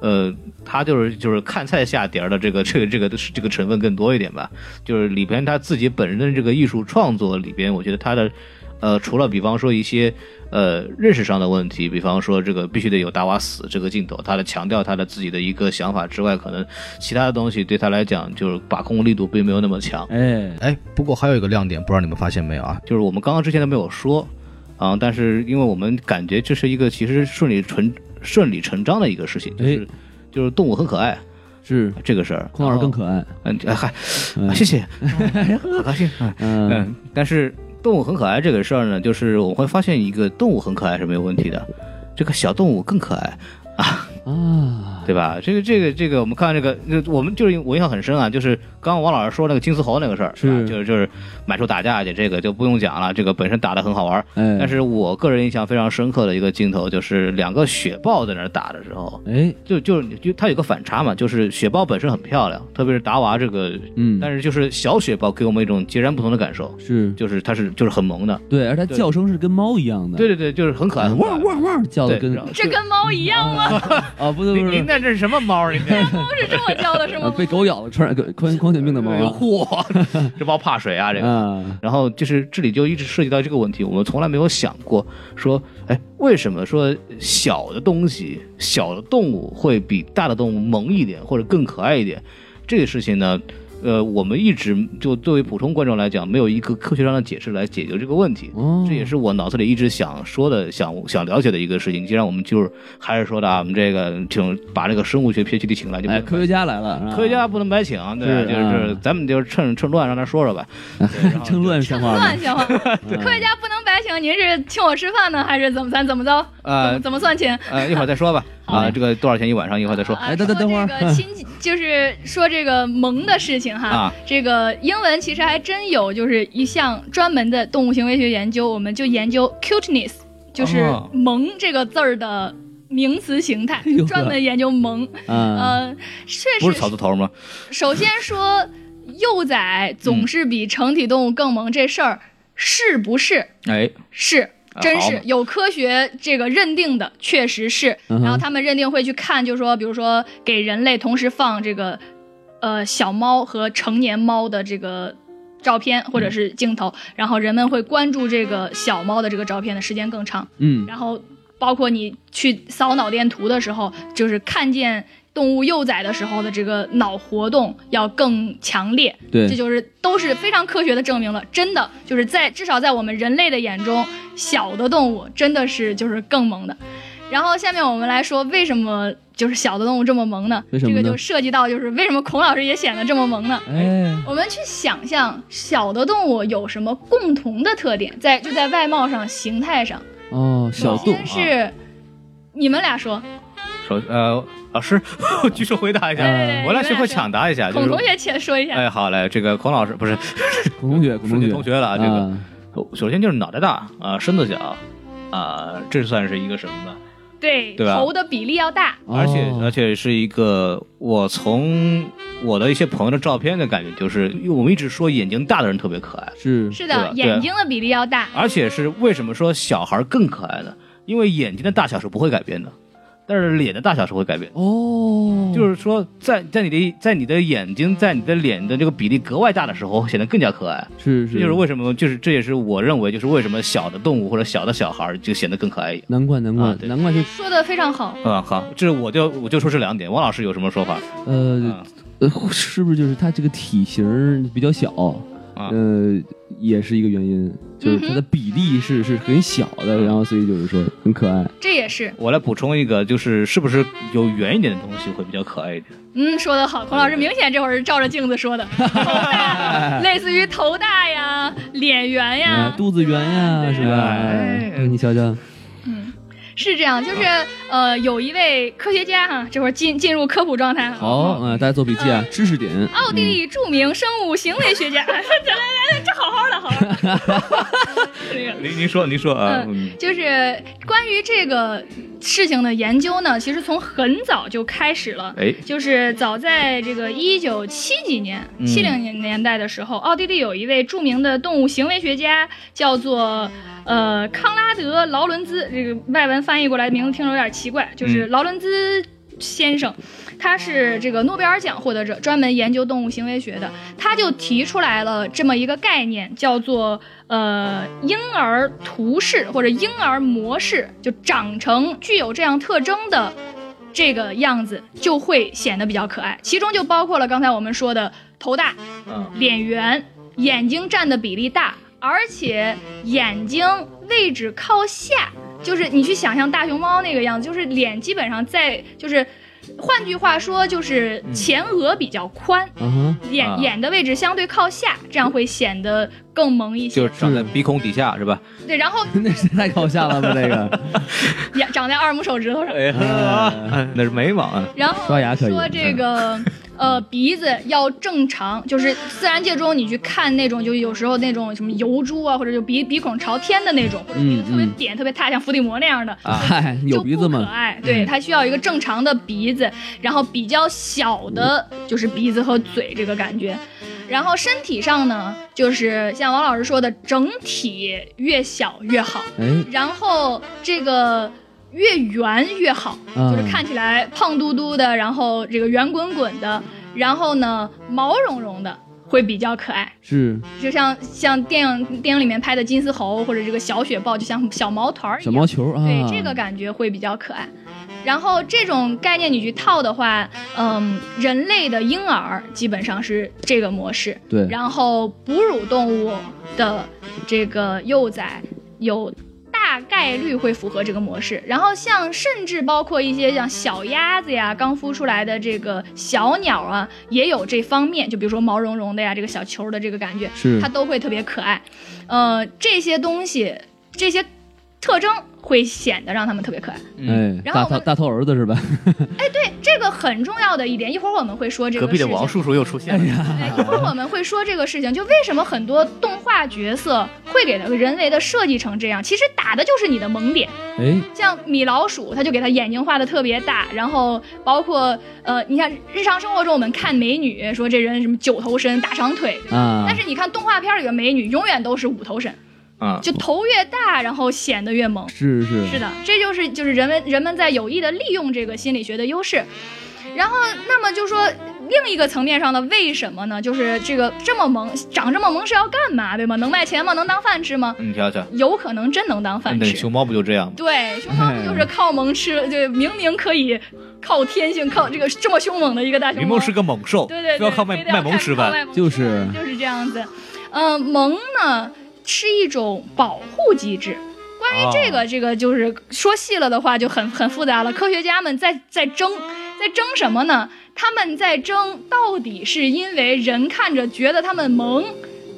Speaker 3: 呃，他就是就是看菜下碟儿的这个这个这个这个成分更多一点吧。就是里边他自己本身的这个艺术创作里边，我觉得他的呃，除了比方说一些呃认识上的问题，比方说这个必须得有达瓦死这个镜头，他的强调他的自己的一个想法之外，可能其他的东西对他来讲就是把控力度并没有那么强。
Speaker 4: 哎，
Speaker 5: 哎，不过还有一个亮点，不知道你们发现没有啊？
Speaker 3: 就是我们刚刚之前都没有说啊，但是因为我们感觉这是一个其实顺理成顺理成章的一个事
Speaker 4: 哎
Speaker 3: 情，就是、就是动物很可爱
Speaker 4: 是
Speaker 3: 这个事儿，
Speaker 4: 孔老师更可爱，
Speaker 3: 然后嗯哎嗨、
Speaker 4: 嗯
Speaker 3: 谢 谢，好高兴嗯
Speaker 4: 嗯，
Speaker 3: 嗯，但是动物很可爱这个事儿呢，就是我会发现一个动物很可爱是没有问题的，这个小动物更可爱。
Speaker 4: 啊，
Speaker 3: 对吧？这个这个这个，我们看这个，那我们就是我印象很深啊，就是刚刚王老师说那个金丝猴那个事儿，
Speaker 4: 是
Speaker 3: 吧就是就是买手打架去，这个就不用讲了，这个本身打的很好玩，
Speaker 4: 哎，
Speaker 3: 但是我个人印象非常深刻的一个镜头，就是两个雪豹在那儿打的时候，
Speaker 4: 哎，
Speaker 3: 就就就它有个反差嘛，就是雪豹本身很漂亮，特别是达娃这个，
Speaker 4: 嗯，
Speaker 3: 但是就是小雪豹给我们一种截然不同的感受，
Speaker 4: 是
Speaker 3: 就是它是就是很萌的，
Speaker 4: 对，而它
Speaker 3: 对
Speaker 4: 叫声是跟猫一样的，
Speaker 3: 对对对，就是很可爱，很可爱
Speaker 4: 汪汪汪叫的
Speaker 3: 对，
Speaker 4: 嗯跟
Speaker 3: 然后
Speaker 2: 这跟猫一样吗？
Speaker 4: 啊，不对
Speaker 3: 您
Speaker 4: 不对，
Speaker 3: 那这是什么猫？ 您这
Speaker 2: 不是这么叫的，是
Speaker 4: 啊
Speaker 2: 吗？
Speaker 4: 被狗咬了，传染狂狂犬病的猫啊
Speaker 3: 嚯， 这猫怕水啊，这个。
Speaker 4: 啊，
Speaker 3: 然后就是这里就一直涉及到这个问题，我们从来没有想过说，哎，为什么说小的东西、小的动物会比大的动物萌一点或者更可爱一点？这个事情呢，呃，我们一直就作为普通观众来讲，没有一个科学上的解释来解决这个问题。
Speaker 4: 哦，
Speaker 3: 这也是我脑子里一直想说的、想想了解的一个事情。既然我们就是还是说的啊，我们这个请把这个生物学 PhD 请来就不
Speaker 4: 哎，
Speaker 3: 能
Speaker 4: 科学家来了，啊
Speaker 3: 科学家不能白请，啊对吧，
Speaker 4: 是
Speaker 3: 就是、
Speaker 4: 嗯
Speaker 3: 咱们就是趁趁乱让他说说吧。对然后
Speaker 4: 趁乱说话
Speaker 2: 乱
Speaker 4: 呢，
Speaker 2: 行吗？
Speaker 3: 嗯
Speaker 2: 科学家不能白请，您是请我吃饭呢，还是怎么咱怎么着？怎
Speaker 3: 呃
Speaker 2: 么，怎么算钱？
Speaker 3: 呃，一会儿再说吧。啊，这个多少钱一晚上，一会儿再说。
Speaker 2: 啊
Speaker 4: 哎等等
Speaker 2: 说
Speaker 4: 等会儿
Speaker 2: 这个亲戚就是说这个萌的事情哈，
Speaker 3: 啊
Speaker 2: 这个英文其实还真有，就是一项专门的动物行为学研究，我们就研究 cuteness，就是
Speaker 3: 哦
Speaker 2: “萌”这个字儿的名词 形态，
Speaker 4: 哎呦呵
Speaker 2: 专门研究萌。
Speaker 4: 啊，
Speaker 2: 呃，确
Speaker 3: 嗯不是草
Speaker 2: 实，
Speaker 3: 字头吗？
Speaker 2: 首先说幼崽总是比成体动物更萌这事儿是不是？
Speaker 3: 哎，
Speaker 2: 是。
Speaker 3: 啊
Speaker 2: 真
Speaker 3: 好
Speaker 2: 是有科学这个认定的，确实是。
Speaker 4: 嗯哼
Speaker 2: 然后他们认定会去看，就是说，比如说给人类同时放这个，呃，小猫和成年猫的这个照片或者是镜
Speaker 4: 嗯
Speaker 2: 头，然后人们会关注这个小猫的这个照片的时间更长。
Speaker 4: 嗯，
Speaker 2: 然后包括你去扫脑电图的时候，就是看见动物幼崽的时候的这个脑活动要更强烈。这
Speaker 4: 对，
Speaker 2: 就是都是非常科学的证明了，真的就是在至少在我们人类的眼中，小的动物真的是就是更萌的。然后下面我们来说为什么就是小的动物这么萌呢？
Speaker 4: 为什么
Speaker 2: 这
Speaker 4: 呢
Speaker 2: 个就涉及到就是为什么孔老师也显得这么萌呢？
Speaker 4: 哎，
Speaker 2: 我们去想象小的动物有什么共同的特点，在就在外貌上、形态上，
Speaker 4: 哦，小
Speaker 2: 首
Speaker 4: 动
Speaker 2: 先
Speaker 4: 啊，
Speaker 2: 是你们俩说，
Speaker 3: 首呃，老师 举手回答一下，
Speaker 2: 对对对
Speaker 3: 我来
Speaker 2: 你们
Speaker 3: 学
Speaker 2: 俩
Speaker 3: 会
Speaker 2: 说
Speaker 3: 抢答一下，哎就
Speaker 2: 孔
Speaker 3: 是
Speaker 2: 同学且说一下，
Speaker 3: 哎，好嘞，这个孔老师不是
Speaker 4: 孔同学，孔
Speaker 3: 是
Speaker 4: 同
Speaker 3: 你
Speaker 4: 学，
Speaker 3: 同学了啊，这个
Speaker 4: 啊
Speaker 3: 首先就是脑袋大啊、身子小啊、这算是一个什么呢？
Speaker 2: 对
Speaker 3: 对吧
Speaker 2: 头的比例要大，
Speaker 3: 而且呃
Speaker 4: 哦
Speaker 3: 而且是一个，我从我的一些朋友的照片的感觉，就是因为我们一直说眼睛大的人特别可爱，
Speaker 4: 是
Speaker 2: 是
Speaker 3: 对
Speaker 2: 的
Speaker 3: 吧，
Speaker 2: 眼
Speaker 3: 对
Speaker 2: 睛的比例要大，
Speaker 3: 而且是为什么说小孩更可爱呢？因为眼睛的大小是不会改变的，但是脸的大小是会改变的。
Speaker 4: 哦，
Speaker 3: 就是说，在在你的在你的眼睛在你的脸的这个比例格外大的时候，显得更加可爱。
Speaker 4: 是
Speaker 3: 这
Speaker 4: 是，
Speaker 3: 就是为什么，就是这也是我认为，就是为什么小的动物或者小的小孩儿就显得更可爱一点。
Speaker 4: 难怪难怪
Speaker 3: 啊对
Speaker 4: 难怪就
Speaker 2: 说的非常好。
Speaker 3: 啊、好，这我就我就说这两点，王老师有什么说法？
Speaker 4: 呃
Speaker 3: 啊
Speaker 4: 呃， 是不是就是他这个体型儿比较小，
Speaker 3: 啊
Speaker 4: 呃，也是一个原因，就是他的比例是是很小的，然后所以就是说很可爱。
Speaker 2: 这也是，
Speaker 3: 我来补充一个，就是是不是有圆一点的东西会比较可爱一点？
Speaker 2: 嗯，说的好，孔老师明显这会儿是照着镜子说的， 头大，类似于头大呀，脸圆
Speaker 4: 哎
Speaker 2: 呀，
Speaker 4: 肚子圆呀，是吧？
Speaker 3: 哎
Speaker 4: 哎你瞧瞧，
Speaker 2: 是这样，就是呃，有一位科学家哈，这会儿进进入科普状态哈。
Speaker 4: 好，啊，大家做笔记啊，知识点。
Speaker 2: 奥地利著名生物行为学家，来来来，这好好的，好好的。 这个
Speaker 3: 您您说您说啊，嗯
Speaker 2: 就是关于这个事情的研究呢，其实从很早就开始了。
Speaker 3: 哎，
Speaker 2: 就是早在这个一九七几年、
Speaker 3: 嗯
Speaker 2: 七零年年代的时候，奥地利有一位著名的动物行为学家，叫做呃康拉德·劳伦兹。这个外文翻译过来名字听着有点奇怪，就是劳伦兹先生，他是这个诺贝尔奖获得者，专门研究动物行为学的。他就提出来了这么一个概念，叫做呃婴儿图式或者婴儿模式，就长成具有这样特征的这个样子，就会显得比较可爱。其中就包括了刚才我们说的头大、
Speaker 3: 嗯
Speaker 2: 脸圆、眼睛占的比例大，而且眼睛位置靠下，就是你去想象大熊猫那个样子，就是脸基本上在就是。换句话说，就是前额比较宽，
Speaker 4: 啊哈，
Speaker 2: 眼、
Speaker 3: 啊
Speaker 2: 眼的位置相对靠下，这样会显得更萌一
Speaker 3: 就
Speaker 2: 些
Speaker 3: 是。长在鼻孔底下是吧？
Speaker 2: 对，然后
Speaker 4: 那是太搞笑了吧？这个
Speaker 2: 眼长在二拇手指头上，
Speaker 3: 哎呀，
Speaker 2: 嗯
Speaker 3: 那是眉毛啊。
Speaker 2: 然后
Speaker 4: 刷牙可以嗯
Speaker 2: 说这 个。呃，鼻子要正常，就是自然界中你去看那种，就有时候那种什么油珠啊，或者就鼻鼻孔朝天的那种，或者鼻子特别
Speaker 4: 嗯嗯
Speaker 2: 扁、特别大，像伏地魔那样的，
Speaker 4: 嗨，有鼻子
Speaker 2: 就不可
Speaker 4: 吗？嗯
Speaker 2: 爱，对，它需要一个正常的鼻子，然后比较小的就是鼻子和嘴这个感觉，然后身体上呢，就是像王老师说的，整体越小越好，
Speaker 4: 哎，
Speaker 2: 然后这个。越圆越好，
Speaker 4: 啊
Speaker 2: 就是看起来胖嘟嘟的，然后这个圆滚滚的，然后呢毛茸茸的会比较可爱。
Speaker 4: 是
Speaker 2: 就像像电影电影里面拍的金丝猴或者这个小雪豹，就像小毛团儿一
Speaker 4: 小
Speaker 2: 样。
Speaker 4: 毛球啊。
Speaker 2: 对，这个感觉会比较可爱。然后这种概念你去套的话，嗯，人类的婴儿基本上是这个模式，
Speaker 4: 对
Speaker 2: 然后哺乳动物的这个幼崽有大概率会符合这个模式。然后像甚至包括一些像小鸭子呀，刚孵出来的这个小鸟啊，也有这方面，就比如说毛茸茸的呀，这个小球的这个感觉，
Speaker 4: 是
Speaker 2: 它都会特别可爱。呃，这些东西，这些特征会显得让它们特别可爱。
Speaker 4: 哎，
Speaker 2: 然后
Speaker 4: 大
Speaker 2: 我
Speaker 4: 头
Speaker 2: 们
Speaker 4: 大头儿子是吧？
Speaker 2: 这个很重要的一点，一会儿我们会说这个
Speaker 3: 隔
Speaker 2: 事
Speaker 3: 壁的
Speaker 2: 情。
Speaker 3: 王叔叔又出现了，
Speaker 2: 哎一会儿我们会说这个事情，就为什么很多动画角色会给它人为的设计成这样，其实打的就是你的萌点。
Speaker 4: 哎，
Speaker 2: 像米老鼠，它就给它眼睛画的特别大，然后包括呃，你看日常生活中我们看美女，说这人什么九头身、大长腿，嗯
Speaker 4: 啊，
Speaker 2: 但是你看动画片里的美女永远都是五头身，
Speaker 3: 啊，
Speaker 2: 就头越大，然后显得越萌。
Speaker 4: 是是
Speaker 2: 是的，这就是就是人们人们在有意的利用这个心理学的优势。然后，那么就说另一个层面上的为什么呢？就是这个这么萌，长这么萌是要干嘛，对吗？能卖钱吗？能当饭吃吗？
Speaker 3: 你嗯瞧瞧，
Speaker 2: 有可能真能当饭
Speaker 3: 那
Speaker 2: 吃。
Speaker 3: 熊猫不就这样吗？
Speaker 2: 对，熊猫不就是靠萌吃？对，明明可以靠天性，靠这个这么凶猛的一个大熊猫，
Speaker 3: 明明是个猛兽，
Speaker 2: 对对
Speaker 3: 非
Speaker 2: 对，
Speaker 3: 要靠卖
Speaker 2: 非得要
Speaker 3: 卖萌
Speaker 2: 看
Speaker 3: 吃
Speaker 2: 靠
Speaker 3: 饭。
Speaker 2: 卖萌
Speaker 4: 就
Speaker 2: 吃饭
Speaker 4: 是
Speaker 2: 就是这样子。呃，萌呢是一种保护机制。关于这个，
Speaker 3: 哦
Speaker 2: 这个就是说细了的话就很很复杂了。科学家们在在争，在争什么呢？他们在争到底是因为人看着觉得他们萌，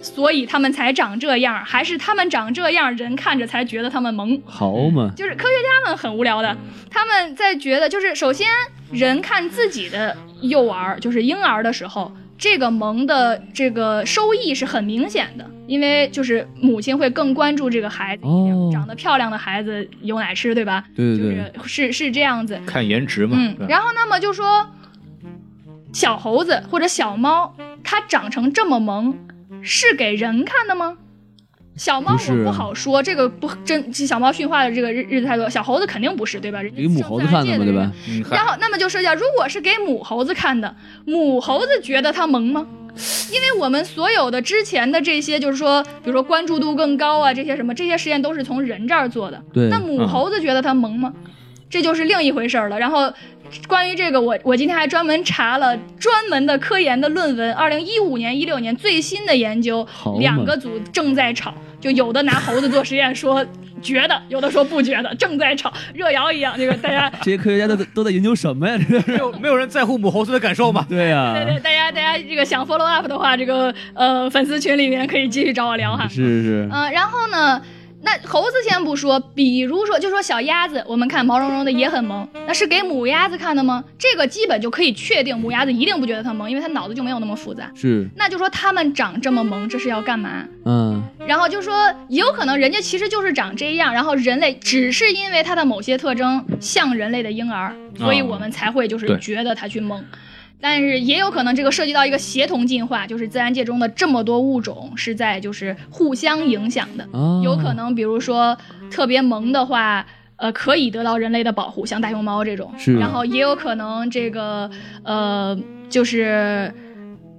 Speaker 2: 所以他们才长这样，还是他们长这样，人看着才觉得他们萌。
Speaker 4: 好嘛，
Speaker 2: 就是科学家们很无聊的，他们在觉得就是首先人看自己的幼儿，就是婴儿的时候，这个萌的这个收益是很明显的，因为就是母亲会更关注这个孩子一点，
Speaker 4: 哦
Speaker 2: 长得漂亮的孩子有奶吃，对吧？
Speaker 4: 对对
Speaker 2: 就
Speaker 4: 对
Speaker 2: 是，是是这样子，
Speaker 3: 看颜值嘛，
Speaker 2: 嗯，然后那么就说，小猴子或者小猫，它长成这么萌，是给人看的吗？小猫
Speaker 4: 不是
Speaker 2: 我不好说，这个不真小猫驯化的这个日日子太多，小猴子肯定不是，对吧？人家
Speaker 4: 给母猴子看
Speaker 2: 生自
Speaker 4: 的
Speaker 2: 然
Speaker 4: 嘛，
Speaker 2: 界
Speaker 4: 对
Speaker 2: 人
Speaker 3: 嗯，
Speaker 4: 吧？？
Speaker 3: 嗨
Speaker 2: 然后，那么就说一下，如果是给母猴子看的，母猴子觉得它萌吗？因为我们所有的之前的这些，就是说，比如说关注度更高啊，这些什么，这些实验都是从人这儿做的。
Speaker 4: 对，
Speaker 2: 那母猴子觉得它萌吗？这就是另一回事儿了。然后，关于这个，我我今天还专门查了专门的科研的论文，二零一五年、一六年最新的研究
Speaker 4: 好嘛，
Speaker 2: 两个组正在吵，就有的拿猴子做实验说觉得，有的说不觉得，正在吵，热窑一样，这个大家
Speaker 4: 这些科学家都在都在研究什么呀？这
Speaker 3: 没
Speaker 4: 是？
Speaker 3: 有没有人在乎母猴子的感受 嘛？
Speaker 4: 对呀，
Speaker 2: 对对，大家大家这个想 follow up 的话，这个呃粉丝群里面可以继续找我聊哈。
Speaker 4: 是是，
Speaker 2: 嗯、然后呢，那猴子先不说，比如说就说小鸭子，我们看毛茸茸的也很萌，那是给母鸭子看的吗？这个基本就可以确定母鸭子一定不觉得它萌，因为它脑子就没有那么复杂。
Speaker 4: 是，
Speaker 2: 那就说它们长这么萌，这是要干嘛？
Speaker 4: 嗯，
Speaker 2: 然后就说有可能人家其实就是长这样，然后人类只是因为它的某些特征像人类的婴儿，所以我们才会就是
Speaker 3: 对
Speaker 2: 觉得它去萌。但是也有可能这个涉及到一个协同进化，就是自然界中的这么多物种是在就是互相影响的，
Speaker 4: 哦，
Speaker 2: 有可能比如说特别萌的话。呃，可以得到人类的保护，像大熊猫这种，
Speaker 4: 是
Speaker 2: 然后也有可能这个呃，就是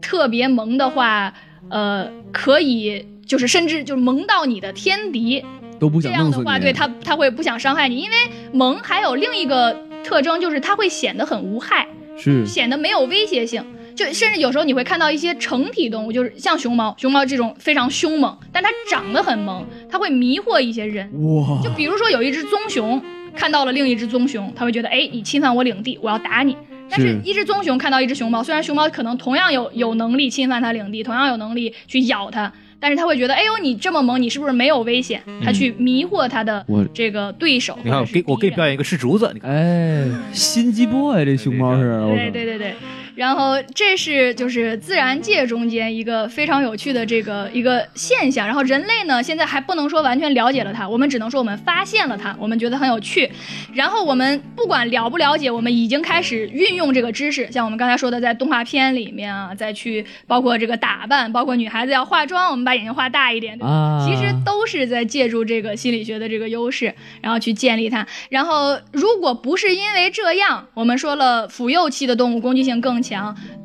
Speaker 2: 特别萌的话，呃，可以就是甚至就是萌到你的天敌，
Speaker 4: 都不
Speaker 2: 这
Speaker 4: 想
Speaker 2: 样
Speaker 4: 弄死
Speaker 2: 的
Speaker 4: 你，
Speaker 2: 话，对他他会不想伤害你，因为萌还有另一个特征就是它会显得很无害，
Speaker 4: 是
Speaker 2: 显得没有威胁性。就甚至有时候你会看到一些成体动物，就是像熊猫，熊猫这种非常凶猛，但它长得很萌，它会迷惑一些人。
Speaker 4: 哇
Speaker 2: 就比如说有一只棕熊看到了另一只棕熊，它会觉得哎，你侵犯我领地，我要打你。但是
Speaker 4: 是，
Speaker 2: 一只棕熊看到一只熊猫，虽然熊猫可能同样有有能力侵犯它领地，同样有能力去咬它，但是它会觉得，哎呦，你这么萌，你是不是没有危险？它去迷惑它的
Speaker 4: 嗯我
Speaker 2: 这个对手。
Speaker 3: 你看，我给我给你表
Speaker 2: 演。
Speaker 3: 演一个吃竹子，你看，
Speaker 4: 哎，心机 boy 这熊猫是，我
Speaker 2: 嗯对对对对。然后这是就是自然界中间一个非常有趣的这个一个现象。然后人类呢，现在还不能说完全了解了它，我们只能说我们发现了它，我们觉得很有趣。然后我们不管了不了解，我们已经开始运用这个知识，像我们刚才说的，在动画片里面啊，再去包括这个打扮，包括女孩子要化妆，我们把眼睛画大一点，对吧
Speaker 4: 啊，
Speaker 2: 其实都是在借助这个心理学的这个优势，然后去建立它。然后，如果不是因为这样，我们说了，腐幼期的动物攻击性更强。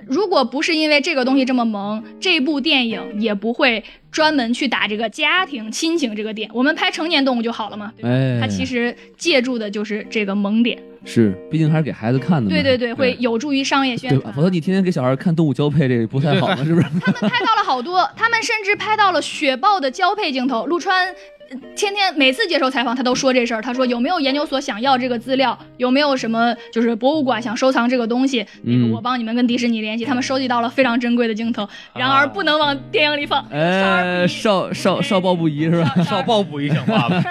Speaker 2: 如果不是因为这个东西这么萌，这部电影也不会专门去打这个家庭亲情这个点。我们拍成年动物就好了嘛。对吧
Speaker 4: 哎，嗯
Speaker 2: 它其实借助的就是这个萌点，
Speaker 4: 是，毕竟还是给孩子看的嘛，
Speaker 2: 对对对，会有助于商业宣
Speaker 4: 对吧？
Speaker 2: 传。
Speaker 4: 否则你天天给小孩看动物交配，这不太好 了，是不是？
Speaker 2: 他们拍到了好多，他们甚至拍到了雪豹的交配镜头。陆川呃天天每次接受采访，他都说这事儿。他说有没有研究所想要这个资料？有没有什么就是博物馆想收藏这个东西？那
Speaker 4: 嗯
Speaker 2: 个我帮你们跟迪士尼联系，他们收集到了非常珍贵的镜头，然而不能往电影里放。
Speaker 4: 哎，少少少暴不宜是吧？
Speaker 3: 少报补一下话吧。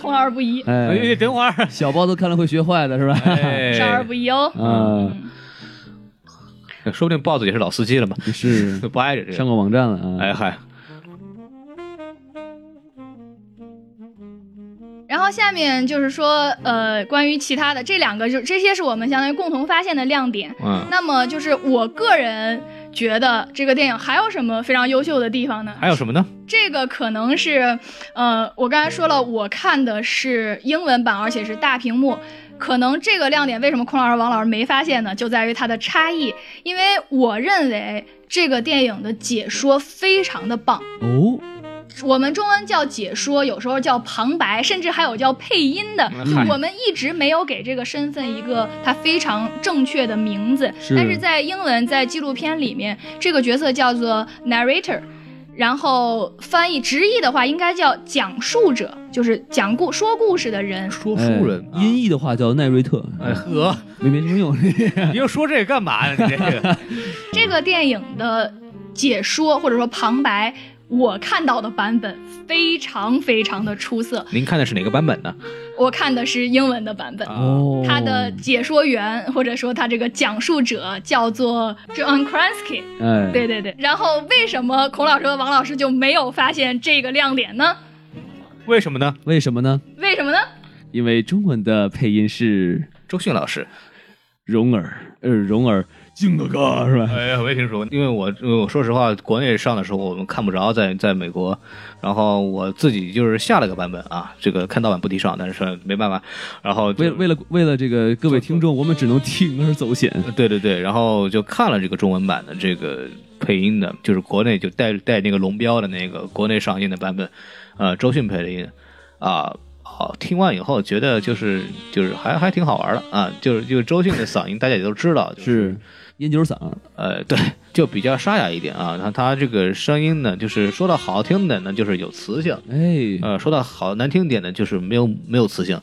Speaker 2: 少儿不宜，
Speaker 3: 哎，
Speaker 4: 哎，
Speaker 3: 等会儿，
Speaker 4: 小包子看了会学坏的是吧？
Speaker 2: 少儿不宜哦。
Speaker 4: 啊，
Speaker 3: 哎说不定豹子也是老司机了嘛，
Speaker 4: 是
Speaker 3: 就不挨着这
Speaker 4: 上
Speaker 3: 个。
Speaker 4: 过网站了啊。
Speaker 3: 哎嗨，
Speaker 2: 然后下面就是说，呃，关于其他的这两个就，这些是我们相当于共同发现的亮点。
Speaker 3: 嗯，
Speaker 2: 那么就是我个人觉得这个电影还有什么非常优秀的地方呢？
Speaker 3: 还有什么呢？
Speaker 2: 这个可能是，呃，我刚才说了，我看的是英文版，而且是大屏幕。可能这个亮点为什么孔老师、王老师没发现呢？就在于它的差异，因为我认为这个电影的解说非常的棒。
Speaker 4: 哦，
Speaker 2: 我们中文叫解说，有时候叫旁白，甚至还有叫配音的。
Speaker 3: 嗯
Speaker 2: 就
Speaker 3: 嗨
Speaker 2: 我们一直没有给这个身份一个它非常正确的名字，
Speaker 4: 是
Speaker 2: 但是在英文在纪录片里面，这个角色叫做 narrator。然后翻译直译的话，应该叫讲述者，就是讲故说故事的人。
Speaker 3: 说
Speaker 4: 哎
Speaker 3: 书人，
Speaker 4: 音译的话叫奈瑞特，
Speaker 3: 哎呵，
Speaker 4: 没没什么用。
Speaker 3: 你又说这个 干嘛呀？你这个，
Speaker 2: 这个电影的解说或者说旁白，我看到的版本非常非常的出色，
Speaker 3: 您看的是哪个版本 呢？
Speaker 2: 我看的是英文的版本。
Speaker 4: 哦
Speaker 2: 它的解说员或者说它这个讲述者叫做 John Kransky，
Speaker 4: 哎，
Speaker 2: 对对对。然后为什么孔老师和王老师就没有发现这个亮点呢？
Speaker 3: 为什么呢？
Speaker 4: 为什么呢？
Speaker 2: 为什么呢？
Speaker 4: 因为中文的配音是
Speaker 3: 周迅老师，
Speaker 4: 蓉儿，呃，蓉儿，靖哥哥是吧？
Speaker 3: 哎呀，没听说，因为我因为我说实话，国内上的时候我们看不着，在在美国，然后我自己就是下了个版本啊，这个看盗版不提倡，但是没办法，然后就
Speaker 4: 为为了为了这个各位听众，我们只能铤而走险。
Speaker 3: 对对对，然后就看了这个中文版的这个配音的，就是国内就带带那个龙标的那个国内上映的版本，呃，周迅配的音，啊、好，听完以后觉得就是就是还还挺好玩的啊，就是就是周迅的嗓音大家也都知道，就是
Speaker 4: 烟酒嗓，
Speaker 3: 呃，对， 就比较沙哑一点啊。然后他这个声音呢，就是说到好听点呢，就是有磁性；
Speaker 4: 哎，
Speaker 3: 呃，说到好难听点呢，就是没有没有磁性，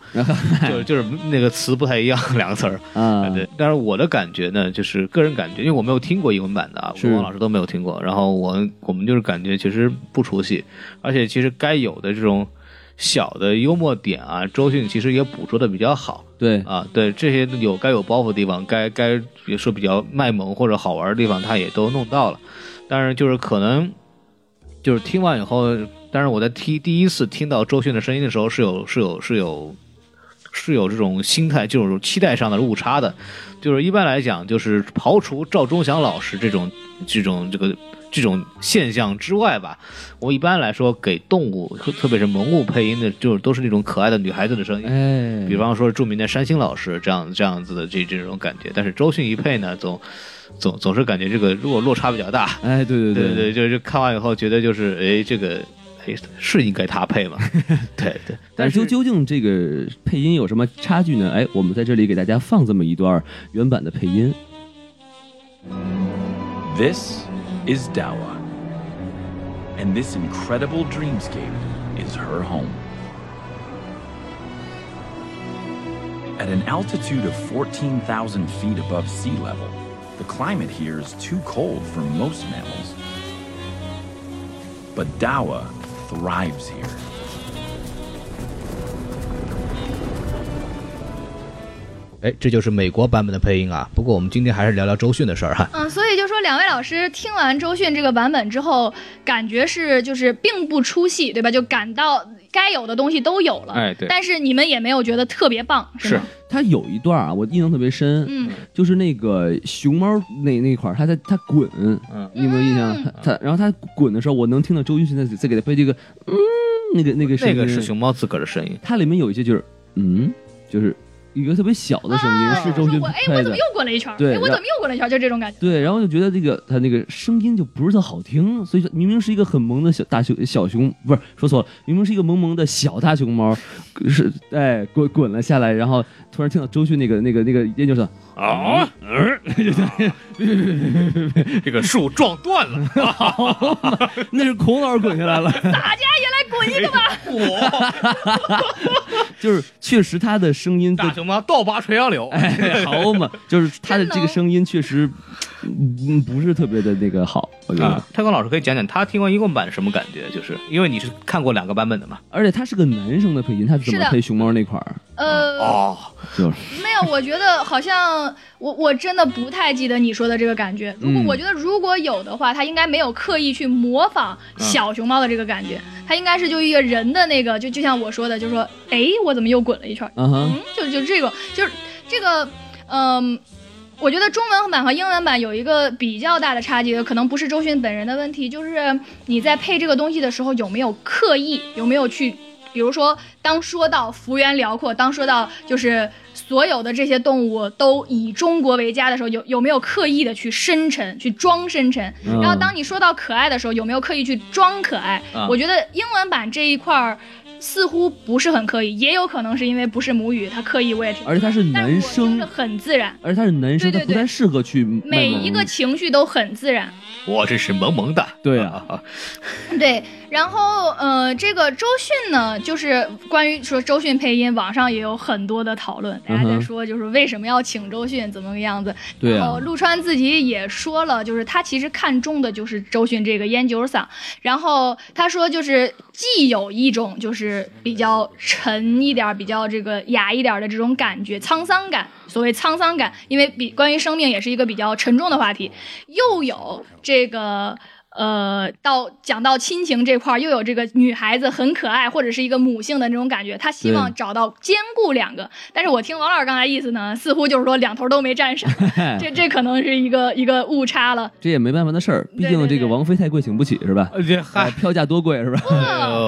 Speaker 3: 就是就是那个词不太一样， 两个词儿。
Speaker 4: 啊，
Speaker 3: 对，但是我的感觉呢，就是个人感觉，因为我没有听过英文版的啊，我
Speaker 4: 是
Speaker 3: 跟王老师都没有听过。然后我我们就是感觉其实不出戏，而且其实该有的这种小的幽默点啊，周迅其实也捕捉的比较好。
Speaker 4: 对，
Speaker 3: 啊，对这些有该有包袱的地方，该该也说比较卖萌或者好玩的地方，他也都弄到了。但是就是可能就是听完以后，但是我在听第一次听到周迅的声音的时候，是有是有是有是有这种心态、这种期待上的误差的。就是一般来讲，就是刨除赵忠祥老师这种这种这个这种现象之外吧，我一般来说给动物，特特别是萌物配音的，就是都是那种可爱的女孩子的声音。
Speaker 4: 哎，
Speaker 3: 比方说著名的山青老师这样这样子的这这种感觉，但是周迅一配呢，总总总是感觉这个落落差比较大。
Speaker 4: 哎，对对
Speaker 3: 对对，就是看完以后觉得就是哎，这个哎是应该他配 吗？对对，
Speaker 4: 但
Speaker 3: 但
Speaker 4: 是究究竟这个配音有什么差距呢？哎，我们在这里给大家放这么一段原版的配音。
Speaker 6: This is Dawa. And this incredible dreamscape is her home. At an altitude of 14,000 feet above sea level, the climate here is too cold for most mammals. But Dawa thrives here.
Speaker 5: 哎、这就是美国版本的配音啊。不过我们今天还是聊聊周迅的事儿哈。
Speaker 2: 嗯，所以就说两位老师听完周迅这个版本之后，感觉是就是并不出戏，对吧？就感到该有的东西都有了，
Speaker 3: 哎对
Speaker 2: 但是你们也没有觉得特别棒，吗？
Speaker 4: 他有一段啊，我印象特别深，
Speaker 2: 嗯，
Speaker 4: 就是那个熊猫那那块儿，他在他滚，
Speaker 3: 嗯
Speaker 4: 你有没有印象？他他然后他滚的时候，我能听到周迅现在在给他配这个，嗯，那个那个声
Speaker 3: 那
Speaker 4: 音，
Speaker 3: 个是熊猫自个儿的声音，
Speaker 4: 它里面有一些就是嗯，就是一个特别小的声音，
Speaker 2: 啊
Speaker 4: 是周迅
Speaker 2: 我哎，我
Speaker 4: 配
Speaker 2: 怎
Speaker 4: 的
Speaker 2: 么。又滚了一圈儿？
Speaker 4: 对
Speaker 2: 哎，我
Speaker 4: 然
Speaker 2: 怎么又滚了一圈儿？就这种感觉。
Speaker 4: 对，然后就觉得这个他那个声音就不是特好听，所以说明明是一个很萌的小大熊小熊，不是说错了，明明是一个萌萌的小大熊猫，是哎滚滚了下来，然后突然听到周迅那个那个那个研究生，
Speaker 3: 啊，嗯 这个树撞断 了，
Speaker 4: 那是孔老师滚下来了，
Speaker 2: 大家也来滚一个吧！
Speaker 4: 就是确实他的声音
Speaker 3: 大熊猫倒拔垂杨柳，
Speaker 4: 哎，好嘛，就是他的
Speaker 2: 真能
Speaker 4: 这个声音确实，嗯，不是特别的那个好，我觉得。
Speaker 3: 啊，太空老师可以讲讲他听完英文版什么感觉？就是因为你是看过两个版本的嘛？
Speaker 4: 而且他是个男生的配音，他怎
Speaker 2: 是
Speaker 4: 么
Speaker 2: 的
Speaker 4: 配熊猫那块儿？
Speaker 2: 呃，
Speaker 4: 哎
Speaker 3: 哦，
Speaker 4: 就是
Speaker 2: 没有，我觉得好像我我真的不太记得你说的这个感觉。如果、
Speaker 4: 嗯
Speaker 2: 我觉得如果有的话，他应该没有刻意去模仿小熊猫的这个感觉，他应该是就一个人的那个，就就像我说的，就说哎，我怎么又滚了一圈儿？
Speaker 4: 啊哈，
Speaker 2: 嗯，就就这种，就是这个，嗯。我觉得中文版和英文版有一个比较大的差距，可能不是周迅本人的问题，就是你在配这个东西的时候有没有刻意，有没有去，比如说当说到幅员辽阔，当说到就是所有的这些动物都以中国为家的时候，有有没有刻意的去深沉，去装深沉？
Speaker 4: 嗯
Speaker 2: 然后当你说到可爱的时候，有没有刻意去装可爱？
Speaker 3: 啊
Speaker 2: 我觉得英文版这一块儿似乎不是很刻意，也有可能是因为不是母语，他刻意我也听不懂。
Speaker 4: 而且他是
Speaker 2: 但是
Speaker 4: 男
Speaker 2: 我听
Speaker 4: 生
Speaker 2: 着，很自然，
Speaker 4: 而且他是男生，
Speaker 2: 对对
Speaker 4: 他不太适合去卖
Speaker 2: 每
Speaker 4: 萌
Speaker 2: 一个情绪都很自然。
Speaker 3: 我这是萌萌的，
Speaker 4: 对啊，
Speaker 2: 对，然后，呃，这个周迅呢，就是关于说周迅配音，网上也有很多的讨论，大家
Speaker 4: 嗯
Speaker 2: 在
Speaker 4: 哼
Speaker 2: 说就是为什么要请周迅，怎么个样子。
Speaker 4: 对
Speaker 2: 然
Speaker 4: 啊
Speaker 2: 后，陆川自己也说了，就是他其实看中的就是周迅这个烟酒嗓，然后他说就是既有一种就是比较沉一点儿、比较这个雅一点儿的这种感觉，沧桑感。所谓沧桑感，因为比关于生命也是一个比较沉重的话题，又有这个。呃，到讲到亲情这块儿，又有这个女孩子很可爱，或者是一个母性的那种感觉，他希望
Speaker 4: 对
Speaker 2: 找到兼顾两个。但是我听王老师刚才意思呢，似乎就是说两头都没沾上，这这可能是一个一个误差了。
Speaker 4: 这也没办法的事儿，毕
Speaker 2: 对
Speaker 4: 竟
Speaker 2: 对
Speaker 4: 这
Speaker 2: 对
Speaker 4: 个王菲太贵，请不起是吧？
Speaker 3: 呃，这
Speaker 4: 哎，票价多贵是吧？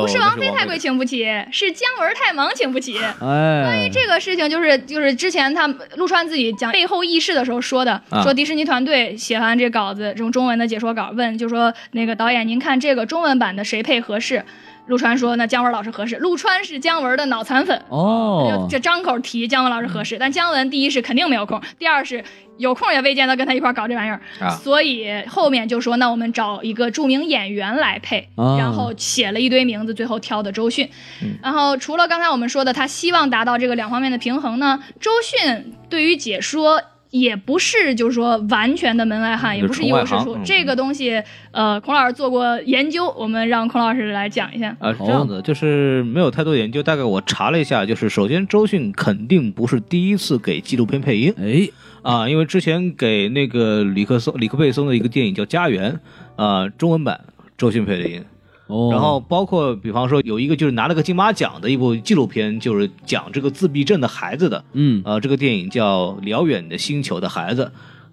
Speaker 2: 不是王菲
Speaker 3: 那是王
Speaker 2: 太
Speaker 3: 菲
Speaker 2: 贵请不起，是姜文太忙请不起。
Speaker 4: 哎，
Speaker 2: 这个事情就是就是之前他们陆川自己讲背后轶事的时候说的，
Speaker 4: 啊
Speaker 2: 说迪士尼团队写完这稿子，这种中文的解说稿，问就说那个导演您看这个中文版的谁配合适？陆川说那姜文老师合适。陆川是姜文的脑残粉。
Speaker 4: 哦
Speaker 2: 就，哎这张口提姜文老师合适，但姜文第一是肯定没有空，第二是有空也未见得跟他一块儿搞这玩意儿，
Speaker 3: 啊
Speaker 2: 所以后面就说那我们找一个著名演员来配，
Speaker 4: 啊
Speaker 2: 然后写了一堆名字，最后挑的周迅。
Speaker 3: 嗯
Speaker 2: 然后除了刚才我们说的他希望达到这个两方面的平衡呢，周迅对于解说。也不是，就是说完全的门外汉，也不是一无是
Speaker 3: 纯外
Speaker 2: 处。
Speaker 3: 行嗯
Speaker 2: 这个东西，呃，孔老师做过研究，我们让孔老师来讲一下。
Speaker 3: 啊，是这样的，就是没有太多研究，大概我查了一下，就是首先周迅肯定不是第一次给纪录片配音
Speaker 4: 哎，
Speaker 3: 啊，因为之前给那个里克松、里克贝松的一个电影叫《家园》，啊，中文版周迅配的音，
Speaker 4: 哦，
Speaker 3: 然后包括比方说有一个就是拿了个金马奖的一部纪录片，就是讲这个自闭症的孩子的，
Speaker 4: 嗯，
Speaker 3: 呃，这个电影叫《遥远的星球的孩子》，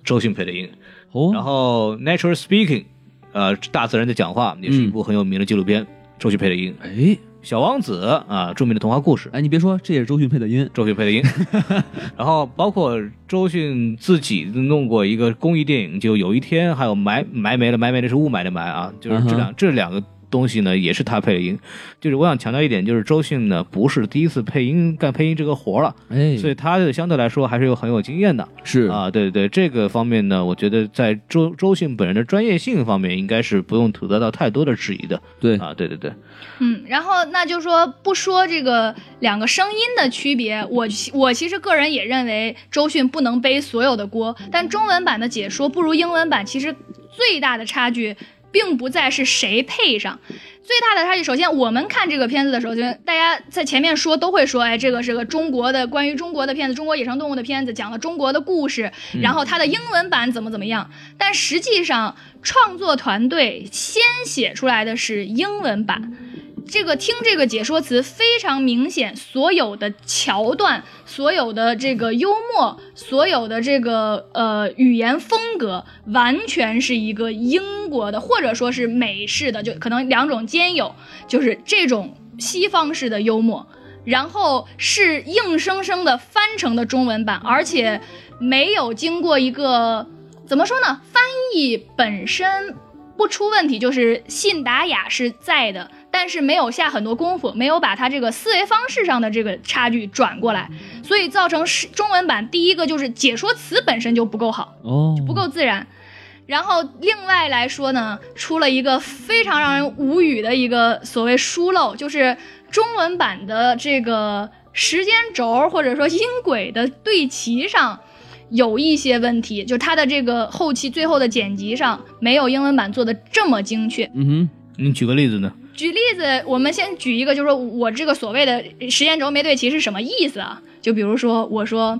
Speaker 3: 周迅配的音，
Speaker 4: 哦，
Speaker 3: 然后《Natural Speaking》，呃，大自然在讲话，也是一部很有名的纪录片，周迅配的音。
Speaker 4: 哎
Speaker 3: 小王子啊，著名的童话故事，
Speaker 4: 哎，你别说，这也是周迅配的音，
Speaker 3: 周迅配的音。然后包括周迅自己弄过一个公益电影，就有一天，还有埋埋没了，埋没的是雾霾的霾啊，就是这两、这两个。东西呢也是他配的音，就是我想强调一点，就是周迅呢不是第一次配音干配音这个活儿了，
Speaker 4: 哎，
Speaker 3: 所以他的相对来说还是有很有经验的
Speaker 4: 是
Speaker 3: 啊，对对，这个方面呢，我觉得在周周迅本人的专业性方面应该是不用得到太多的质疑的
Speaker 4: 对，
Speaker 3: 啊，对对对，
Speaker 2: 嗯，然后那就说不说这个两个声音的区别，我其我其实个人也认为周迅不能背所有的锅，但中文版的解说不如英文版，其实最大的差距并不在是谁配上。最大的差距，首先我们看这个片子的时候，就是大家在前面说都会说，哎，这个是个中国的关于中国的片子，中国野生动物的片子，讲了中国的故事，然后它的英文版怎么怎么样。但实际上，创作团队先写出来的是英文版，这个听这个解说词非常明显，所有的桥段、所有的这个幽默、所有的这个呃语言风格，完全是一个英国的或者说是美式的，就可能两种兼有，就是这种西方式的幽默。然后是硬生生的翻成的中文版，而且没有经过一个怎么说呢？翻译本身不出问题，就是信达雅是在的，但是没有下很多功夫，没有把它这个思维方式上的这个差距转过来，所以造成是中文版第一个就是解说词本身就不够好。
Speaker 4: 哦，
Speaker 2: 不够自然。然后另外来说呢，出了一个非常让人无语的一个所谓疏漏，就是中文版的这个时间轴或者说音轨的对齐上。有一些问题，就它的这个后期最后的剪辑上没有英文版做的这么精确，
Speaker 4: 嗯
Speaker 3: 你举个例子呢？
Speaker 2: 举例子，我们先举一个，就是说我这个所谓的时间轴没对齐是什么意思啊？就比如说，我说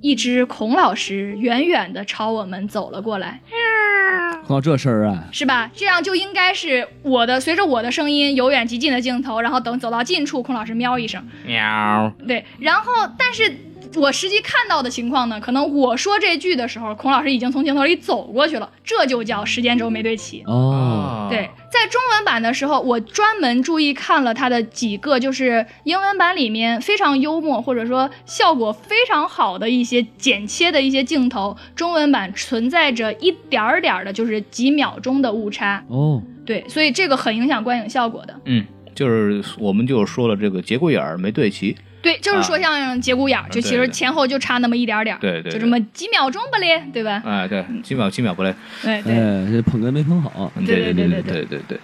Speaker 2: 一只孔老师远远的朝我们走了过来，
Speaker 4: 哼，碰到这事儿啊，
Speaker 2: 是吧？这样就应该是我的，随着我的声音由远及近的镜头，然后等走到近处，孔老师喵一声，嗯
Speaker 3: 喵。
Speaker 2: 对，然后但是。我实际看到的情况呢，可能我说这句的时候，孔老师已经从镜头里走过去了，这就叫时间轴没对齐。
Speaker 3: 啊
Speaker 4: 哦，
Speaker 2: 对，在中文版的时候，我专门注意看了它的几个，就是英文版里面非常幽默或者说效果非常好的一些剪切的一些镜头，中文版存在着一点儿点儿的，就是几秒钟的误差。
Speaker 4: 哦，
Speaker 2: 对，所以这个很影响观影效果的。
Speaker 3: 嗯，就是我们就说了这个节骨眼儿没对齐，
Speaker 2: 对，就是说
Speaker 3: 啊
Speaker 2: 相声节骨眼儿，就其
Speaker 3: 对
Speaker 2: 实
Speaker 3: 对
Speaker 2: 前后就差那么一点儿点儿，
Speaker 3: 对对
Speaker 2: 就
Speaker 3: 对
Speaker 2: 这么几秒钟不嘞，对吧？
Speaker 3: 哎，对，几秒几秒不累，
Speaker 2: 对对。
Speaker 4: 哎，这捧哏没捧好，
Speaker 3: 嗯
Speaker 2: 对
Speaker 3: 对
Speaker 2: 对
Speaker 3: 对
Speaker 2: 对
Speaker 3: 对对对，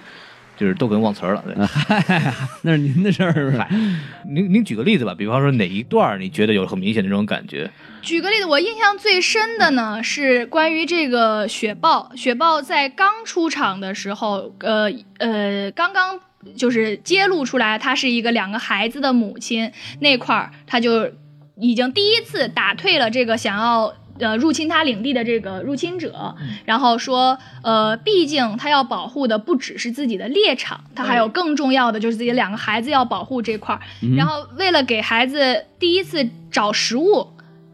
Speaker 3: 就是都跟忘词儿了。对，
Speaker 4: 那是您的事儿是吧？
Speaker 3: 您您举个例子吧，比方说哪一段儿你觉得有很明显的这种感觉？
Speaker 2: 举个例子，我印象最深的呢是关于这个雪豹。雪豹在刚出场的时候，呃呃，刚刚就是揭露出来她是一个两个孩子的母亲那块儿，她就已经第一次打退了这个想要。呃，入侵她领地的这个入侵者，然后说，呃，毕竟她要保护的不只是自己的猎场，她还有更重要的就是自己的两个孩子要保护这块儿。然后为了给孩子第一次找食物，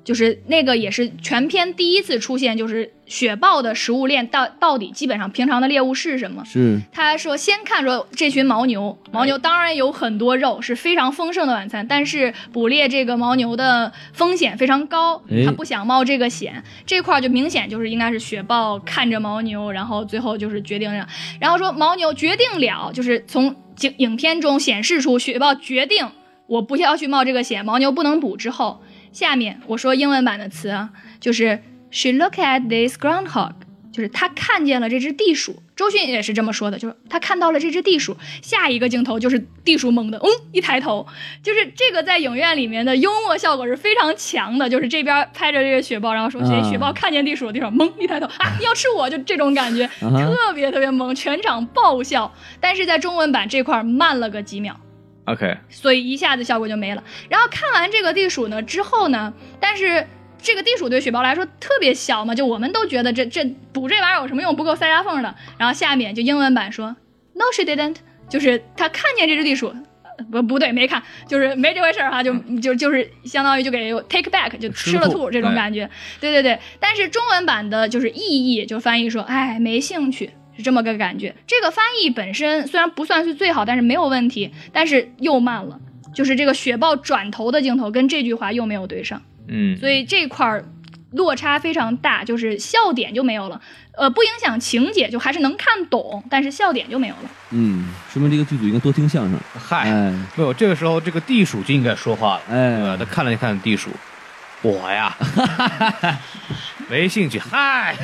Speaker 2: 就是那个也是全篇第一次出现，就是雪豹的食物链到到底基本上平常的猎物是什么？
Speaker 4: 是
Speaker 2: 他说先看说这群牦牛，牦牛当然有很多肉，是非常丰盛的晚餐，但是捕猎这个牦牛的风险非常高
Speaker 4: 哎，
Speaker 2: 他不想冒这个险，这块儿就明显就是应该是雪豹看着牦牛，然后最后就是决定让，然后说牦牛决定了，就是从影影片中显示出雪豹决定我不要去冒这个险，牦牛不能捕之后，下面我说英文版的词啊，就是 she look at this groundhog，就是她看见了这只地鼠。周迅也是这么说的，就是她看到了这只地鼠。下一个镜头就是地鼠猛地嗯一抬头，就是这个在影院里面的幽默效果是非常强的，就是这边拍着这个雪豹，然后说谁
Speaker 4: 啊
Speaker 2: 雪豹看见地鼠，地鼠猛一抬头啊你要吃我，就这种感觉，
Speaker 4: 啊哈
Speaker 2: 特别特别萌，全场爆笑。但是在中文版这块儿慢了个几秒。
Speaker 3: OK，
Speaker 2: 所以一下子效果就没了。然后看完这个地鼠呢之后呢，但是这个地鼠对雪豹来说特别小嘛，就我们都觉得这这补这玩意儿有什么用，不够塞牙缝的。然后下面就英文版说，No she didn't，就是他看见这只地鼠。呃不不对，没看，就是没这回事儿、哈，就 就就是相当于就给 take back 就
Speaker 3: 吃
Speaker 2: 吃
Speaker 3: 了
Speaker 2: 了
Speaker 3: 吐
Speaker 2: 吐这种
Speaker 3: 哎
Speaker 2: 感觉，对对对。但是中文版的就是意译就翻译说，哎，没兴趣，是这么个感觉。这个翻译本身虽然不算是最好，但是没有问题，但是又慢了。就是这个雪豹转头的镜头跟这句话又没有对上，
Speaker 3: 嗯，
Speaker 2: 所以这块儿落差非常大，就是笑点就没有了。呃，不影响情节，就还是能看懂，但是笑点就没有了。
Speaker 4: 嗯，说明这个剧组应该多听相声。
Speaker 3: 嗨，
Speaker 4: 哎
Speaker 3: 没有，这个时候这个地鼠就应该说话了。对吧？
Speaker 4: 哎，
Speaker 3: 呃他看了看地鼠，我 呀，没兴趣。嗨，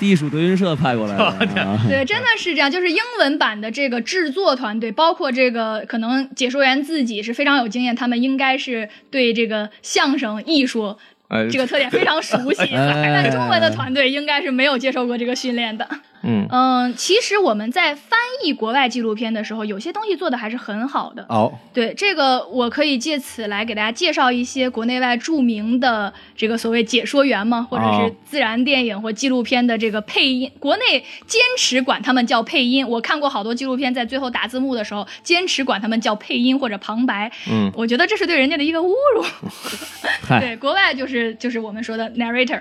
Speaker 4: 地鼠德云社派过来的啊。
Speaker 2: 对，真的是这样。就是英文版的这个制作团队，包括这个可能解说员自己是非常有经验，他们应该是对这个相声艺术
Speaker 3: 哎，
Speaker 2: 这个特点非常熟悉。但中文的团队应该是没有接受过这个训练的。
Speaker 3: 嗯，
Speaker 2: 嗯，其实我们在翻译国外纪录片的时候，有些东西做的还是很好的。
Speaker 3: 哦，
Speaker 2: 对这个，我可以借此来给大家介绍一些国内外著名的这个所谓解说员嘛，或者
Speaker 3: 哦
Speaker 2: 是自然电影或纪录片的这个配音。国内坚持管他们叫配音，我看过好多纪录片，在最后打字幕的时候，坚持管他们叫配音或者旁白。
Speaker 3: 嗯，
Speaker 2: 我觉得这是对人家的一个侮辱。
Speaker 4: 嗨
Speaker 2: 对，国外就是就是我们说的 narrator。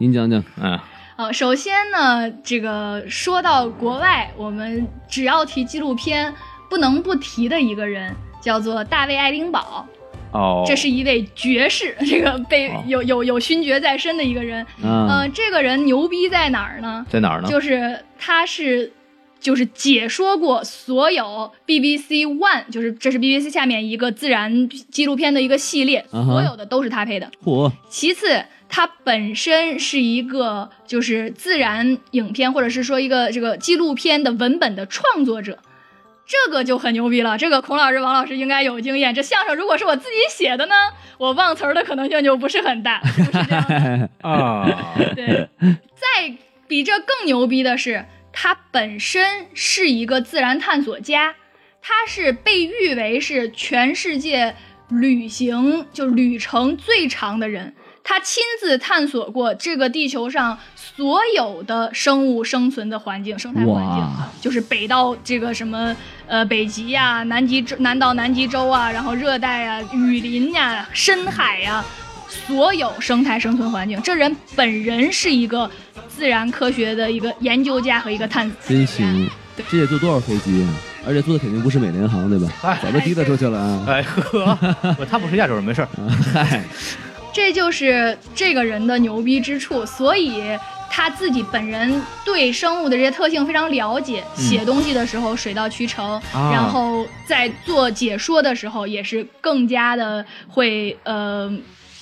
Speaker 4: 您讲讲，
Speaker 3: 嗯，
Speaker 2: 呃，首先呢，这个说到国外，我们只要提纪录片，不能不提的一个人叫做大卫·爱丁堡。
Speaker 3: 哦，
Speaker 2: 这是一位爵士，这个被
Speaker 3: 哦嗯
Speaker 2: 有有有勋爵在身的一个人。
Speaker 4: 啊
Speaker 2: 呃，这个人牛逼在哪儿呢？
Speaker 3: 在哪儿呢？
Speaker 2: 就是他是。就是解说过所有 BBC One，就是这是 BBC 下面一个自然纪录片的一个系列，
Speaker 3: 嗯
Speaker 4: 啊哈
Speaker 2: 所有的都是他配的。
Speaker 4: 嚯，
Speaker 2: 其次，它本身是一个就是自然影片或者是说一个这个纪录片的文本的创作者，这个就很牛逼了。这个孔老师、王老师应该有经验。这相声如果是我自己写的呢，我忘词儿的可能性就不是很大， 是不是这样的？
Speaker 3: 啊，
Speaker 2: 对，再比这更牛逼的是，他本身是一个自然探索家，他是被誉为是全世界旅行就旅程最长的人。他亲自探索过这个地球上所有的生物生存的环境、生态环境，
Speaker 4: 哇，
Speaker 2: 就是北到这个什么呃北极呀、南极洲南到南极洲啊，然后热带呀、雨林呀、深海呀、所有生态生存环境。这人本人是一个自然科学的一个研究家和一个探索。
Speaker 4: 真行！这得坐多少飞机啊？而且坐的肯定不是美联航，对吧？
Speaker 3: 嗨
Speaker 4: 早就提溜出去了啊！
Speaker 3: 哎呵，不他不是亚洲人，没事 儿。
Speaker 4: 嗨，
Speaker 2: 这就是这个人的牛逼之处，所以他自己本人对生物的这些特性非常了解，写东西的时候水到渠成，
Speaker 3: 啊
Speaker 2: 然后在做解说的时候也是更加的会呃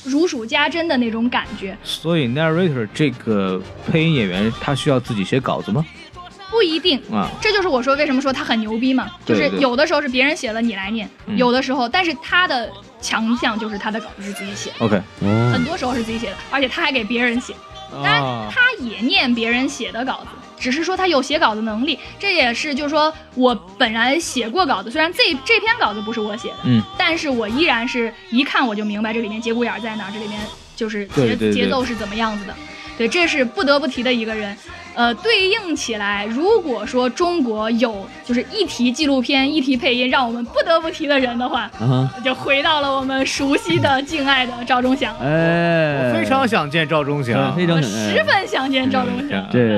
Speaker 2: 如数家珍的那种感觉。
Speaker 3: 所以 narrator 这个配音演员他需要自己写稿子吗？
Speaker 2: 不一定。
Speaker 3: 啊，
Speaker 2: 这就是我说为什么说他很牛逼嘛，就
Speaker 3: 对
Speaker 2: 是
Speaker 3: 对
Speaker 2: 有的时候是别人写了你来念，
Speaker 3: 嗯
Speaker 2: 有的时候，但是他的强项就是他的稿子是自己写的，
Speaker 3: OK，
Speaker 4: 哦
Speaker 2: 很多时候是自己写的，而且他还给别人写，当然
Speaker 7: 啊
Speaker 2: 他也念别人写的稿子。只是说他有写稿子能力，这也是就是说我本来写过稿子，虽然这这篇稿子不是我写的，
Speaker 3: 嗯，
Speaker 2: 但是我依然是一看我就明白这里面节骨眼儿在哪儿，这里面就是节
Speaker 3: 对对对
Speaker 2: 节奏是怎么样子的，对，这是不得不提的一个人。呃，对应起来，如果说中国有就是一提纪录片、一提配音，让我们不得不提的人的话，
Speaker 4: 啊哈，
Speaker 2: 就回到了我们熟悉的、敬爱的赵忠祥。
Speaker 4: 哎，
Speaker 7: 我非常想见赵忠
Speaker 4: 对
Speaker 7: 祥，
Speaker 4: 非常
Speaker 2: 我
Speaker 4: 想
Speaker 2: 十
Speaker 4: 哎
Speaker 2: 分想见赵忠祥
Speaker 3: 嗯。
Speaker 4: 这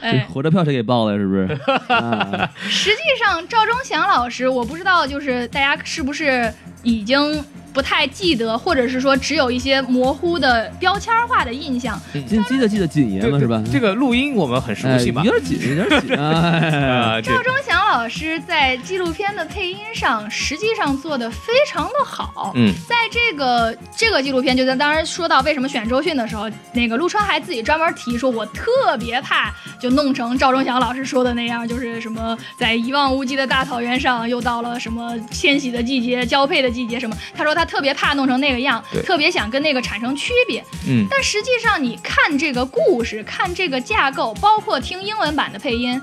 Speaker 4: 这
Speaker 2: 哎
Speaker 4: 火车票谁给报了呀？是不是？啊
Speaker 2: 实际上，赵忠祥老师，我不知道，就是大家是不是已经不太记得，或者是说只有一些模糊的标签化的印象。
Speaker 4: 记记得记得谨言嘛，是吧？
Speaker 3: 这个录音我们很熟
Speaker 4: 哎
Speaker 3: 悉吧
Speaker 4: 有？点紧，有点紧。哎
Speaker 3: 啊，对
Speaker 2: 呃赵忠祥老师在纪录片的配音上，实际上做的非常的好。
Speaker 3: 嗯，
Speaker 2: 在这个这个纪录片，就在当时说到为什么选周迅的时候，那个陆川还自己专门提说，我特别怕就弄成赵忠祥老师说的那样，就是什么在一望无际的大草原上，又到了什么迁徙的季节、交配的季节什么。他说他特别怕弄成那个样
Speaker 3: 对，
Speaker 2: 特别想跟那个产生区别。
Speaker 3: 嗯，
Speaker 2: 但实际上，你看这个故事，看这个架构，包括听英文版的配音，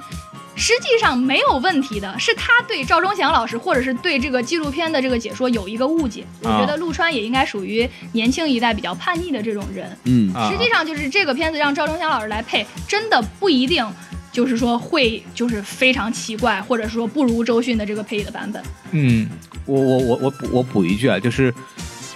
Speaker 2: 实际上没有问题的。是他对赵忠祥老师，或者是对这个纪录片的这个解说有一个误解。我觉得陆川也应该属于年轻一代比较叛逆的这种人。
Speaker 4: 嗯，
Speaker 3: 啊
Speaker 2: 实际上，就是这个片子让赵忠祥老师来配，真的不一定。就是说会就是非常奇怪，或者说不如周迅的这个配音的版本。
Speaker 3: 嗯，我我我我补我补一句啊，就是。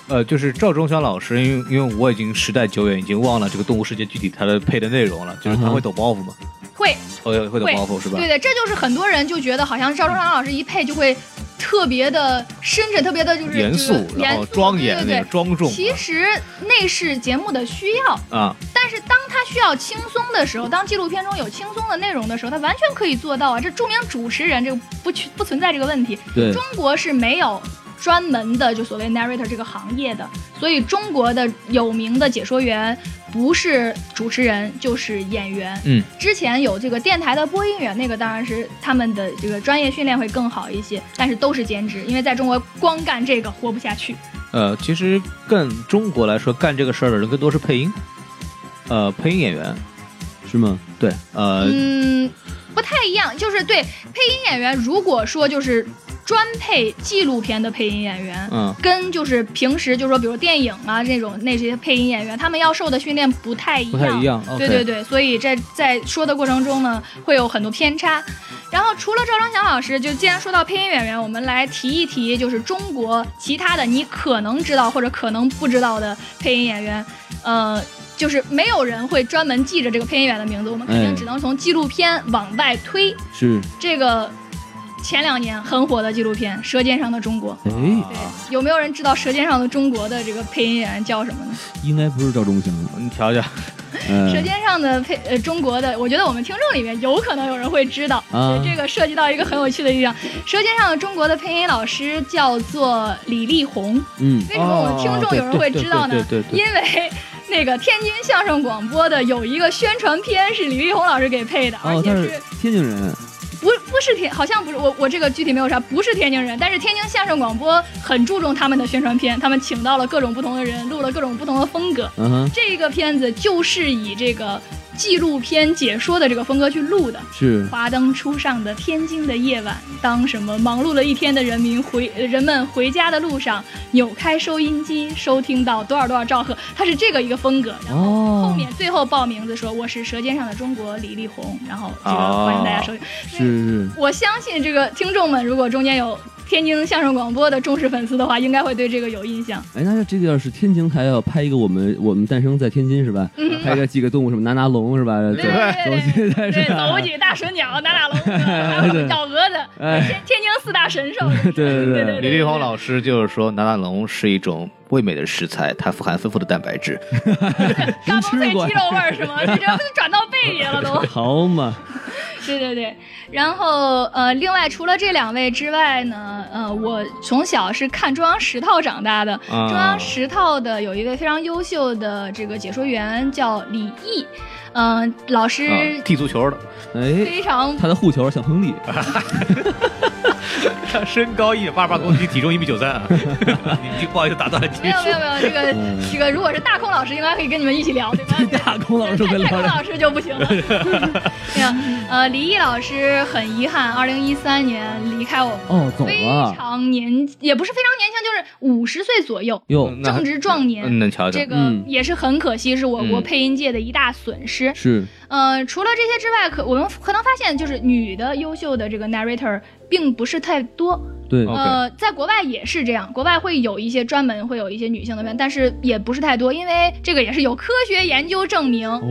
Speaker 3: 呃，就是赵忠祥老师，因为因为我已经时代久远，已经忘了这个《动物世界》具体他的配的内容了。
Speaker 4: 嗯
Speaker 3: 就是他会抖包袱嘛，
Speaker 2: 会
Speaker 3: 呃，会抖
Speaker 2: 会
Speaker 3: 包袱是吧
Speaker 2: 对？对，这就是很多人就觉得好像赵忠祥老师一配就会特别的深沉，特别的就是
Speaker 3: 严肃，
Speaker 2: 就是
Speaker 3: 然
Speaker 2: 严
Speaker 3: 后
Speaker 2: 肃
Speaker 3: 庄严的
Speaker 2: 对
Speaker 3: 那种，
Speaker 2: 对
Speaker 3: 庄重
Speaker 2: 对。其实那是节目的需要，
Speaker 3: 啊，
Speaker 2: 但是当他需要轻松的时候，当纪录片中有轻松的内容的时候，他完全可以做到啊！这著名主持人这个不去不存在这个问题，
Speaker 4: 对
Speaker 2: 中，国是没有专门的就所谓 narrator 这个行业的，所以中国的有名的解说员不是主持人就是演员。
Speaker 3: 嗯，
Speaker 2: 之前有这个电台的播音员，那个当然是他们的这个专业训练会更好一些，但是都是兼职，因为在中国光干这个活不下去。
Speaker 3: 呃，其实干中国来说，干这个事儿的人更多是配音，呃，配音演员，
Speaker 4: 是吗？
Speaker 3: 对，呃，
Speaker 2: 嗯，不太一样，就是对配音演员，如果说就是专配纪录片的配音演员，
Speaker 3: 嗯
Speaker 2: 跟就是平时就说比如电影啊那种那些配音演员，他们要受的训练不太一样。
Speaker 3: 不太一样。OK
Speaker 2: 对对对，所以这在说的过程中呢，会有很多偏差。然后除了赵忠祥老师，就既然说到配音演员，我们来提一提，就是中国其他的你可能知道或者可能不知道的配音演员，呃，就是没有人会专门记着这个配音员的名字，我们肯
Speaker 4: 哎
Speaker 2: 定只能从纪录片往外推。
Speaker 4: 是，
Speaker 2: 这个前两年很火的纪录片《舌尖上的中国》，
Speaker 4: 哎，
Speaker 2: 对，有没有人知道《舌尖上的中国》的这个配音演员叫什么呢？
Speaker 4: 应该不是赵忠祥，
Speaker 3: 你调一下，嗯
Speaker 4: 哎
Speaker 2: 舌尖上的配呃中国的，我觉得我们听众里面有可能有人会知道，
Speaker 3: 嗯
Speaker 4: 啊
Speaker 2: 这个涉及到一个很有趣的地方，《舌尖上的中国》的配音老师叫做李丽红，
Speaker 4: 嗯，
Speaker 2: 为什么我们听众有人会知道呢？
Speaker 3: 哦对对对对对对
Speaker 2: 因为那个天津相声广播的有一个宣传片是李丽红老师给配的，而
Speaker 4: 哦，
Speaker 2: 且
Speaker 4: 他
Speaker 2: 是
Speaker 4: 是天津人，
Speaker 2: 不不是天，好像不是我我这个具体没有啥，不是天津人，但是天津相声广播很注重他们的宣传片，他们请到了各种不同的人，录了各种不同的风格。
Speaker 4: 嗯哼，
Speaker 2: 这个片子就是以这个纪录片解说的这个风格去录的。
Speaker 4: 是，
Speaker 2: 华灯初上的天津的夜晚，当什么忙碌了一天的人民回 呃人们回家的路上，扭开收音机，收听到多少多少兆赫， 它是这个一个风格。然后
Speaker 4: 哦
Speaker 2: 后面最后报名字说我是《舌尖上的中国》李丽红，然后这个欢迎大家收听。
Speaker 4: 是是，
Speaker 2: 我相信这个听众们，如果中间有天津相声广播的忠实粉丝的话，应该会对这个有印象。
Speaker 4: 哎，那这个要是天津还要拍一个我们我们诞生在天津是吧？拍个几个动物什么拿拿龙是吧？走
Speaker 2: 嗯对对
Speaker 4: 走
Speaker 2: 对对，
Speaker 4: 是
Speaker 2: 对
Speaker 4: 吧
Speaker 2: 走？几大水鸟，哪哪龙，还有小蛾子，
Speaker 4: 哎
Speaker 2: 天天津四大神兽。
Speaker 4: 对对对嗯
Speaker 2: 对
Speaker 3: 李丽红老师就是说，南大龙是一种味美的食材，它富含丰富的蛋白质。
Speaker 2: 嘎嘣脆
Speaker 4: 吃过
Speaker 2: 鸡肉味儿是吗？这这转到贝爷了都。
Speaker 4: 好嘛，
Speaker 2: 对对对，然后呃，另外除了这两位之外呢，呃，我从小是看中央十套长大的。
Speaker 3: 啊
Speaker 2: 中央十套的有一位非常优秀的这个解说员叫李毅，嗯、老
Speaker 3: 啊
Speaker 2: 师
Speaker 3: 踢足球的，
Speaker 4: 哎，
Speaker 2: 非常
Speaker 4: 他的护球小亨利，
Speaker 3: 他身高一米八八公斤，体重一米九三，你你不好意思打断了，
Speaker 2: 没有没有没有，这个
Speaker 4: 嗯
Speaker 2: 这个，如果是大空老师，应该可以跟你们一起聊，对吧？
Speaker 4: 大孔 老师
Speaker 2: 太太
Speaker 4: 会聊
Speaker 2: 空
Speaker 4: 的。
Speaker 2: 老师就不行了。对啊，呃，李毅老师很遗憾，二零一三年离开我们，
Speaker 4: 哦，走
Speaker 2: 非
Speaker 4: 了。
Speaker 2: 常年，也不是非常年轻，就是五十岁左右，
Speaker 4: 哟，
Speaker 3: 那还
Speaker 2: 正值壮
Speaker 3: 嗯，
Speaker 2: 年。
Speaker 3: 能瞧瞧
Speaker 2: 这，个
Speaker 4: 嗯
Speaker 2: 也是很可惜，是我国
Speaker 3: 嗯
Speaker 2: 配音界的一大损失。
Speaker 4: 是
Speaker 2: 呃，除了这些之外，可我们可能发现，就是女的优秀的这个 narrator 并不是太多。
Speaker 4: 对，
Speaker 3: 哦 OK
Speaker 2: 呃，在国外也是这样，国外会有一些专门会有一些女性的片，但是也不是太多，因为这个也是有科学研究证明，
Speaker 4: 哦，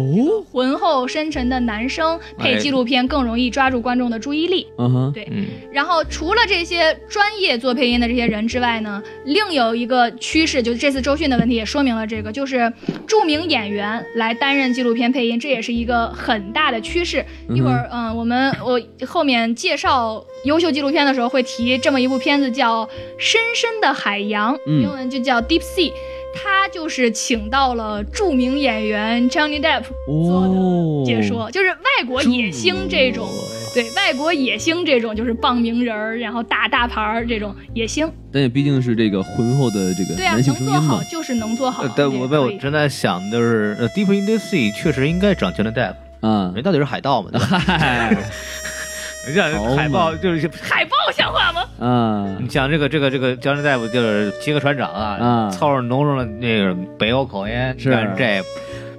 Speaker 2: 浑厚深沉的男生
Speaker 3: 哎
Speaker 2: 配纪录片更容易抓住观众的注意力。
Speaker 4: 嗯哼，
Speaker 2: 对
Speaker 3: 嗯，
Speaker 2: 然后除了这些专业做配音的这些人之外呢，另有一个趋势，就是这次周迅的问题也说明了这个，就是著名演员来担任纪录片配音，这也是一个很大的趋势。一会儿，嗯，我们我后面介绍优秀纪录片的时候会提这么一部片子，叫《深深的海洋》，
Speaker 4: 嗯
Speaker 2: 英文就叫 Deep Sea。他就是请到了著名演员 Johnny Depp 做
Speaker 4: 哦
Speaker 2: 的解说，就是外国野星这种，对外国野星这种就是棒名人儿，然后大大牌儿这种野星，
Speaker 4: 但也毕竟是这个浑厚的这个
Speaker 2: 对啊，
Speaker 4: 男性
Speaker 2: 能
Speaker 4: 声
Speaker 2: 做
Speaker 4: 音嘛
Speaker 2: 好，就是能做好
Speaker 3: 呃。但
Speaker 2: 也
Speaker 3: 我
Speaker 2: 可
Speaker 3: 被我
Speaker 2: 以
Speaker 3: 正在想，就是呃，Deep in the Sea 确实应该找 Johnny Depp，
Speaker 4: 啊
Speaker 3: 人，到底是海盗嘛？对吧
Speaker 4: 嗨
Speaker 3: 你想
Speaker 4: 好嘛
Speaker 3: 海豹就是
Speaker 2: 海报像话 吗？
Speaker 4: 啊，
Speaker 3: 你想这个这个这个 Johnny Depp 就是七个船长啊，
Speaker 4: 啊
Speaker 3: 操着浓重的那个北欧口音，
Speaker 4: 是
Speaker 3: 但这。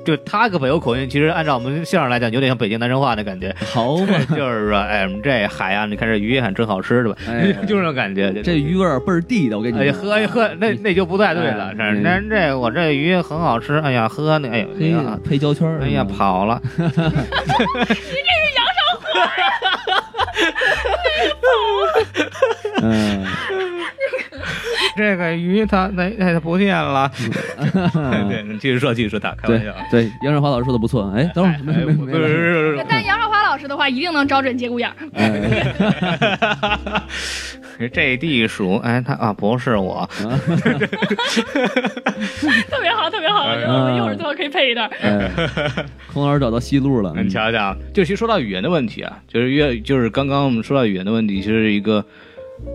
Speaker 3: 就他个北欧口音，其实按照我们相声来讲，有点像北京南城话的感觉，
Speaker 4: 好嘛，
Speaker 3: 就是说，哎，我们这海呀、你看这鱼也很真好吃，对吧？
Speaker 4: 哎
Speaker 3: 就是那种感觉。
Speaker 4: 这鱼味儿倍儿地道，我跟你
Speaker 3: 哎，
Speaker 4: 讲，
Speaker 3: 喝一喝，那那就不太对了。
Speaker 4: 哎
Speaker 3: 是，但这我这鱼很好吃，哎呀，喝那，哎呦，哎
Speaker 4: 嘿
Speaker 3: 呀，
Speaker 4: 配胶圈儿，
Speaker 3: 哎呀，
Speaker 4: 嗯
Speaker 3: 跑 了。
Speaker 4: 嗯，
Speaker 3: 这个鱼它那哎它不见 了。对，继续说，继续说，打开玩笑啊
Speaker 4: 对。对，杨振华老师说的不错，哎，等会儿没
Speaker 3: 哎
Speaker 4: 没
Speaker 3: 不
Speaker 4: 没
Speaker 3: 是
Speaker 4: 没，
Speaker 3: 是是
Speaker 2: 但杨少华老师的话一定能找准节骨眼儿。
Speaker 4: 哎
Speaker 3: 是， 这地鼠，哎，它啊不是我，
Speaker 2: 特别好，特别好，我觉得我们一会儿最后可以配一段。
Speaker 4: 哎，孔老师找到西路了，嗯
Speaker 3: 你瞧瞧，就其实说到语言的问题啊，就是越就是刚刚我们说到语言的问题，其实一个，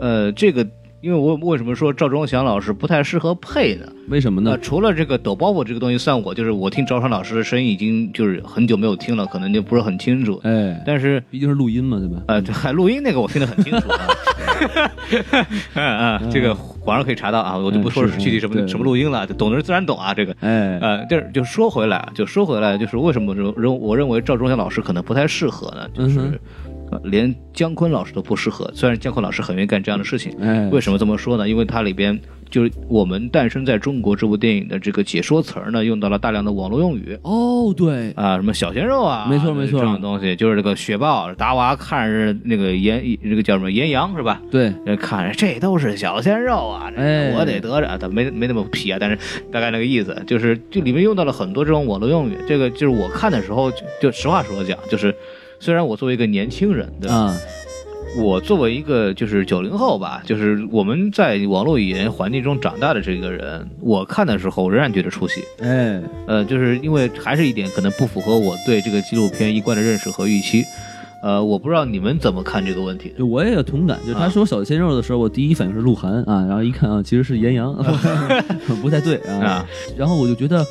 Speaker 3: 呃，这个，因为我为什么说赵忠祥老师不太适合配呢？
Speaker 4: 为什么
Speaker 3: 那
Speaker 4: 呢？
Speaker 3: 除了这个抖包袱这个东西，算我就是我听赵传老师的声音已经就是很久没有听了，可能就不是很清楚。
Speaker 4: 哎，
Speaker 3: 但是
Speaker 4: 毕竟是录音嘛，对吧？
Speaker 3: 呃，这还录音那个我听得很清 楚啊。嗯嗯，这个网上可以查到啊，我就不说
Speaker 4: 嗯是
Speaker 3: 是具体什
Speaker 4: 对
Speaker 3: 么
Speaker 4: 对
Speaker 3: 什么录音了，懂的人自然懂啊。这个
Speaker 4: 哎，
Speaker 3: 呃，但是就说回来，啊就说回来，就是为什么我认我认为赵忠祥老师可能不太适合呢？就
Speaker 4: 嗯哼
Speaker 3: 是呃连姜昆老师都不适合，虽然姜昆老师很愿意干这样的事情，
Speaker 4: 哎，
Speaker 3: 为什么这么说呢？因为它里边就是我们诞生在中国这部电影的这个解说词儿呢，用到了大量的网络用语。
Speaker 4: 哦，对，
Speaker 3: 啊，什么小鲜肉啊，
Speaker 4: 没错没错
Speaker 3: 这种东西就是这个雪豹、达娃看着那个岩，这个叫什么岩羊是吧？
Speaker 4: 对，
Speaker 3: 这看着这都是小鲜肉啊，这
Speaker 4: 哎
Speaker 3: 我得得着，但没没那么皮啊，但是大概那个意思，就是这里面用到了很多这种网络用语。这个就是我看的时候，就就实话实说讲，就是虽然我作为一个年轻人，对吧？
Speaker 4: 啊，
Speaker 3: 我作为一个就是九零后吧，就是我们在网络语言环境中长大的这个人，我看的时候仍然觉得出戏。
Speaker 4: 哎，
Speaker 3: 呃，就是因为还是一点可能不符合我对这个纪录片一贯的认识和预期。呃，我不知道你们怎么看这个问题。
Speaker 4: 就我也有同感，就
Speaker 3: 啊
Speaker 4: 他说小鲜肉的时候，我第一反应是鹿晗啊，然后一看啊，其实是 严阳， 不太对啊
Speaker 3: 啊。
Speaker 4: 然后我就觉得，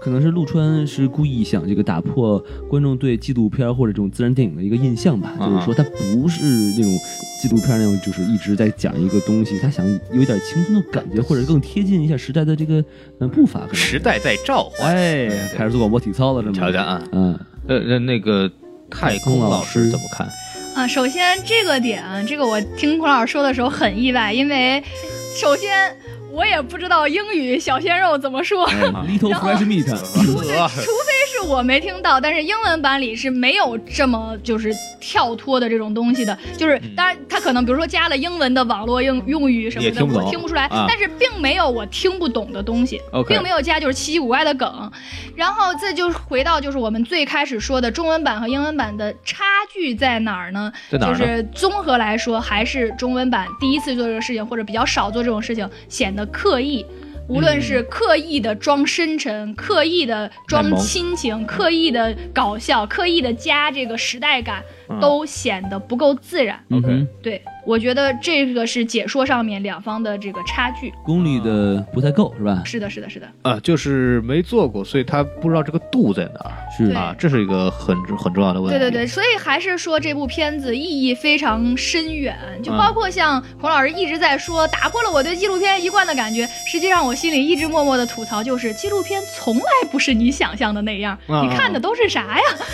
Speaker 4: 可能是陆川是故意想这个打破观众对纪录片或者这种自然电影的一个印象吧，
Speaker 3: 啊
Speaker 4: 就是说他不是那种纪录片那种，就是一直在讲一个东西，他想有点轻松的感觉，或者更贴近一下时代的这个呃步伐。可能
Speaker 3: 时代在召唤，
Speaker 4: 哎，开始做广播体操了，这么
Speaker 3: 瞧瞧啊，
Speaker 4: 嗯，
Speaker 3: 呃，那那个太空老师怎么看？
Speaker 2: 啊，首先这个点，啊这个我听孔老师说的时候很意外，因为首先我也不知道英语小鲜肉怎么说。
Speaker 3: 啊
Speaker 4: 哎 Little Fresh Meat，
Speaker 2: 除非除非是我没听到，但是英文版里是没有这么就是跳脱的这种东西的，
Speaker 3: 嗯
Speaker 2: 就是当然他可能比如说加了英文的网络用用语什么
Speaker 3: 也
Speaker 2: 的，
Speaker 3: 听不懂
Speaker 2: 我听不出来，
Speaker 3: 啊
Speaker 2: 但是并没有我听不懂的东西
Speaker 3: OK
Speaker 2: 并没有加就是奇奇怪怪的梗，然后这就是回到就是我们最开始说的中文版和英文版的差距在哪儿呢？
Speaker 3: 在哪儿
Speaker 2: 就
Speaker 3: 呢
Speaker 2: 是综合来说，还是中文版第一次做这个事情，或者比较少做这种事情，显得刻意。无论是
Speaker 3: 嗯
Speaker 2: 刻意的装深沉、刻意的装亲情、刻意的搞笑、刻意的加这个时代感，
Speaker 3: 嗯
Speaker 2: 都显得不够自然。
Speaker 4: 嗯哼，
Speaker 2: 对我觉得这个是解说上面两方的这个差距。
Speaker 4: 功力的不太够是吧？
Speaker 2: 是的，是的，是的，
Speaker 3: 啊，就是没做过，所以他不知道这个度在哪儿
Speaker 4: 是
Speaker 2: 对
Speaker 3: 啊，这是一个很很重要的问
Speaker 2: 对
Speaker 3: 题。
Speaker 2: 对对，所以还是说这部片子意义非常深远，就
Speaker 3: 嗯
Speaker 2: 包括像孔老师一直在说，打破了我对纪录片一贯的感觉。实际上，我心里一直默默的吐槽，就是纪录片从来不是你想象的那样，
Speaker 3: 啊
Speaker 2: 你看的都是啥呀？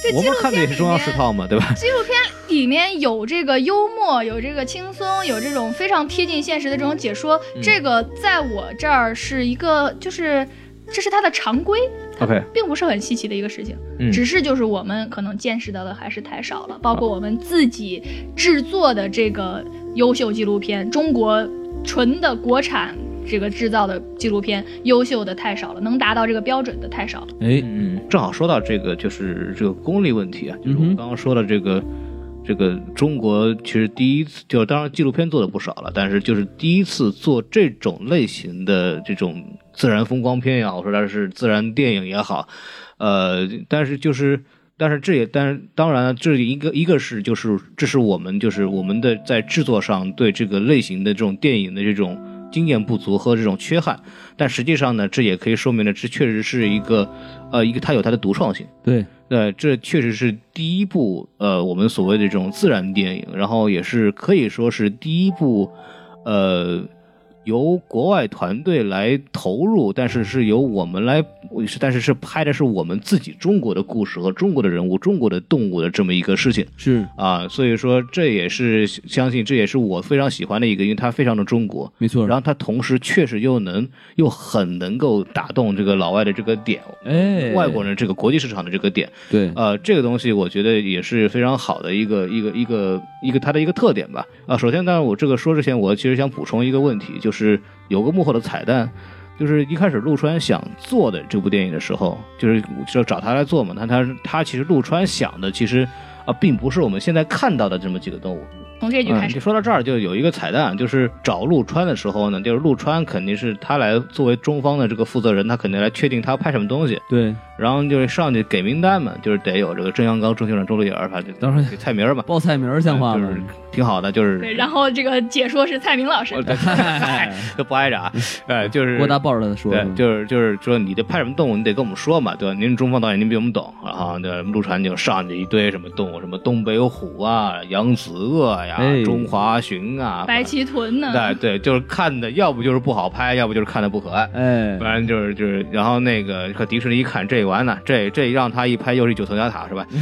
Speaker 2: 这
Speaker 3: 我
Speaker 2: 纪
Speaker 3: 们
Speaker 2: 录
Speaker 3: 看的
Speaker 2: 片
Speaker 3: 也
Speaker 2: 里
Speaker 3: 是中央
Speaker 2: 面
Speaker 3: 十套嘛， 对吧？
Speaker 2: 纪录片里面有这个幽默，有这个轻松，有这种非常贴近现实的这种解说，
Speaker 3: 嗯
Speaker 2: 这个在我这儿是一个就是。这是它的常规
Speaker 3: OK
Speaker 2: 并不是很稀奇的一个事情，
Speaker 3: 嗯
Speaker 2: 只是就是我们可能见识到的还是太少了，包括我们自己制作的这个优秀纪录片，中国纯的国产这个制造的纪录片，优秀的太少了，能达到这个标准的太少了。
Speaker 4: 哎，
Speaker 3: 嗯，正好说到这个，就是这个功利问题啊，就是我
Speaker 4: 嗯哼
Speaker 3: 们刚刚说的这个，这个中国其实第一次，就是当然纪录片做的不少了，但是就是第一次做这种类型的这种自然风光片也好，或者是自然电影也好，呃，但是就是。但是这也，但是当然了，这一个一个是就是这是我们就是我们的在制作上对这个类型的这种电影的这种经验不足和这种缺憾，但实际上呢，这也可以说明了这确实是一个呃一个它有它的独创性。
Speaker 4: 对，
Speaker 3: 呃，这确实是第一部呃我们所谓的这种自然电影，然后也是可以说是第一部呃由国外团队来投入，但是是由我们来，是但是是拍的是我们自己中国的故事和中国的人物、中国的动物的这么一个事情。
Speaker 4: 是
Speaker 3: 啊，所以说这也是相信这也是我非常喜欢的一个，因为它非常的中国，
Speaker 4: 没错
Speaker 3: 然后它同时确实又能又很能够打动这个老外的这个点，
Speaker 4: 哎
Speaker 3: 外国人这个国际市场的这个点，
Speaker 4: 对，
Speaker 3: 呃，这个东西我觉得也是非常好的一个一个一个一个它的一个特点吧。啊、首先，当然我这个说之前，我其实想补充一个问题，就是有个幕后的彩蛋，就是一开始陆川想做的这部电影的时候，就是就找他来做嘛，但他他其实陆川想的其实啊、并不是我们现在看到的这么几个动物，
Speaker 2: 从这句开
Speaker 3: 嗯，
Speaker 2: 始
Speaker 3: 就，说到这儿，就有一个彩蛋，就是找陆川的时候呢，就是陆川肯定是他来作为中方的这个负责人，他肯定来确定他要拍什么东西。
Speaker 4: 对，
Speaker 3: 然后就是上去给名单嘛，就是得有这个郑阳刚、郑秀兰、周丽儿，反正就
Speaker 4: 当然
Speaker 3: 给菜名儿嘛，
Speaker 4: 报菜名儿像话
Speaker 3: 就
Speaker 4: 吗
Speaker 3: 是？挺好的，就是
Speaker 2: 对，然后这个解说是蔡明老师，
Speaker 3: 哦对 嗨都不挨着 啊，哎，就是
Speaker 4: 郭大抱着他说，
Speaker 3: 对，
Speaker 4: 嗯
Speaker 3: 就是就是说你得拍什么动物，你得跟我们说嘛，对吧？您是中方导演，您比我们懂。然后对陆川就上去一堆什么动物，什么东北虎啊、扬子鳄呀、
Speaker 4: 哎
Speaker 3: 中华鲟啊、
Speaker 2: 白啊鳍豚呢？
Speaker 3: 对对，就是看的，要不就是不好拍，要不就是看的不可爱。
Speaker 4: 哎，
Speaker 3: 反正就是就是，然后那个可迪士尼一看这完了，这这让他一拍又是一九层妖塔是 吧？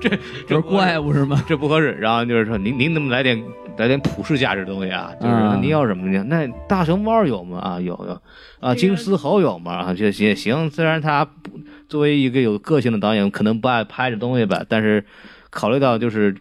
Speaker 3: 这
Speaker 4: 就是怪物是 吗？
Speaker 3: 这不合适。然后就是说您您能不能来点来点普世价值的东西啊？就是、
Speaker 4: 嗯
Speaker 3: 您要什么呢？那大熊猫有吗？啊有有啊，金丝猴有吗？啊这也行。虽然他不作为一个有个性的导演，可能不爱拍这东西吧，但是考虑到就是。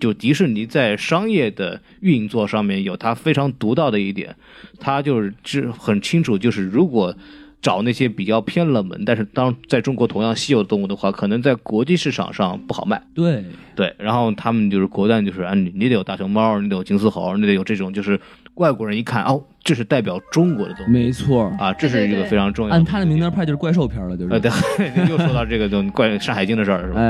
Speaker 3: 就迪士尼在商业的运作上面有它非常独到的一点，它就是知很清楚，就是如果找那些比较偏冷门，但是当在中国同样稀有的动物的话，可能在国际市场上不好卖。
Speaker 4: 对，
Speaker 3: 对，然后他们就是国蛋，就是啊，你你得有大熊猫，你得有金丝猴，你得有这种，就是外国人一看哦，这是代表中国的东西
Speaker 4: 没错，
Speaker 3: 啊，这是一个非常重要的
Speaker 4: 按他的名单派就是怪兽片了，就是
Speaker 3: 呃，，对， 又说到这个就怪《山海经》的事儿了是吧？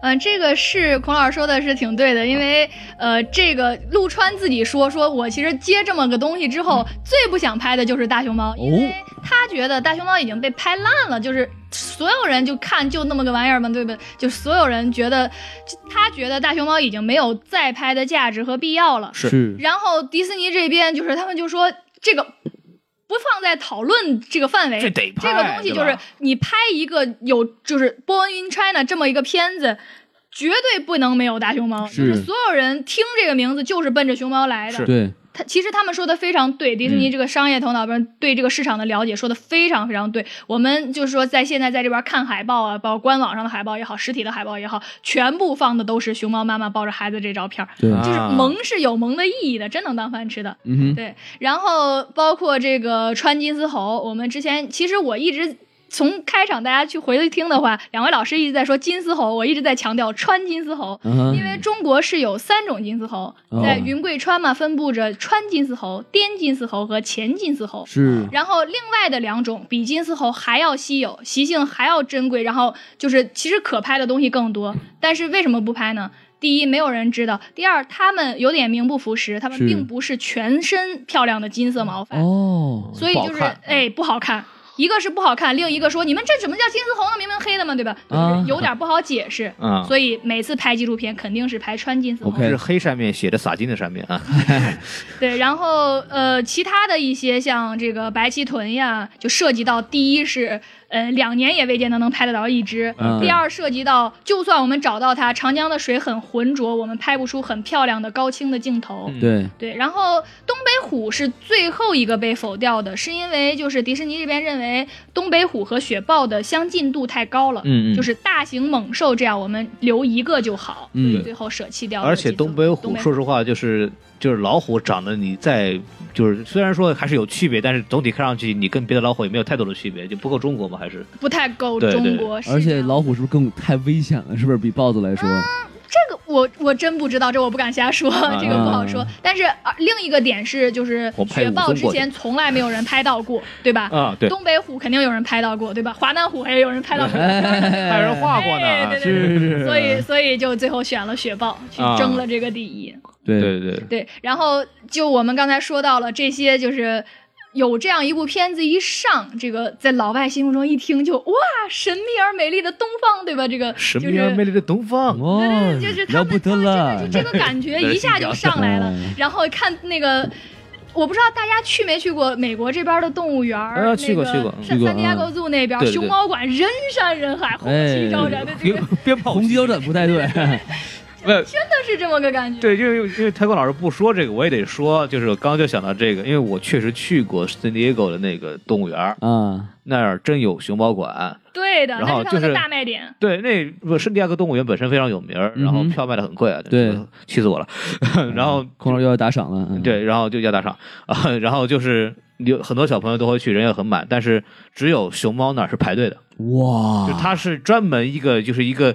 Speaker 4: 哎，
Speaker 2: 嗯、这个是孔老师说的是挺对的，因为呃，这个陆川自己说，说我其实接这么个东西之后，最不想拍的就是大熊猫，因为他觉得大熊猫已经被拍烂了，就是所有人就看就那么个玩意儿嘛，对不对？就所有人觉得，就他觉得大熊猫已经没有再拍的价值和必要了。
Speaker 4: 是
Speaker 2: 然后迪士尼这边就是他们就说这个不放在讨论这个范围，
Speaker 3: 这得拍
Speaker 2: 这个东西就
Speaker 3: 对
Speaker 2: 是
Speaker 3: 吧
Speaker 2: 你拍一个有就是《Born in China》这么一个片子。绝对不能没有大熊猫，就是是所有人听这个名字就是奔着熊猫来的。
Speaker 3: 是
Speaker 4: 对，
Speaker 2: 他其实他们说的非常对，迪士尼
Speaker 3: 嗯
Speaker 2: 这个商业头脑，不是对这个市场的了解说的非常非常对。我们就是说，在现在在这边看海报啊，包括官网上的海报也好，实体的海报也好，全部放的都是熊猫妈妈抱着孩子这照片儿，
Speaker 4: 对
Speaker 7: 啊
Speaker 2: 就是萌是有萌的意义的，真能当饭吃的。
Speaker 4: 嗯哼，
Speaker 2: 对，然后包括这个穿金丝猴，我们之前其实我一直。从开场大家去回去听的话，两位老师一直在说金丝猴，我一直在强调穿金丝猴，
Speaker 4: 嗯哼
Speaker 2: 因为中国是有三种金丝猴，
Speaker 4: 哦
Speaker 2: 在云贵川嘛分布着川金丝猴、滇金丝猴和黔金丝猴。
Speaker 4: 是
Speaker 2: 然后另外的两种比金丝猴还要稀有，习性还要珍贵，然后就是其实可拍的东西更多，
Speaker 4: 嗯
Speaker 2: 但是为什么不拍呢？第一，没有人知道；第二，他们有点名不符实，他们
Speaker 4: 是
Speaker 2: 并不是全身漂亮的金色毛发，
Speaker 4: 哦，
Speaker 2: 所以就是
Speaker 4: 不好看
Speaker 2: 哎不好看。一个是不好看，另一个说你们这怎么叫金丝猴呢？明明黑的嘛，对吧？就是
Speaker 4: 啊
Speaker 2: 有点不好解释。
Speaker 3: 啊
Speaker 2: 所以每次拍纪录片肯定是拍穿金丝猴。
Speaker 4: OK
Speaker 3: 这是黑扇面写的洒金的扇面啊，
Speaker 2: 对，然后呃，其他的一些像这个白鳍豚呀，就涉及到第一是呃两年也未见得能拍得到一只，
Speaker 4: 嗯
Speaker 2: 第二涉及到就算我们找到它，长江的水很浑浊，我们拍不出很漂亮的高清的镜头。
Speaker 3: 嗯
Speaker 4: 对，
Speaker 2: 对，然后东北虎是最后一个被否掉的，是因为就是迪士尼这边认为东北虎和雪豹的相近度太高了，
Speaker 3: 嗯嗯
Speaker 2: 就是大型猛兽这样，我们留一个就好，
Speaker 4: 嗯
Speaker 2: 所以最后舍弃掉了
Speaker 3: 而
Speaker 2: 几
Speaker 3: 且
Speaker 2: 个
Speaker 3: 东北虎，说实话，就是就是老虎长得你在就是虽然说还是有区别，但是总体看上去你跟别的老虎也没有太多的区别，就不够中国嘛，还是
Speaker 2: 不太够
Speaker 3: 对
Speaker 2: 中
Speaker 3: 对
Speaker 2: 国，是
Speaker 4: 而
Speaker 2: 这
Speaker 4: 且
Speaker 2: 样
Speaker 4: 老虎是不啊是更太危险了？是不是比豹子来说？
Speaker 2: 这个我我真不知道，这我不敢瞎说，这个不好说。但是、啊、另一个点是，就是
Speaker 3: 啊我拍
Speaker 2: 雪豹
Speaker 3: 武松
Speaker 2: 之
Speaker 3: 过去
Speaker 2: 前从来没有人拍到 过，对吧？
Speaker 3: 啊，对，
Speaker 2: 东北虎肯定有人拍到过，对吧？华南虎也有人拍到 过，
Speaker 4: 哎
Speaker 7: 还有人画过呢
Speaker 2: 哎
Speaker 7: 啊
Speaker 2: 对，对对
Speaker 4: 是是是，
Speaker 2: 所以所以就最后选了雪豹去
Speaker 3: 啊
Speaker 2: 争了这个第一。
Speaker 4: 对
Speaker 3: 对对对，
Speaker 2: 对，然后就我们刚才说到了这些，就是有这样一部片子一上，这个在老外心目中一听就哇，神秘而美丽的东方，对吧？这个
Speaker 3: 神
Speaker 2: 就
Speaker 3: 秘
Speaker 2: 是
Speaker 3: 而美丽的东方，
Speaker 4: 哦
Speaker 2: 对，对，就是他
Speaker 4: 了
Speaker 2: 们
Speaker 4: 不得
Speaker 2: 他
Speaker 4: 了
Speaker 2: 们真的是这个感觉一下就上来了
Speaker 4: 嗯。
Speaker 2: 然后看那个，我不知道大家去没去过美国这边的动物园儿，
Speaker 3: 啊去过
Speaker 2: 那
Speaker 3: 去
Speaker 2: 个
Speaker 3: 过嗯
Speaker 2: 上
Speaker 4: 去过
Speaker 2: 三迪亚哥zoo那边
Speaker 3: 对对对
Speaker 2: 熊猫馆人山人海，红旗招展的，这个
Speaker 3: 鞭炮
Speaker 4: 红旗有点不太对，
Speaker 3: 没有
Speaker 2: 真的是这么个感觉。
Speaker 3: 对，因为因为因为泰国老师不说这个，我也得说，就是我刚刚就想到这个，因为我确实去过 San Diego 的那个动物园儿，
Speaker 4: 啊，
Speaker 3: 那儿真有熊猫馆。
Speaker 2: 对的，
Speaker 3: 然
Speaker 2: 那
Speaker 3: 后
Speaker 2: 是他们的
Speaker 3: 就是
Speaker 2: 大卖点。
Speaker 3: 对，那不圣地亚哥动物园本身非常有名儿，然后
Speaker 4: 嗯哼
Speaker 3: 票卖的很贵啊，
Speaker 4: 对，
Speaker 3: 气死我了。
Speaker 2: 嗯
Speaker 3: 然后
Speaker 4: 空中又要打赏了，嗯，
Speaker 3: 对，然后就要打赏啊， 然后就是有很多小朋友都会去，人也很满，但是只有熊猫那儿是排队的，
Speaker 4: 哇
Speaker 3: 就，
Speaker 4: 啊
Speaker 3: 它是专门一个就是一个。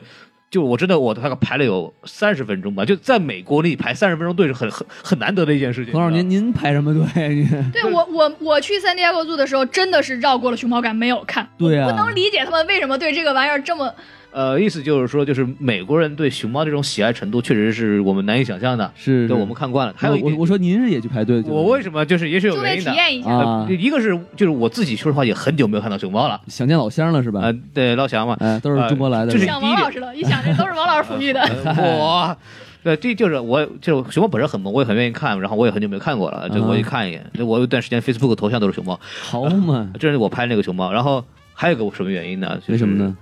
Speaker 3: 就我真的我大概排了有三十分钟吧，就在美国你排三十分钟队是很很很难得的一件事情。
Speaker 4: 孔老师您您排什 么队？ 您
Speaker 2: 对我我我去三迪亚哥 zoo 的时候，真的是绕过了熊猫馆没有看，
Speaker 4: 对啊
Speaker 2: 不能理解他们为什么对这个玩意儿这么
Speaker 3: 呃，意思就是说，就是美国人对熊猫这种喜爱程度，确实是我们难以想象的。
Speaker 4: 是，
Speaker 3: 对，
Speaker 4: 是
Speaker 3: 我们看惯了。还有
Speaker 4: 我
Speaker 3: 一
Speaker 4: 我
Speaker 3: 点，
Speaker 4: 我说您是也去排队，
Speaker 3: 我为什么就是也是
Speaker 2: 就
Speaker 3: 有原
Speaker 2: 为
Speaker 3: 因
Speaker 2: 体
Speaker 3: 的。
Speaker 2: 验一下。
Speaker 4: 啊
Speaker 3: 呃，一个是就是我自己说实话也很久没有看到熊猫了
Speaker 4: 么想见老乡了是
Speaker 3: 啊、呃
Speaker 4: 吧？
Speaker 3: 对，老翔嘛，
Speaker 4: 哎，都是中国来的，
Speaker 3: 呃这是
Speaker 2: 想王老师了，一想这都是王老师抚育的。
Speaker 3: 呃我。 对，这就是我，就是熊猫本身很萌，我也很愿意看，然后我也很久没看过了，就
Speaker 4: 啊
Speaker 3: 我去看一眼。就我有段时间 Facebook 头像都是熊猫，
Speaker 4: 好嘛？
Speaker 3: 这是我拍那个熊猫。然后还有个什么原因呢？就是
Speaker 4: 为什么呢？？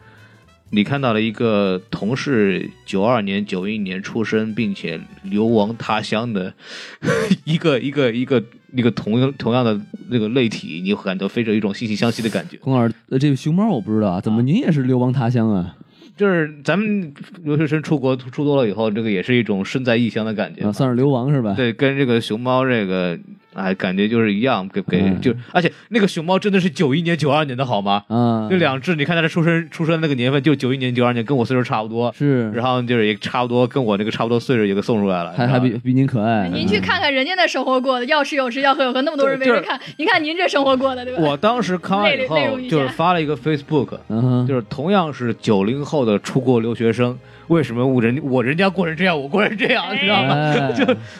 Speaker 3: 你看到了一个同是九二年、九一年出生，并且流亡他乡的 一个一个一个一个同样同样的那个类体，你会感到非常有一种惺惺相惜的感觉。
Speaker 4: 孔老师，呃这个熊猫我不知道啊，怎么您也是流亡他乡啊？
Speaker 3: 就是咱们留学生出国出多了以后，这个也是一种身在异乡的感觉
Speaker 4: 啊，。算是流亡是吧？
Speaker 3: 对，跟这个熊猫这个哎，感觉就是一样，给给
Speaker 4: 嗯
Speaker 3: 就，而且那个熊猫真的是九一年、九二年的好吗？
Speaker 4: 啊，
Speaker 3: 这两只，你看它的出生出生那个年份就九一年、九二年，跟我岁数差不多。
Speaker 4: 是，
Speaker 3: 然后就是也差不多跟我那个差不多岁数也给送出来了，
Speaker 4: 还还比比您可爱。
Speaker 3: 嗯
Speaker 2: 您去看看人家那生活过的，要吃有吃，要喝有喝，那么多人围着看，您看您这生活过的，对吧？
Speaker 3: 我当时看完以
Speaker 2: 内内
Speaker 3: 后
Speaker 2: 容一，下
Speaker 3: 就是发了一个 Facebook，
Speaker 4: 嗯哼，
Speaker 3: 就是同样是九零后的出国留学生，为什么我人我人家过成这样，我过成这样，
Speaker 2: 哎
Speaker 3: 你知道吗？
Speaker 4: 哎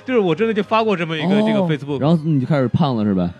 Speaker 3: 就是我真的就发过这么一个这个
Speaker 4: 哦
Speaker 3: Facebook，
Speaker 4: 然后你就开始胖了是吧？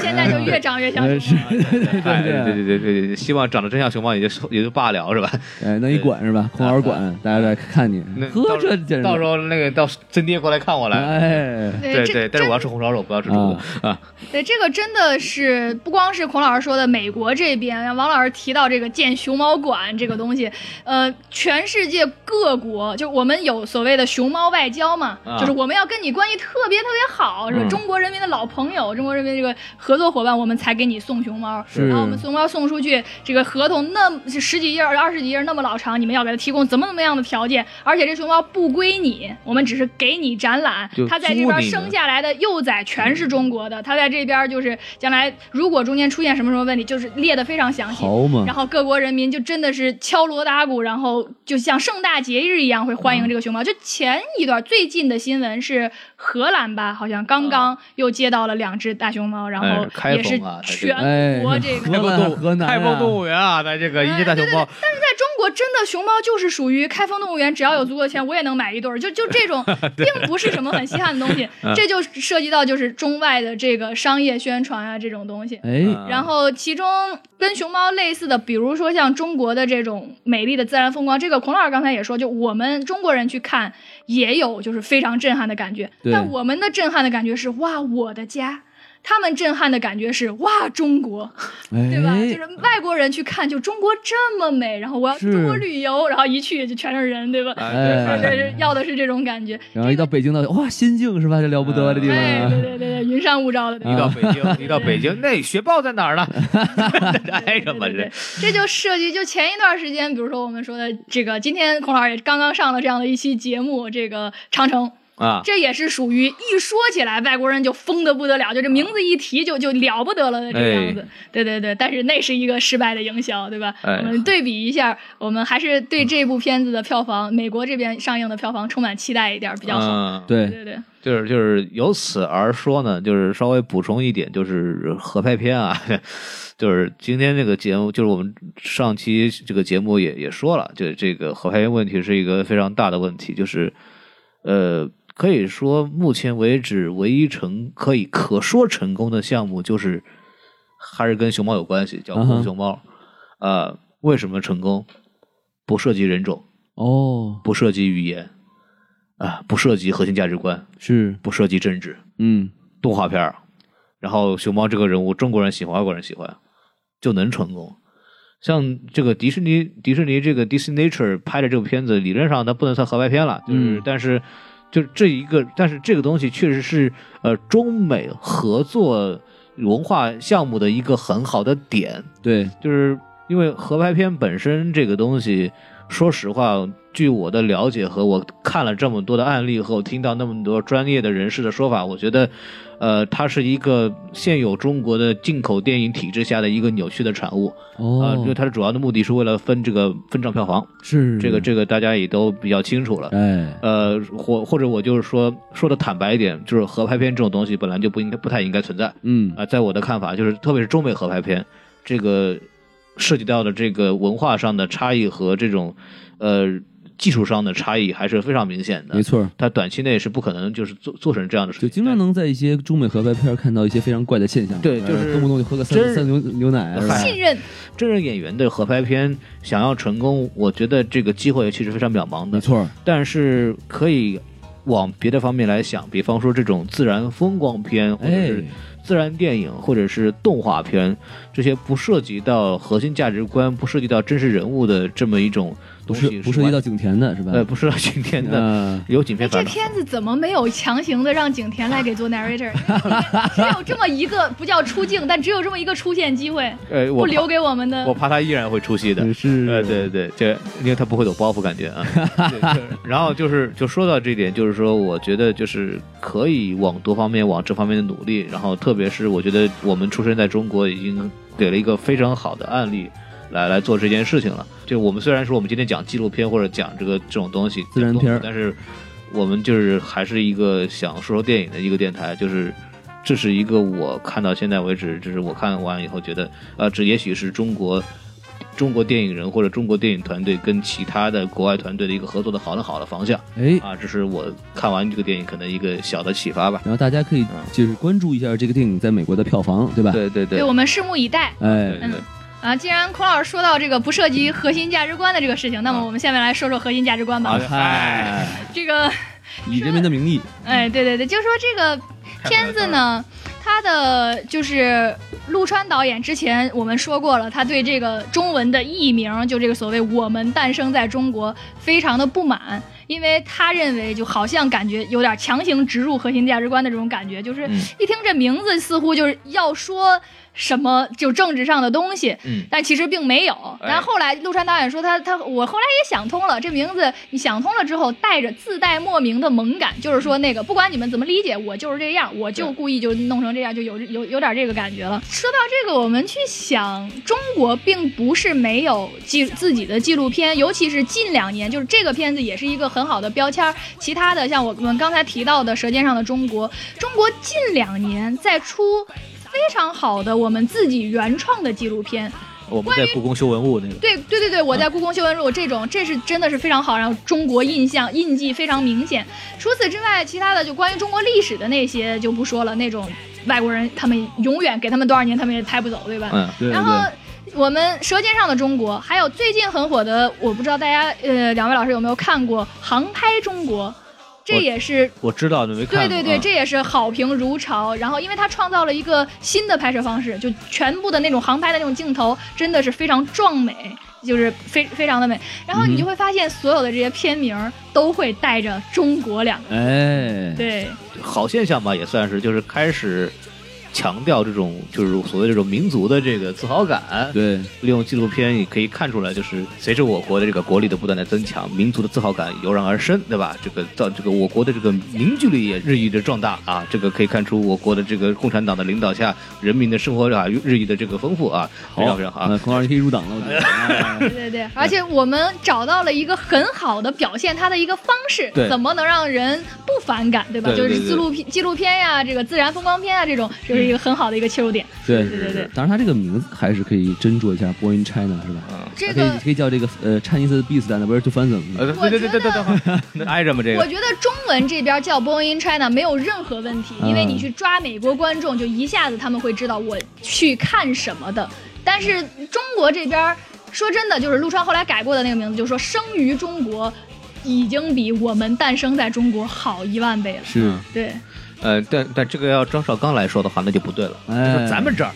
Speaker 2: 现在就越长越像
Speaker 3: 嗯
Speaker 4: 呃是
Speaker 2: 熊猫。
Speaker 4: 对对
Speaker 3: 哎
Speaker 4: 对
Speaker 3: 对对对对，希望长得真像熊猫也就也就罢了，是吧？
Speaker 4: 哎，那一管是吧？空耳管，大家在看你
Speaker 3: 啊那，
Speaker 4: 呵，
Speaker 3: 到时
Speaker 4: 这
Speaker 3: 候
Speaker 4: 简直
Speaker 3: 到时候那个到真爹过来看我来。
Speaker 4: 哎，
Speaker 3: 对
Speaker 2: 这
Speaker 3: 对，但是我要吃红烧肉，不要吃猪啊！
Speaker 2: 对，这个真的是不光是孔老师说的美国这边，王老师提到这个建熊猫馆这个东西，呃，全世界各国就我们有所谓的熊猫外交嘛，
Speaker 3: 啊
Speaker 2: 就是我们要跟你关系特别特别好，是吧
Speaker 3: 嗯
Speaker 2: 中国人民的老朋友，中国人民这个合作伙伴，我们才给你送熊猫。
Speaker 4: 是
Speaker 2: 然后我们熊猫送出去，这个合同那么是十几页、二十几页那么老长，你们要给它提供怎么怎么样的条件，而且这熊猫不归你，我们只是给你展览
Speaker 3: 就，
Speaker 2: 它在这
Speaker 3: 租
Speaker 2: 边
Speaker 3: 你
Speaker 2: 生
Speaker 3: 的
Speaker 2: 下。下来的幼崽全是中国的，他在这边就是将来如果中间出现什么什么问题，就是列得非常详细。
Speaker 4: 好嘛
Speaker 2: 然，后各国人民就真的是敲锣打鼓，然后就像盛大节日一样会欢迎这个
Speaker 3: 嗯
Speaker 2: 熊猫。就前一段最近的新闻是荷兰吧，好像刚刚又接到了两只大熊猫，然后
Speaker 3: 哎开
Speaker 2: 也是
Speaker 3: 封啊在这
Speaker 2: 全
Speaker 3: 个
Speaker 4: 哎，
Speaker 2: 国这个。
Speaker 4: 河南河南啊
Speaker 3: 开封动物园啊，在
Speaker 2: 哎
Speaker 3: 这个一级大熊猫，
Speaker 2: 但是在中国，真的熊猫就是属于开封动物园，只要有足够的钱，我也能买一对儿。就就这种，并不是什么很稀罕的东西，这就涉及到就是中外的这个商业宣传啊这种东西。
Speaker 4: 哎，
Speaker 2: 然后其中跟熊猫类似的，比如说像中国的这种美丽的自然风光，这个孔老师刚才也说，就我们中国人去看也有就是非常震撼的感觉，
Speaker 4: 对
Speaker 2: 但我们的震撼的感觉是哇我的家。他们震撼的感觉是哇，中国，对吧？
Speaker 4: 哎
Speaker 2: 就是外国人去看，就中国这么美，然后我要
Speaker 4: 是
Speaker 2: 中国旅游，然后一去就全是人，对吧？
Speaker 3: 哎
Speaker 4: 哎
Speaker 2: 对对，要的是这种感觉。
Speaker 4: 然后一到北京到哇，仙境是吧？这了不
Speaker 3: 嗯
Speaker 4: 得这地方
Speaker 2: 哎，对
Speaker 4: 啊，
Speaker 2: 对对对，云山雾罩的。对
Speaker 3: 一到北京，一到北 京，那雪豹在哪儿呢？ 挨着吧，
Speaker 2: 对对
Speaker 3: 这
Speaker 2: 对，这就涉及就前一段时间，比如说我们说的这个，今天孔老师也刚刚上了这样的一期节目，这个长城，
Speaker 3: 啊，
Speaker 2: 这也是属于一说起来外国人就疯的不得了，就这名字一提就就了不得了的这个样子。对对对，但是那是一个失败的营销，对吧？
Speaker 3: 哎
Speaker 2: 我们对比一下，我们还是对这部片子的票房，美国这边上映的票房充满期待一点比较好。
Speaker 3: 嗯，
Speaker 2: 对
Speaker 4: 对，
Speaker 2: 对对，
Speaker 3: 就是就是由此而说呢，就是稍微补充一点，就是合拍片啊， 就是今天这个节目，就是我们上期这个节目也也说了，就是这个合拍片问题是一个非常大的问题，就是呃，可以说目前为止唯一成可以可说成功的项目，就是还是跟熊猫有关系，叫
Speaker 4: 嗯哼
Speaker 3: 红熊猫。呃，为什么成功？不涉及人种，
Speaker 4: 哦，
Speaker 3: 不涉及语言，啊、不涉及核心价值观，
Speaker 4: 是，
Speaker 3: 不涉及政治。
Speaker 4: 嗯，
Speaker 3: 动画片儿，然后熊猫这个人物，中国人喜欢，外国人喜欢，就能成功。像这个迪士尼，迪士尼这个 Disney Nature 拍的这个片子，理论上它不能算合拍片了，就是、
Speaker 4: 嗯
Speaker 3: 但是就这一个，但是这个东西确实是呃中美合作文化项目的一个很好的点，
Speaker 4: 对，
Speaker 3: 就是因为合拍片本身这个东西，说实话，据我的了解和我看了这么多的案例和我听到那么多专业的人士的说法，我觉得，呃，它是一个现有中国的进口电影体制下的一个扭曲的产物啊、呃
Speaker 4: 哦
Speaker 3: 因为，它的主要的目的是为了分这个分账票房，
Speaker 4: 是
Speaker 3: 这个这
Speaker 4: 个，
Speaker 3: 个大家也都比较清楚了。
Speaker 4: 哎，
Speaker 3: 呃，或或者我就是说说的坦白一点，就是合拍片这种东西本来就不应该不太应该存在。
Speaker 4: 嗯
Speaker 3: 啊、，在我的看法，就是特别是中美合拍片，这个涉及到的这个文化上的差异和这种呃技术上的差异还是非常明显
Speaker 4: 没
Speaker 3: 的。
Speaker 4: 错。
Speaker 3: 它短期内是不可能就是做做成这样的事
Speaker 4: 就
Speaker 3: 情，
Speaker 4: 经常能在一些中美合拍片儿看到一些非常怪的现象，
Speaker 3: 哎对就是
Speaker 4: 呃动不动就喝个
Speaker 3: 真是
Speaker 4: 三三牛牛奶，是吧
Speaker 3: 嗨
Speaker 2: 信任
Speaker 3: 但真人演员的合拍片想要成功，我觉得这个机会其实非常渺茫
Speaker 4: 没
Speaker 3: 的。
Speaker 4: 错，
Speaker 3: 但是可以往别的方面来想，比方说这种自然风光片，或者
Speaker 4: 哎，
Speaker 3: 是自然电影或者是动画片，这些不涉及到核心价值观、不涉及到真实人物的这么一种
Speaker 4: 不
Speaker 3: 东西
Speaker 4: 是不涉及到景甜的是吧？
Speaker 3: 呃，不是景甜 的，
Speaker 4: 啊，
Speaker 3: 有景
Speaker 2: 哎，
Speaker 3: 片
Speaker 2: 这
Speaker 3: 烦恼。
Speaker 2: 片子怎么没有强行的让景甜来给做 narrator？只有这么一个不叫出镜，但只有这么一个出现机会，
Speaker 3: 呃，
Speaker 2: 不
Speaker 3: 我
Speaker 2: 留
Speaker 3: 怕
Speaker 2: 给我们的
Speaker 3: 我。怕他依然会出戏的。
Speaker 4: 是，
Speaker 3: 呃，对对对，这因为他不会有包袱感觉啊。对就是然后就是就说到这一点，就是说我觉得就是可以往多方面往这方面的努力，然后特别是我觉得我们出生在中国，已经给了一个非常好的案例。来来做这件事情了。就我们虽然说我们今天讲纪录片或者讲这个这种东西
Speaker 4: 自然片儿
Speaker 3: 但是我们就是还是一个想说说电影的一个电台，就是。这是一个我看到现在为止，就是我看完以后觉得，呃，这也许是中国中国电影人或者中国电影团队跟其他的国外团队的一个合作的好的好的方向
Speaker 4: 哎，
Speaker 3: 啊，这是我看完这个电影可能一个小的启发吧。
Speaker 4: 然后大家可以
Speaker 3: 嗯
Speaker 4: 就是关注一下这个电影在美国的票房，对吧？，
Speaker 3: 对对对
Speaker 2: 对，我们拭目以待。
Speaker 3: 对
Speaker 4: 哎，
Speaker 3: 对对，
Speaker 2: 啊，既然孔老师说到这个不涉及核心价值观的这个事情，那么我们下面来说说核心价值观吧。
Speaker 3: 嗯好的
Speaker 4: 嗨，
Speaker 2: 这个，
Speaker 4: 以人民的名义，
Speaker 2: 哎，对对对，就说这个片子呢，它的就是陆川导演之前我们说过了，他对这个中文的译名，就这个所谓“我们诞生在中国”，非常的不满，因为他认为就好像感觉有点强行植入核心价值观的这种感觉，就是
Speaker 3: 嗯
Speaker 2: 一听这名字似乎就是要说什么就政治上的东西，
Speaker 3: 嗯
Speaker 2: 但其实并没有。
Speaker 3: 哎
Speaker 2: 然后后来陆川导演说他他我后来也想通了，这名字你想通了之后，带着自带莫名的萌感，就是说那个不管你们怎么理解，我就是这样，我就故意就弄成这样，就有有有点这个感觉了。说到这个，我们去想，中国并不是没有纪自己的纪录片，尤其是近两年，就是这个片子也是一个很好的标签儿。其他的像我们刚才提到的《舌尖上的中国》，中国近两年在出。非常好的，我们自己原创的纪录片，
Speaker 3: 我们在故宫修文物那个，
Speaker 2: 对对对对，我在故宫修文录这种，这是真的是非常好，然后中国印象印记非常明显。除此之外，其他的就关于中国历史的那些就不说了，那种外国人他们永远给他们多少年，他们也拍不走，对吧？
Speaker 3: 嗯，
Speaker 4: 对对
Speaker 2: 然后。我们《舌尖上的中国》，还有最近很火的，我不知道大家呃，两位老师有没有看过《航拍中国》，这
Speaker 3: 我
Speaker 2: 也是
Speaker 3: 我知道你没看过，
Speaker 2: 对对对，
Speaker 3: 嗯
Speaker 2: 这也是好评如潮。然后，因为他创造了一个新的拍摄方式，就全部的那种航拍的那种镜头，真的是非常壮美，就是非非常的美。然后你
Speaker 3: 嗯
Speaker 2: 就会发现，所有的这些片名儿都会带着“中国”两个字。
Speaker 4: 哎，
Speaker 2: 对，
Speaker 3: 好现象吧，也算是就是开始强调这种就是所谓这种民族的这个自豪感。
Speaker 4: 对，
Speaker 3: 利用纪录片也可以看出来，就是随着我国的这个国力的不断的增强，民族的自豪感油然而生，对吧？这个到这个我国的这个凝聚力也日益的壮大啊，这个可以看出我国的这个共产党的领导下，人民的生活啊日益的这个丰富啊，非常非常好啊。
Speaker 4: 那孔老师可以入党了，我觉得。哎
Speaker 2: 对对对，而且我们找到了一个很好的表现它的一个方式
Speaker 3: 对，
Speaker 2: 怎么能让人不反感，对吧？
Speaker 3: 对对
Speaker 2: 就是
Speaker 3: 对
Speaker 2: 纪录片、纪录片呀，这个自然风光片啊，这种就是一个很好的一个切入点。
Speaker 3: 嗯
Speaker 4: 对
Speaker 2: 对对对，
Speaker 4: 当然他这个名字还是可以斟酌一下，Born in China 是吧？
Speaker 2: 这
Speaker 4: 可
Speaker 2: 个
Speaker 4: 以可以叫这个呃 Chinese Beast and Where to Find Them。
Speaker 3: 呃，对对对对对对对，挨着吗？这
Speaker 2: 我
Speaker 3: 个
Speaker 2: 觉得中文这边叫 Born in China 没有任何问题，
Speaker 4: 嗯
Speaker 2: 因为你去抓美国观众，就一下子他们会知道我去看什么的。但是中国这边说真的，就是陆川后来改过的那个名字，就是说生于中国，已经比我们诞生在中国好一万倍了。
Speaker 4: 是，
Speaker 3: 嗯
Speaker 2: 对，
Speaker 3: 呃，但但这个要张绍刚来说的话，那就不对了，
Speaker 4: 哎
Speaker 3: 就说咱们 这儿。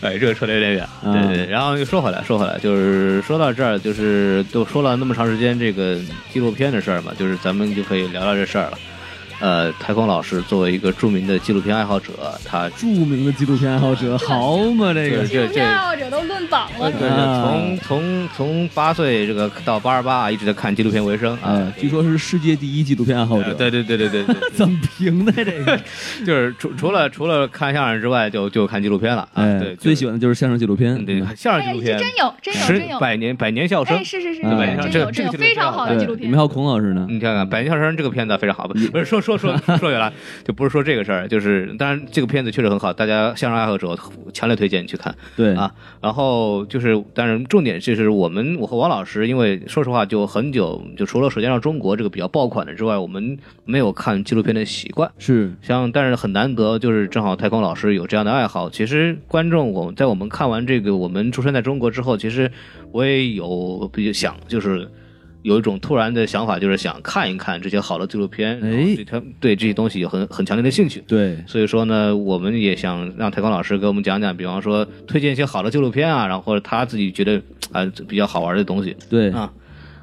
Speaker 3: 哎，这个扯得有点远，
Speaker 4: 嗯
Speaker 3: 对对对。然后又说回来，说回来，就是说到这儿，就是都说了那么长时间这个纪录片的事儿嘛，就是咱们就可以聊聊这事儿了。呃，台风老师作为一个著名的纪录片爱好者，他
Speaker 4: 著名的纪录片爱好者，好嘛这个
Speaker 3: 对。
Speaker 2: 纪录
Speaker 3: 这
Speaker 2: 片爱好者都论榜了
Speaker 3: 对。对，从从从八岁这个到八十八，一直在看纪录片为生啊
Speaker 4: 哎，。据说是世界第一纪录片爱好者。
Speaker 3: 呃，对对啊对对对对，对
Speaker 4: 怎么评的这 个？
Speaker 3: 就是除除了除了看相声之外，就就看纪录片了啊。
Speaker 4: 哎
Speaker 3: 对，，
Speaker 4: 最
Speaker 3: 就
Speaker 4: 喜欢的就是相声纪录片。
Speaker 3: 嗯对
Speaker 4: 嗯
Speaker 3: 相声纪
Speaker 2: 哎，
Speaker 3: 录
Speaker 2: 这
Speaker 3: 片，
Speaker 2: 真有，真有，
Speaker 3: 十
Speaker 2: 真有。
Speaker 3: 百年百年笑声
Speaker 2: 哎，，是是是，
Speaker 4: 嗯
Speaker 2: 对真
Speaker 3: 这
Speaker 2: 有
Speaker 3: 个
Speaker 2: 真有
Speaker 3: 这个
Speaker 2: 非常好啊的纪录
Speaker 4: 对，里
Speaker 2: 片
Speaker 4: 面还。有孔老师呢。
Speaker 3: 你看看《百年笑声》这个片子非常好，不不是说说 说说远了，就不是说这个事儿，就是当然这个片子确实很好，大家相声爱好者强烈推荐你去看。
Speaker 4: 对
Speaker 3: 啊然后就是，当然重点就是我们我和王老师，因为说实话就很久，就除了《舌尖上中国》这个比较爆款的之外，我们没有看纪录片的习惯。
Speaker 4: 是
Speaker 3: 像，但是很难得，就是正好太空老师有这样的爱好。其实观众，我在我们看完这个《我们出生在中国》之后，其实我也有比较想，就是有一种突然的想法，就是想看一看这些好的纪录片，
Speaker 4: 哎
Speaker 3: 然后对他对这些东西有很很强烈的兴趣。
Speaker 4: 对，
Speaker 3: 所以说呢，我们也想让太空老师给我们讲讲，比方说推荐一些好的纪录片啊，然后或者他自己觉得啊、比较好玩的东西
Speaker 4: 对，
Speaker 3: 啊。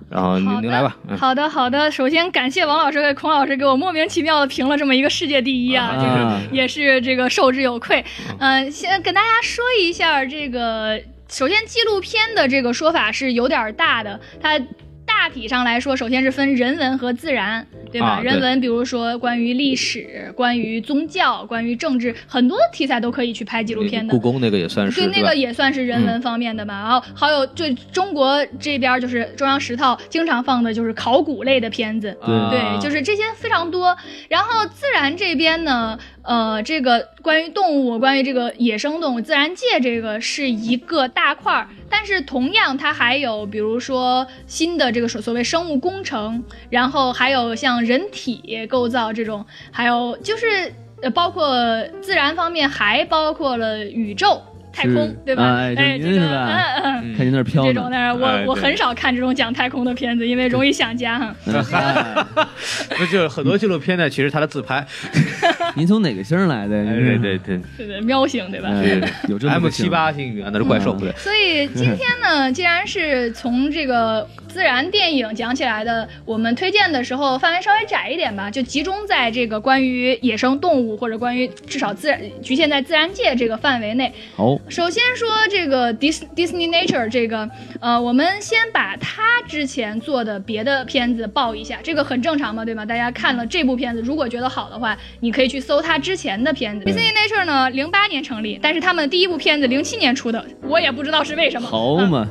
Speaker 3: 然后您
Speaker 2: 好
Speaker 3: 您
Speaker 2: 的，
Speaker 3: 来吧，嗯，
Speaker 2: 好的，好的。首先感谢王老师和孔老师给我莫名其妙的评了这么一个世界第一啊，
Speaker 3: 啊
Speaker 2: 这个
Speaker 4: 啊，
Speaker 2: 也是这个受之有愧。嗯、先跟大家说一下这个，首先纪录片的这个说法是有点儿大的，它。大体上来说，首先是分人文和自然，对吧？
Speaker 3: 啊对
Speaker 2: 人文，比如说关于历史、关于宗教、关于政治，很多题材都可以去拍纪录片的。
Speaker 3: 故宫那个也算是
Speaker 2: 对，
Speaker 3: 呃对
Speaker 2: 那
Speaker 3: 吧嗯
Speaker 2: 个？也算是人文方面的吧。然后还有对中国这边儿就是中央十套经常放的就是考古类的片子，
Speaker 3: 啊
Speaker 4: 对
Speaker 2: 对，就是这些非常多。然后自然这边呢，呃，这个关于动物、关于这个野生动物、自然界这个是一个大块儿，但是同样它还有比如说新的这个所所谓生物工程，然后还有像人体构造这种，还有就是呃包括自然方面，还包括了宇宙、太空
Speaker 4: 是，
Speaker 2: 对吧？
Speaker 4: 哎
Speaker 2: 哎，
Speaker 4: 这您
Speaker 2: 这
Speaker 4: 是
Speaker 2: 个
Speaker 4: 吧
Speaker 2: 嗯嗯嗯
Speaker 4: 看您那儿飘
Speaker 2: 这种，
Speaker 4: 呢，
Speaker 2: 但是我、
Speaker 7: 哎
Speaker 2: 我
Speaker 7: 对
Speaker 2: 很少看这种讲太空的片子，因为容易想家哈。
Speaker 7: 那就是很多纪录片呢，其实他的自拍，
Speaker 4: 您从哪个星儿来的？
Speaker 3: 哎
Speaker 7: 对对对，
Speaker 2: 对对，喵星对吧？
Speaker 4: 哎，有这么
Speaker 7: M
Speaker 4: 个
Speaker 7: 七
Speaker 4: 星
Speaker 7: 八星啊，那是怪兽，
Speaker 4: 嗯
Speaker 7: 不对，
Speaker 2: 所以今天呢，既然是从这个自然电影讲起来的，我们推荐的时候范围稍微窄一点吧，就集中在这个关于野生动物或者关于至少自然局限在自然界这个范围内。
Speaker 4: 好，
Speaker 2: 首先说这个 Dis Disney Nature 这个，呃，我们先把他之前做的别的片子报一下，这个很正常嘛，对吗？大家看了这部片子，如果觉得好的话，你可以去搜他之前的片子。Disney Nature 呢，零八年成立，但是他们第一部片子零七年出的，我也不知道是为什么。嗯
Speaker 4: 好嘛，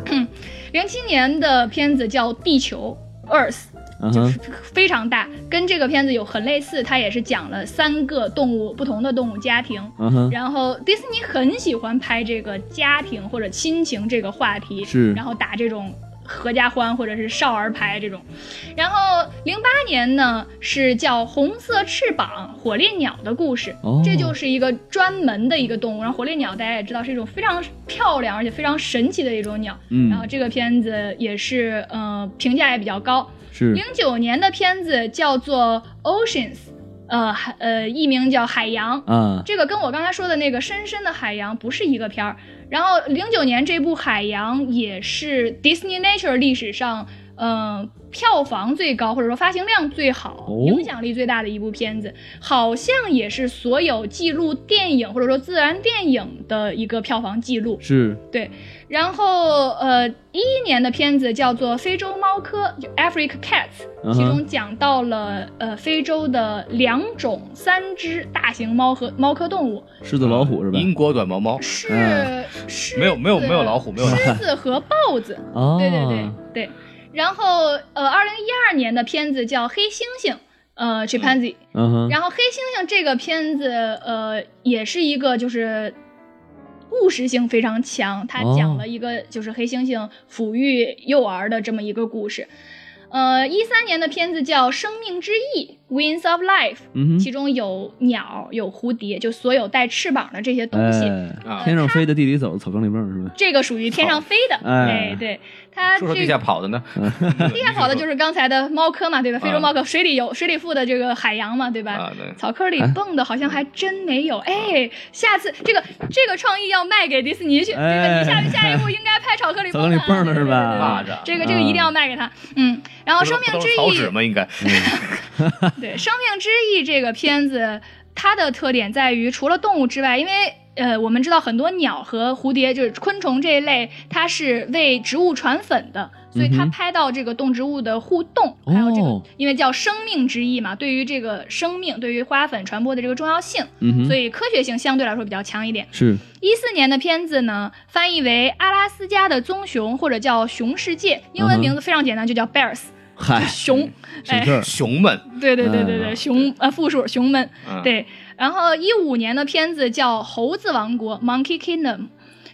Speaker 2: 零七年的片子叫《地球》（Earth）。
Speaker 4: 嗯哼，
Speaker 2: 非常大，跟这个片子有很类似，它也是讲了三个动物不同的动物家庭，
Speaker 4: 嗯哼，
Speaker 2: 然后迪士尼很喜欢拍这个家庭或者亲情这个话题，
Speaker 4: 是
Speaker 2: 然后打这种合家欢或者是少儿牌这种。然后零八年呢是叫《红色翅膀火烈鸟的故事》
Speaker 4: 哦
Speaker 2: 这就是一个专门的一个动物。然后火烈鸟大家也知道是一种非常漂亮而且非常神奇的一种鸟。
Speaker 4: 嗯
Speaker 2: 然后这个片子也是呃评价也比较高。
Speaker 4: 是
Speaker 2: 零九年的片子叫做《Oceans》，呃海呃译名叫《海洋》。
Speaker 4: 啊，
Speaker 2: 这个跟我刚才说的那个深深的海洋不是一个片儿。然后零九年这部《海洋》也是 Disney Nature 历史上，嗯、票房最高或者说发行量最好、
Speaker 4: 哦
Speaker 2: 影响力最大的一部片子，好像也是所有记录电影或者说自然电影的一个票房记录。
Speaker 4: 是
Speaker 2: 对，然后呃，一一年的片子叫做《非洲猫科》就 （Africa Cats），
Speaker 4: 嗯哼
Speaker 2: 其中讲到了呃非洲的两种三只大型猫和猫科动物
Speaker 4: 狮子老虎是吧？
Speaker 3: 英国短毛猫，
Speaker 2: 是
Speaker 4: 嗯
Speaker 2: 狮
Speaker 3: 没有没有
Speaker 2: 子
Speaker 3: 没有老虎没有老
Speaker 2: 狮子和豹 子，
Speaker 4: 哦，
Speaker 2: 对对对对。然后呃，二零一二年的片子叫《黑猩猩》，呃，Chimpanzee。
Speaker 4: 嗯哼，
Speaker 2: 然后《黑猩猩》这个片子，呃，也是一个就是故事性非常强，它
Speaker 4: 哦
Speaker 2: 讲了一个就是黑猩猩抚育幼儿的这么一个故事。呃，一三年的片子叫《生命之翼 （Wings of Life），、
Speaker 4: 嗯
Speaker 2: 其
Speaker 4: 哼，
Speaker 2: 中有鸟，有蝴蝶，就所有带翅膀的这些东西。
Speaker 4: 哎
Speaker 3: 啊
Speaker 4: 天上飞的，地里走的，草坑里蹦是吧？
Speaker 2: 这个属于天上飞的，
Speaker 4: 哎
Speaker 2: 哎，对，它这
Speaker 3: 说说
Speaker 2: 个
Speaker 3: 地下跑的呢，
Speaker 2: 地下跑的就是刚才的猫科嘛，对吧？非洲猫科，水里游、水里附的这个海洋嘛，对吧？
Speaker 3: 啊对
Speaker 2: 草坑里蹦的好像还真没有，哎，下次这个这个创意要卖给迪士尼去，
Speaker 4: 哎
Speaker 2: 这个你下下一步应该拍草坑里
Speaker 4: 草
Speaker 2: 蹦
Speaker 4: 坑里
Speaker 2: 的啊
Speaker 4: 蹦的是吧？
Speaker 3: 蚂蚱，
Speaker 2: 对对对对这个这个一定要卖给他，嗯，然后
Speaker 3: 不
Speaker 2: 《
Speaker 3: 是
Speaker 2: 生
Speaker 3: 不
Speaker 2: 命
Speaker 3: 都
Speaker 2: 之
Speaker 3: 是草纸
Speaker 2: 翼》
Speaker 3: 吗？应该，
Speaker 2: 对《生命之翼》这个片子，它的特点在于除了动物之外，因为呃，我们知道很多鸟和蝴蝶就是昆虫这一类，它是为植物传粉的，所以它
Speaker 4: 嗯哼
Speaker 2: 拍到这个动植物的互动，还有这个
Speaker 4: 哦，
Speaker 2: 因为叫生命之翼嘛，对于这个生命，对于花粉传播的这个重要性，
Speaker 4: 嗯哼，
Speaker 2: 所以科学性相对来说比较强一点。
Speaker 4: 是
Speaker 2: 一四年的片子呢，翻译为《阿拉斯加的棕熊》或者叫《熊世界》，英
Speaker 4: 嗯
Speaker 2: 文
Speaker 4: 哼
Speaker 2: 名字非常简单，就叫 Bears，
Speaker 4: 嗨，
Speaker 2: 熊。
Speaker 4: 省
Speaker 2: 哎
Speaker 4: 事，儿，
Speaker 3: 熊们，
Speaker 2: 对对对对
Speaker 4: 嗯
Speaker 2: 对，熊呃复数熊们
Speaker 3: 嗯，
Speaker 2: 对。然后一五年的片子叫《猴子王国》（Monkey Kingdom），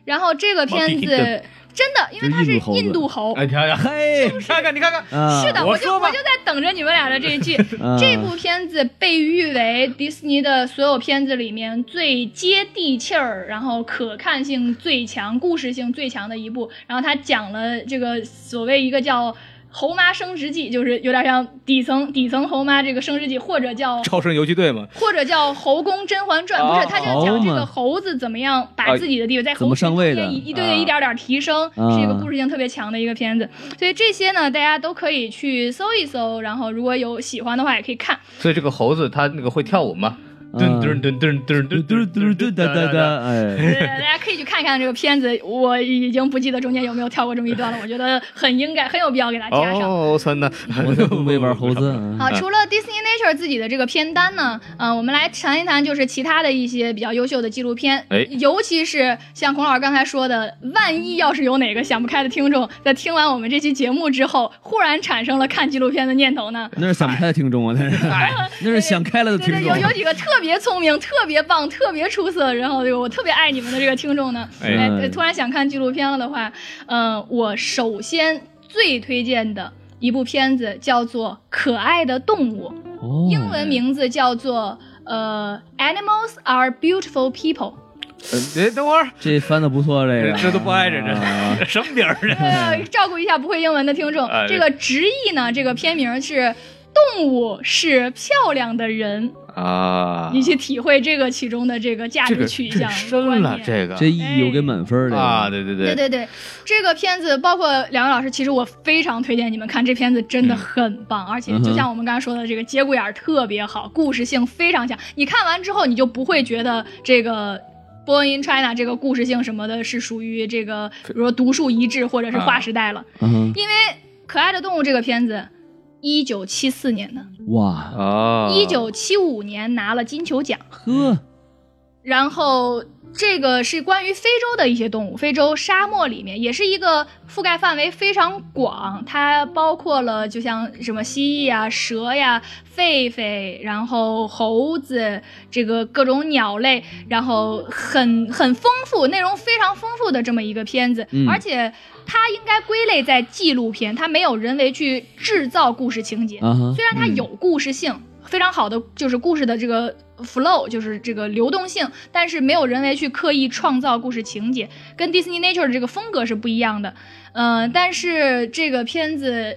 Speaker 2: 然后这个片
Speaker 3: Monkey
Speaker 2: 子
Speaker 3: Kingdom
Speaker 2: 真的，因为它
Speaker 4: 就是是印度猴
Speaker 2: 印度猴，
Speaker 4: 子
Speaker 3: 哎，你看看，
Speaker 4: 嘿，
Speaker 3: 你看看，你看看，
Speaker 4: 啊
Speaker 2: 是的，
Speaker 3: 我
Speaker 2: 我就
Speaker 3: 说吧嗯
Speaker 2: 我就在等着你们俩的这一句。
Speaker 4: 啊
Speaker 2: 这部片子被誉为迪士尼的所有片子里面最接地气儿，然后可看性最强、故事性最强的一部。然后它讲了这个所谓一个叫猴妈升职记，就是有点像底层底层猴妈这个升职记，或者叫
Speaker 3: 超神游击队嘛，
Speaker 2: 或者叫《猴宫甄嬛传》，不是，他就是讲这个猴子怎么样把自己的地位在
Speaker 4: 啊哦怎
Speaker 2: 猴
Speaker 4: 么
Speaker 2: 子
Speaker 4: 上位的
Speaker 2: 一一对一点点提升，
Speaker 4: 啊
Speaker 2: 是一个故事性特别强的一个片子。所以这些呢，大家都可以去搜一搜，然后如果有喜欢的话，也可以 看。
Speaker 3: 所以这个猴子它那个会跳舞吗？噔噔噔噔噔
Speaker 4: 嘟
Speaker 3: 噔
Speaker 4: 嘟嘟嘟哒哒哒，哎，
Speaker 2: 对，大家可以去看看这个片子，我已经不记得中间有没有跳过这么一段了，我觉得很应该，很有必要给它加上。
Speaker 3: 哦，我操那，
Speaker 4: 我才不会玩猴子啊，
Speaker 2: 好，除了 Disney Nature 自己的这个片单呢，嗯、我们来谈一谈就是其他的一些比较优秀的纪录片，
Speaker 3: 哎
Speaker 2: 尤其是像孔老师刚才说的，万一要是有哪个想不开的听众在听完我们这期节目之后，忽然产生了看纪录片的念头呢？
Speaker 4: 那是想不开的听众啊，那是那是想开了的
Speaker 2: 对
Speaker 4: 听
Speaker 2: 对，
Speaker 4: 众
Speaker 2: 有。有几个特特别聪明、特别棒、特别出色，然后这个我特别爱你们的这个听众呢，
Speaker 7: 哎
Speaker 2: 哎，对突然想看纪录片了的话，嗯、我首先最推荐的一部片子叫做《可爱的动物》，
Speaker 4: 哦
Speaker 2: 英
Speaker 7: 嗯
Speaker 2: 文名字叫做呃《Animals Are Beautiful People》。
Speaker 7: 哎，等会儿，
Speaker 4: 这翻的不错，这个
Speaker 7: 这这都不挨着
Speaker 4: 啊
Speaker 7: 这，
Speaker 3: 什么底儿？
Speaker 2: 呃，照顾一下不会英文的听众
Speaker 7: 嗯哎。
Speaker 2: 这个直译呢，这个片名是“动物是漂亮的人
Speaker 7: 啊”，
Speaker 2: 你去体会这个其中的这个价
Speaker 7: 这个
Speaker 2: 值取向、
Speaker 7: 深了
Speaker 2: 观，念。
Speaker 7: 这个
Speaker 4: 这意义我给满分儿这个
Speaker 7: 啊，对对
Speaker 2: 对
Speaker 7: 对，
Speaker 2: 对对，这个片子包括两位老师，其实我非常推荐你们看，这片子真的很棒，而且就像我们刚才说的，这个节骨眼儿特别好，故事性非常强。你看完之后，你就不会觉得这个。Born in China 这个故事性什么的，是属于这个，比如说独树一帜或者是划时代了。
Speaker 4: 嗯
Speaker 2: 因为《可爱的动物》这个片子，一九七四年的，
Speaker 4: 哇
Speaker 7: 啊，
Speaker 2: 一九七五年拿了金球奖，
Speaker 4: 呵，
Speaker 2: 然后。这个是关于非洲的一些动物，非洲沙漠里面也是一个覆盖范围非常广，它包括了就像什么蜥蜴呀、蛇呀、狒狒，然后猴子，这个各种鸟类，然后很很丰富，内容非常丰富的这么一个片子，
Speaker 4: 嗯
Speaker 2: 而且它应该归类在纪录片，它没有人为去制造故事情节，
Speaker 4: 啊哈
Speaker 2: 虽然它有故事性，非常好的就是故事的这个 flow，就是这个流动性，但是没有人为去刻意创造故事情节，跟 Disney Nature 的这个风格是不一样的。嗯、但是这个片子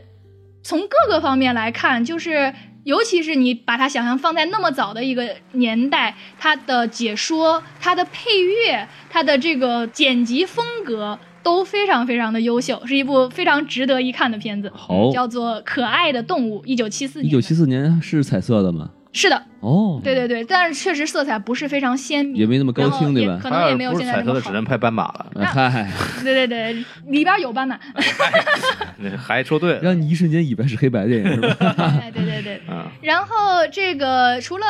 Speaker 2: 从各个方面来看，就是。尤其是你把它想象放在那么早的一个年代，它的解说、它的配乐、它的这个剪辑风格都非常非常的优秀，是一部非常值得一看的片子。
Speaker 4: 好，
Speaker 2: 叫做《可爱的动物》，一九七四
Speaker 4: 哦一
Speaker 2: 年。
Speaker 4: 九七四年是彩色的吗？
Speaker 2: 是的，
Speaker 4: 哦，
Speaker 2: 对对对，但是确实色彩不是非常鲜明，
Speaker 4: 也没那么高
Speaker 2: 然后
Speaker 4: 清对
Speaker 2: 也
Speaker 4: 吧
Speaker 2: 可
Speaker 7: 他
Speaker 2: 能也
Speaker 7: 要
Speaker 2: 没有
Speaker 7: 不是
Speaker 2: 现在
Speaker 7: 彩
Speaker 2: 那
Speaker 7: 色
Speaker 2: 么
Speaker 7: 的，只
Speaker 2: 好。
Speaker 7: 能拍斑马 了，
Speaker 4: 啊嗨，
Speaker 2: 对对对，里边有斑马。
Speaker 7: 那还说对了
Speaker 4: 让你一瞬间以为是黑白电影是 吧？
Speaker 2: 哎，对对对。
Speaker 7: 啊，
Speaker 2: 然后这个除了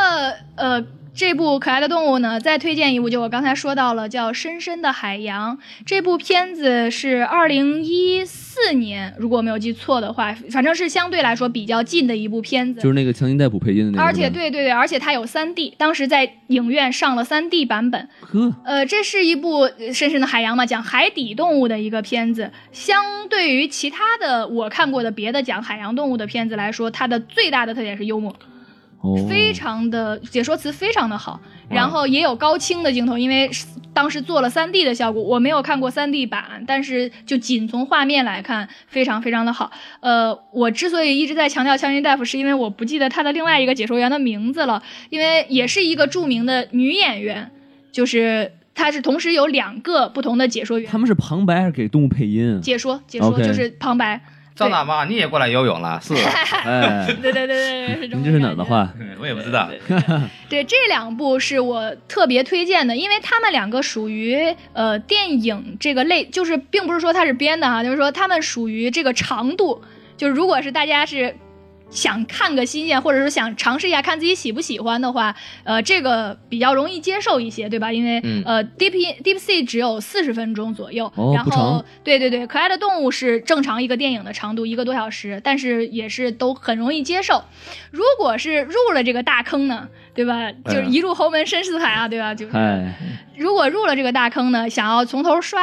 Speaker 2: 呃这部可爱的动物呢，再推荐一部，就我刚才说到了，叫《深深的海洋》。这部片子是二零一四年，如果没有记错的话，反正是相对来说比较近的一部片子。
Speaker 4: 就是那个强尼戴普配音的那个，
Speaker 2: 而且
Speaker 4: 是吧
Speaker 2: 对对对，而且它有3 D，当时在影院上了3 D 版本。
Speaker 4: 呵，
Speaker 2: 呃，这是一部呃《深深的海洋》嘛，讲海底动物的一个片子。相对于其他的我看过的别的讲海洋动物的片子来说，它的最大的特点是幽默，
Speaker 4: 哦
Speaker 2: 非常的解说词非常的好，然后也有高清的镜头，因为是当时做了3 D 的效果，我没有看过3 D 版，但是就仅从画面来看，非常非常的好。呃，我之所以一直在强调强尼大夫，是因为我不记得他的另外一个解说员的名字了，因为也是一个著名的女演员，就是她是同时有两个不同的解说员
Speaker 4: 他们是旁白还是给动物配音？啊
Speaker 2: 解说解说
Speaker 4: OK
Speaker 2: 就是旁白。
Speaker 7: 张大妈你也过来游泳 了，是，
Speaker 4: 哎，
Speaker 2: 对对对对对，
Speaker 4: 您
Speaker 2: 么
Speaker 4: 这是
Speaker 2: 感
Speaker 4: 哪儿的
Speaker 2: 觉
Speaker 4: 话？
Speaker 7: 我也不知道，
Speaker 2: 对，这两部是我特别推荐的，因为他们两个属于呃电影这个类，就是并不是说它是编的哈，就是说他们属于这个长度，就是如果是大家是想看个新鲜，或者说想尝试一下看自己喜不喜欢的话，呃，这个比较容易接受一些，对吧？因为、
Speaker 7: 嗯
Speaker 2: 呃，Deep In- Deep Sea 只有四十分钟左右，
Speaker 4: 哦
Speaker 2: 然
Speaker 4: 不长
Speaker 2: 后对对对，可爱的动物是正常一个电影的长度一个多小时，但是也是都很容易接受。如果是入了这个大坑呢，对
Speaker 7: 哎
Speaker 2: 吧？就是一入侯门深似海啊，对吧？就是
Speaker 4: 哎，
Speaker 2: 如果入了这个大坑呢，想要从头刷，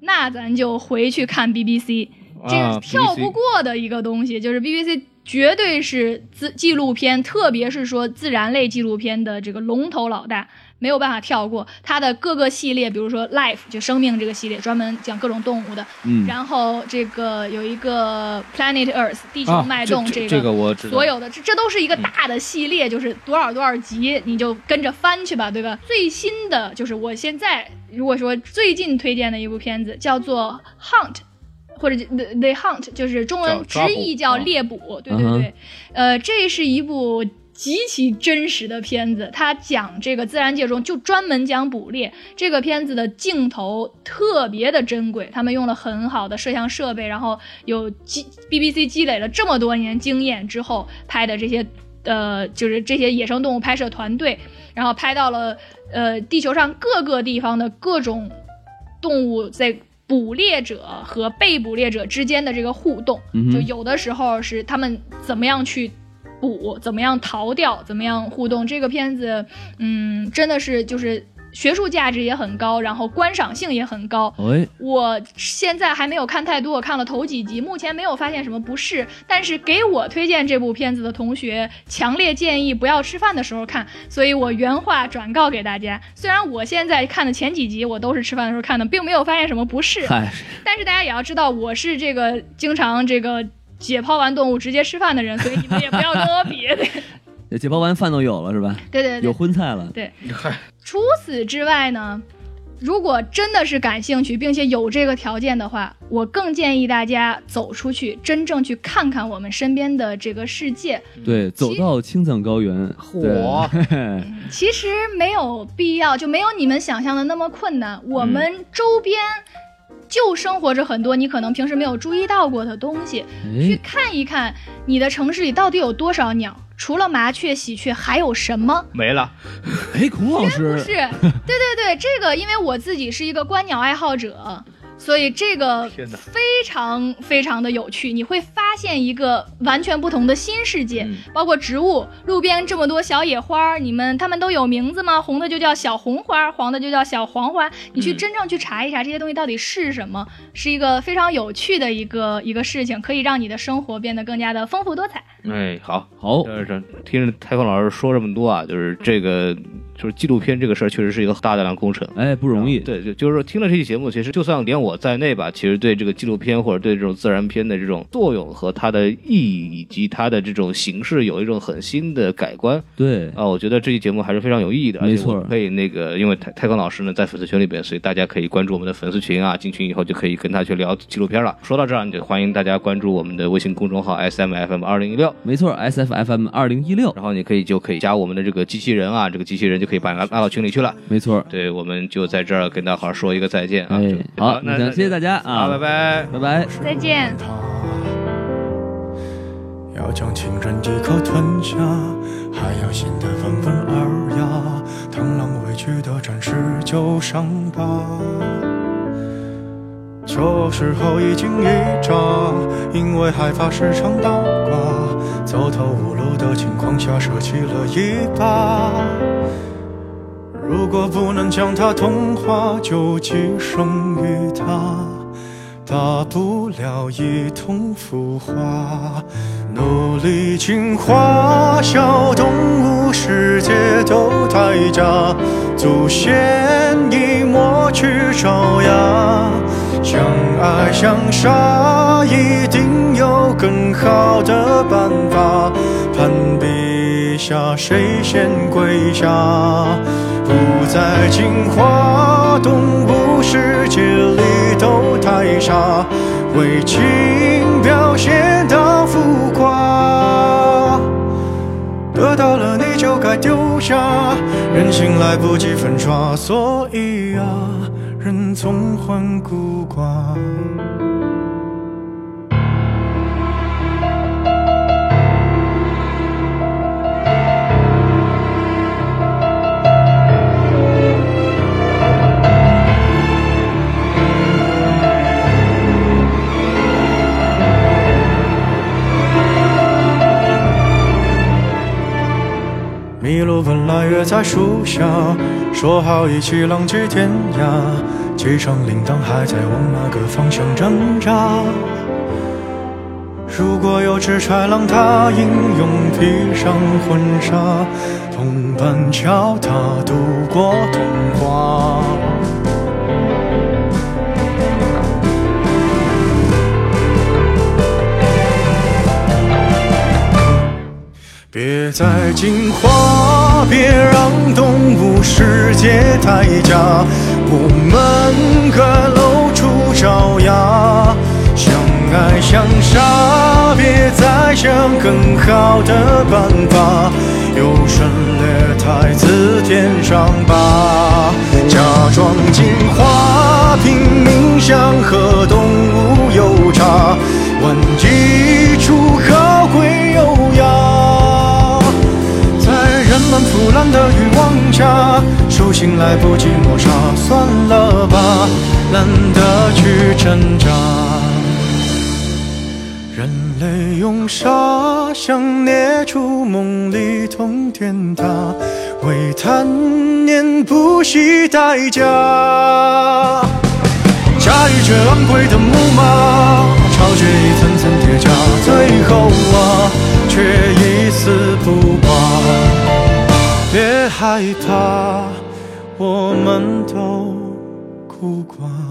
Speaker 2: 那咱就回去看 BBC，这
Speaker 7: 啊
Speaker 2: 个跳不
Speaker 7: BBC
Speaker 2: 过的一个东西，就是 BBC 绝对是自纪录片，特别是说自然类纪录片的这个龙头老大。没有办法跳过它的各个系列，比如说《Life》就生命这个系列，专门讲各种动物的。
Speaker 4: 嗯，
Speaker 2: 然后这个有一个 Planet Earth 地球脉动，
Speaker 7: 啊这
Speaker 3: 啊
Speaker 2: 个
Speaker 7: 个我知道嗯
Speaker 2: 所，有的这这都是一个大的系列，就是多少多少集，你就跟着翻去吧，对吧？最新的就是我现在如果说最近推荐的一部片子叫做《Hunt》。或者 The The Hunt 就是中文直
Speaker 7: 叫抓捕
Speaker 2: 译叫
Speaker 7: 啊
Speaker 2: 猎捕，对对
Speaker 4: 嗯哼
Speaker 2: 对，呃，这是一部极其真实的片子，它讲这个自然界中就专门讲捕猎。这个片子的镜头特别的珍贵，他们用了很好的摄像设备，然后有积 BBC 积累了这么多年经验之后拍的这些，呃，就是这些野生动物拍摄团队，然后拍到了呃地球上各个地方的各种动物在捕猎者和被捕猎者之间的这个互动，
Speaker 4: 嗯哼
Speaker 2: 就有的时候是他们怎么样去补，怎么样逃掉，怎么样互动。这个片子，嗯，真的是就是学术价值也很高，然后观赏性也很高。
Speaker 4: 哎，
Speaker 2: 我现在还没有看太多，我看了头几集，目前没有发现什么不适。但是给我推荐这部片子的同学，强烈建议不要吃饭的时候看。所以我原话转告给大家。虽然我现在看的前几集我都是吃饭的时候看的，并没有发现什么不适，
Speaker 4: 嗨，
Speaker 2: 但是大家也要知道，我是这个经常这个解剖完动物直接吃饭的人，所以你们也不要跟我比。
Speaker 4: 解包完饭都有了是吧？
Speaker 2: 对对
Speaker 4: 有
Speaker 2: 对。
Speaker 4: 荤菜了，
Speaker 2: 除此之外呢，如果真的是感兴趣，并且有这个条件的话，我更建议大家走出去，真正去看看我们身边的这个世界。
Speaker 4: 对，走
Speaker 2: 嗯其实
Speaker 4: 到青藏高原，
Speaker 7: 火
Speaker 4: 对，嘿嘿
Speaker 2: 其实没有必要，就没有你们想象的那么困难。我们周边。就生活着很多你可能平时没有注意到过的东西，
Speaker 4: 哎嗯
Speaker 2: 去看一看你的城市里到底有多少鸟，除了麻雀、喜鹊还有什么？
Speaker 3: 没了。
Speaker 4: 哎，孔老师
Speaker 2: 不是，对对对，这个因为我自己是一个观鸟爱好者，所以这个
Speaker 3: 天哪
Speaker 2: 非常非常的有趣，你会发现一个完全不同的新世界，
Speaker 3: 嗯
Speaker 2: 包括植物，路边这么多小野花儿，你们它们都有名字吗？红的就叫小红花儿，黄的就叫小黄花儿。你
Speaker 3: 嗯
Speaker 2: 去真正去查一查这些东西到底是什么，是一个非常有趣的一个一个事情，可以让你的生活变得更加的丰富多彩。
Speaker 3: 哎，好，
Speaker 4: 好，
Speaker 7: 哦
Speaker 3: 就是听着开放老师说这么多啊，就是这个就是纪录片这个事儿，确实是一个大胆的工程。
Speaker 4: 哎，不容易，
Speaker 3: 对，就就是说听了这期节目，其实就算连我在内吧，其实对这个纪录片或者对这种自然片的这种作用和它的意义以及它的这种形式有一种很新的改观
Speaker 4: 对，
Speaker 3: 啊，我觉得这期节目还是非常有意义的。
Speaker 4: 没错
Speaker 3: 而且我可以那个，因为泰泰康老师呢在粉丝群里边，所以大家可以关注我们的粉丝群啊，进群以后就可以跟他去聊纪录片了。说到这儿，你就欢迎大家关注我们的微信公众号 S M F M 二零一六。
Speaker 4: 没错，S F F M 二零一六，
Speaker 3: 然后你可以就可以加我们的这个机器人啊，这个机器人就可以把你拉拉到群里去了。
Speaker 4: 没错，
Speaker 3: 对，我们就在这儿跟大伙儿说一个再见啊！
Speaker 4: 哎
Speaker 3: 就，
Speaker 4: 好，
Speaker 3: 那
Speaker 4: 那谢谢大家
Speaker 3: 好，拜，
Speaker 4: 啊，
Speaker 3: 拜。
Speaker 4: 拜拜。
Speaker 2: 再见。
Speaker 8: 要将情人一口吞下，还要显得温文尔雅。螳螂委屈的展示旧伤疤，这时候已经一眨，因为害怕时常倒挂，走投无路的情况下舍弃了一把。如果不能将它同化，就寄生于它。大不了一通腐化，努力进化，小动物世界都代价，祖先已抹去爪牙，相爱相杀，一定有更好的办法，攀比一下谁先跪下，不再进化，动物世界里都太傻，为情表现到浮夸。得到了你就该丢下，人心来不及粉刷，所以啊，人总患孤寡。麋鹿本来约在树下，说好一起浪迹天涯，机场铃铛还在往哪个方向挣扎。如果有只豺狼，它英勇披上婚纱，同伴教它度过童话。别再进化，别让动物世界太假，我们该露出爪牙，相爱相杀，别再想更好的办法，有生略太自舔伤疤，假装进化，拼命想和动物有差，玩一出高贵优雅。在人们腐烂的欲望下，手心来不及抹杀，算了吧，懒得去挣扎。人泪涌沙，想捏出梦里通天塔，为贪念不惜代价。驾驭着昂贵的木马，超越一层层叠加，最后啊，却一丝不挂。别害怕，我们都孤寡。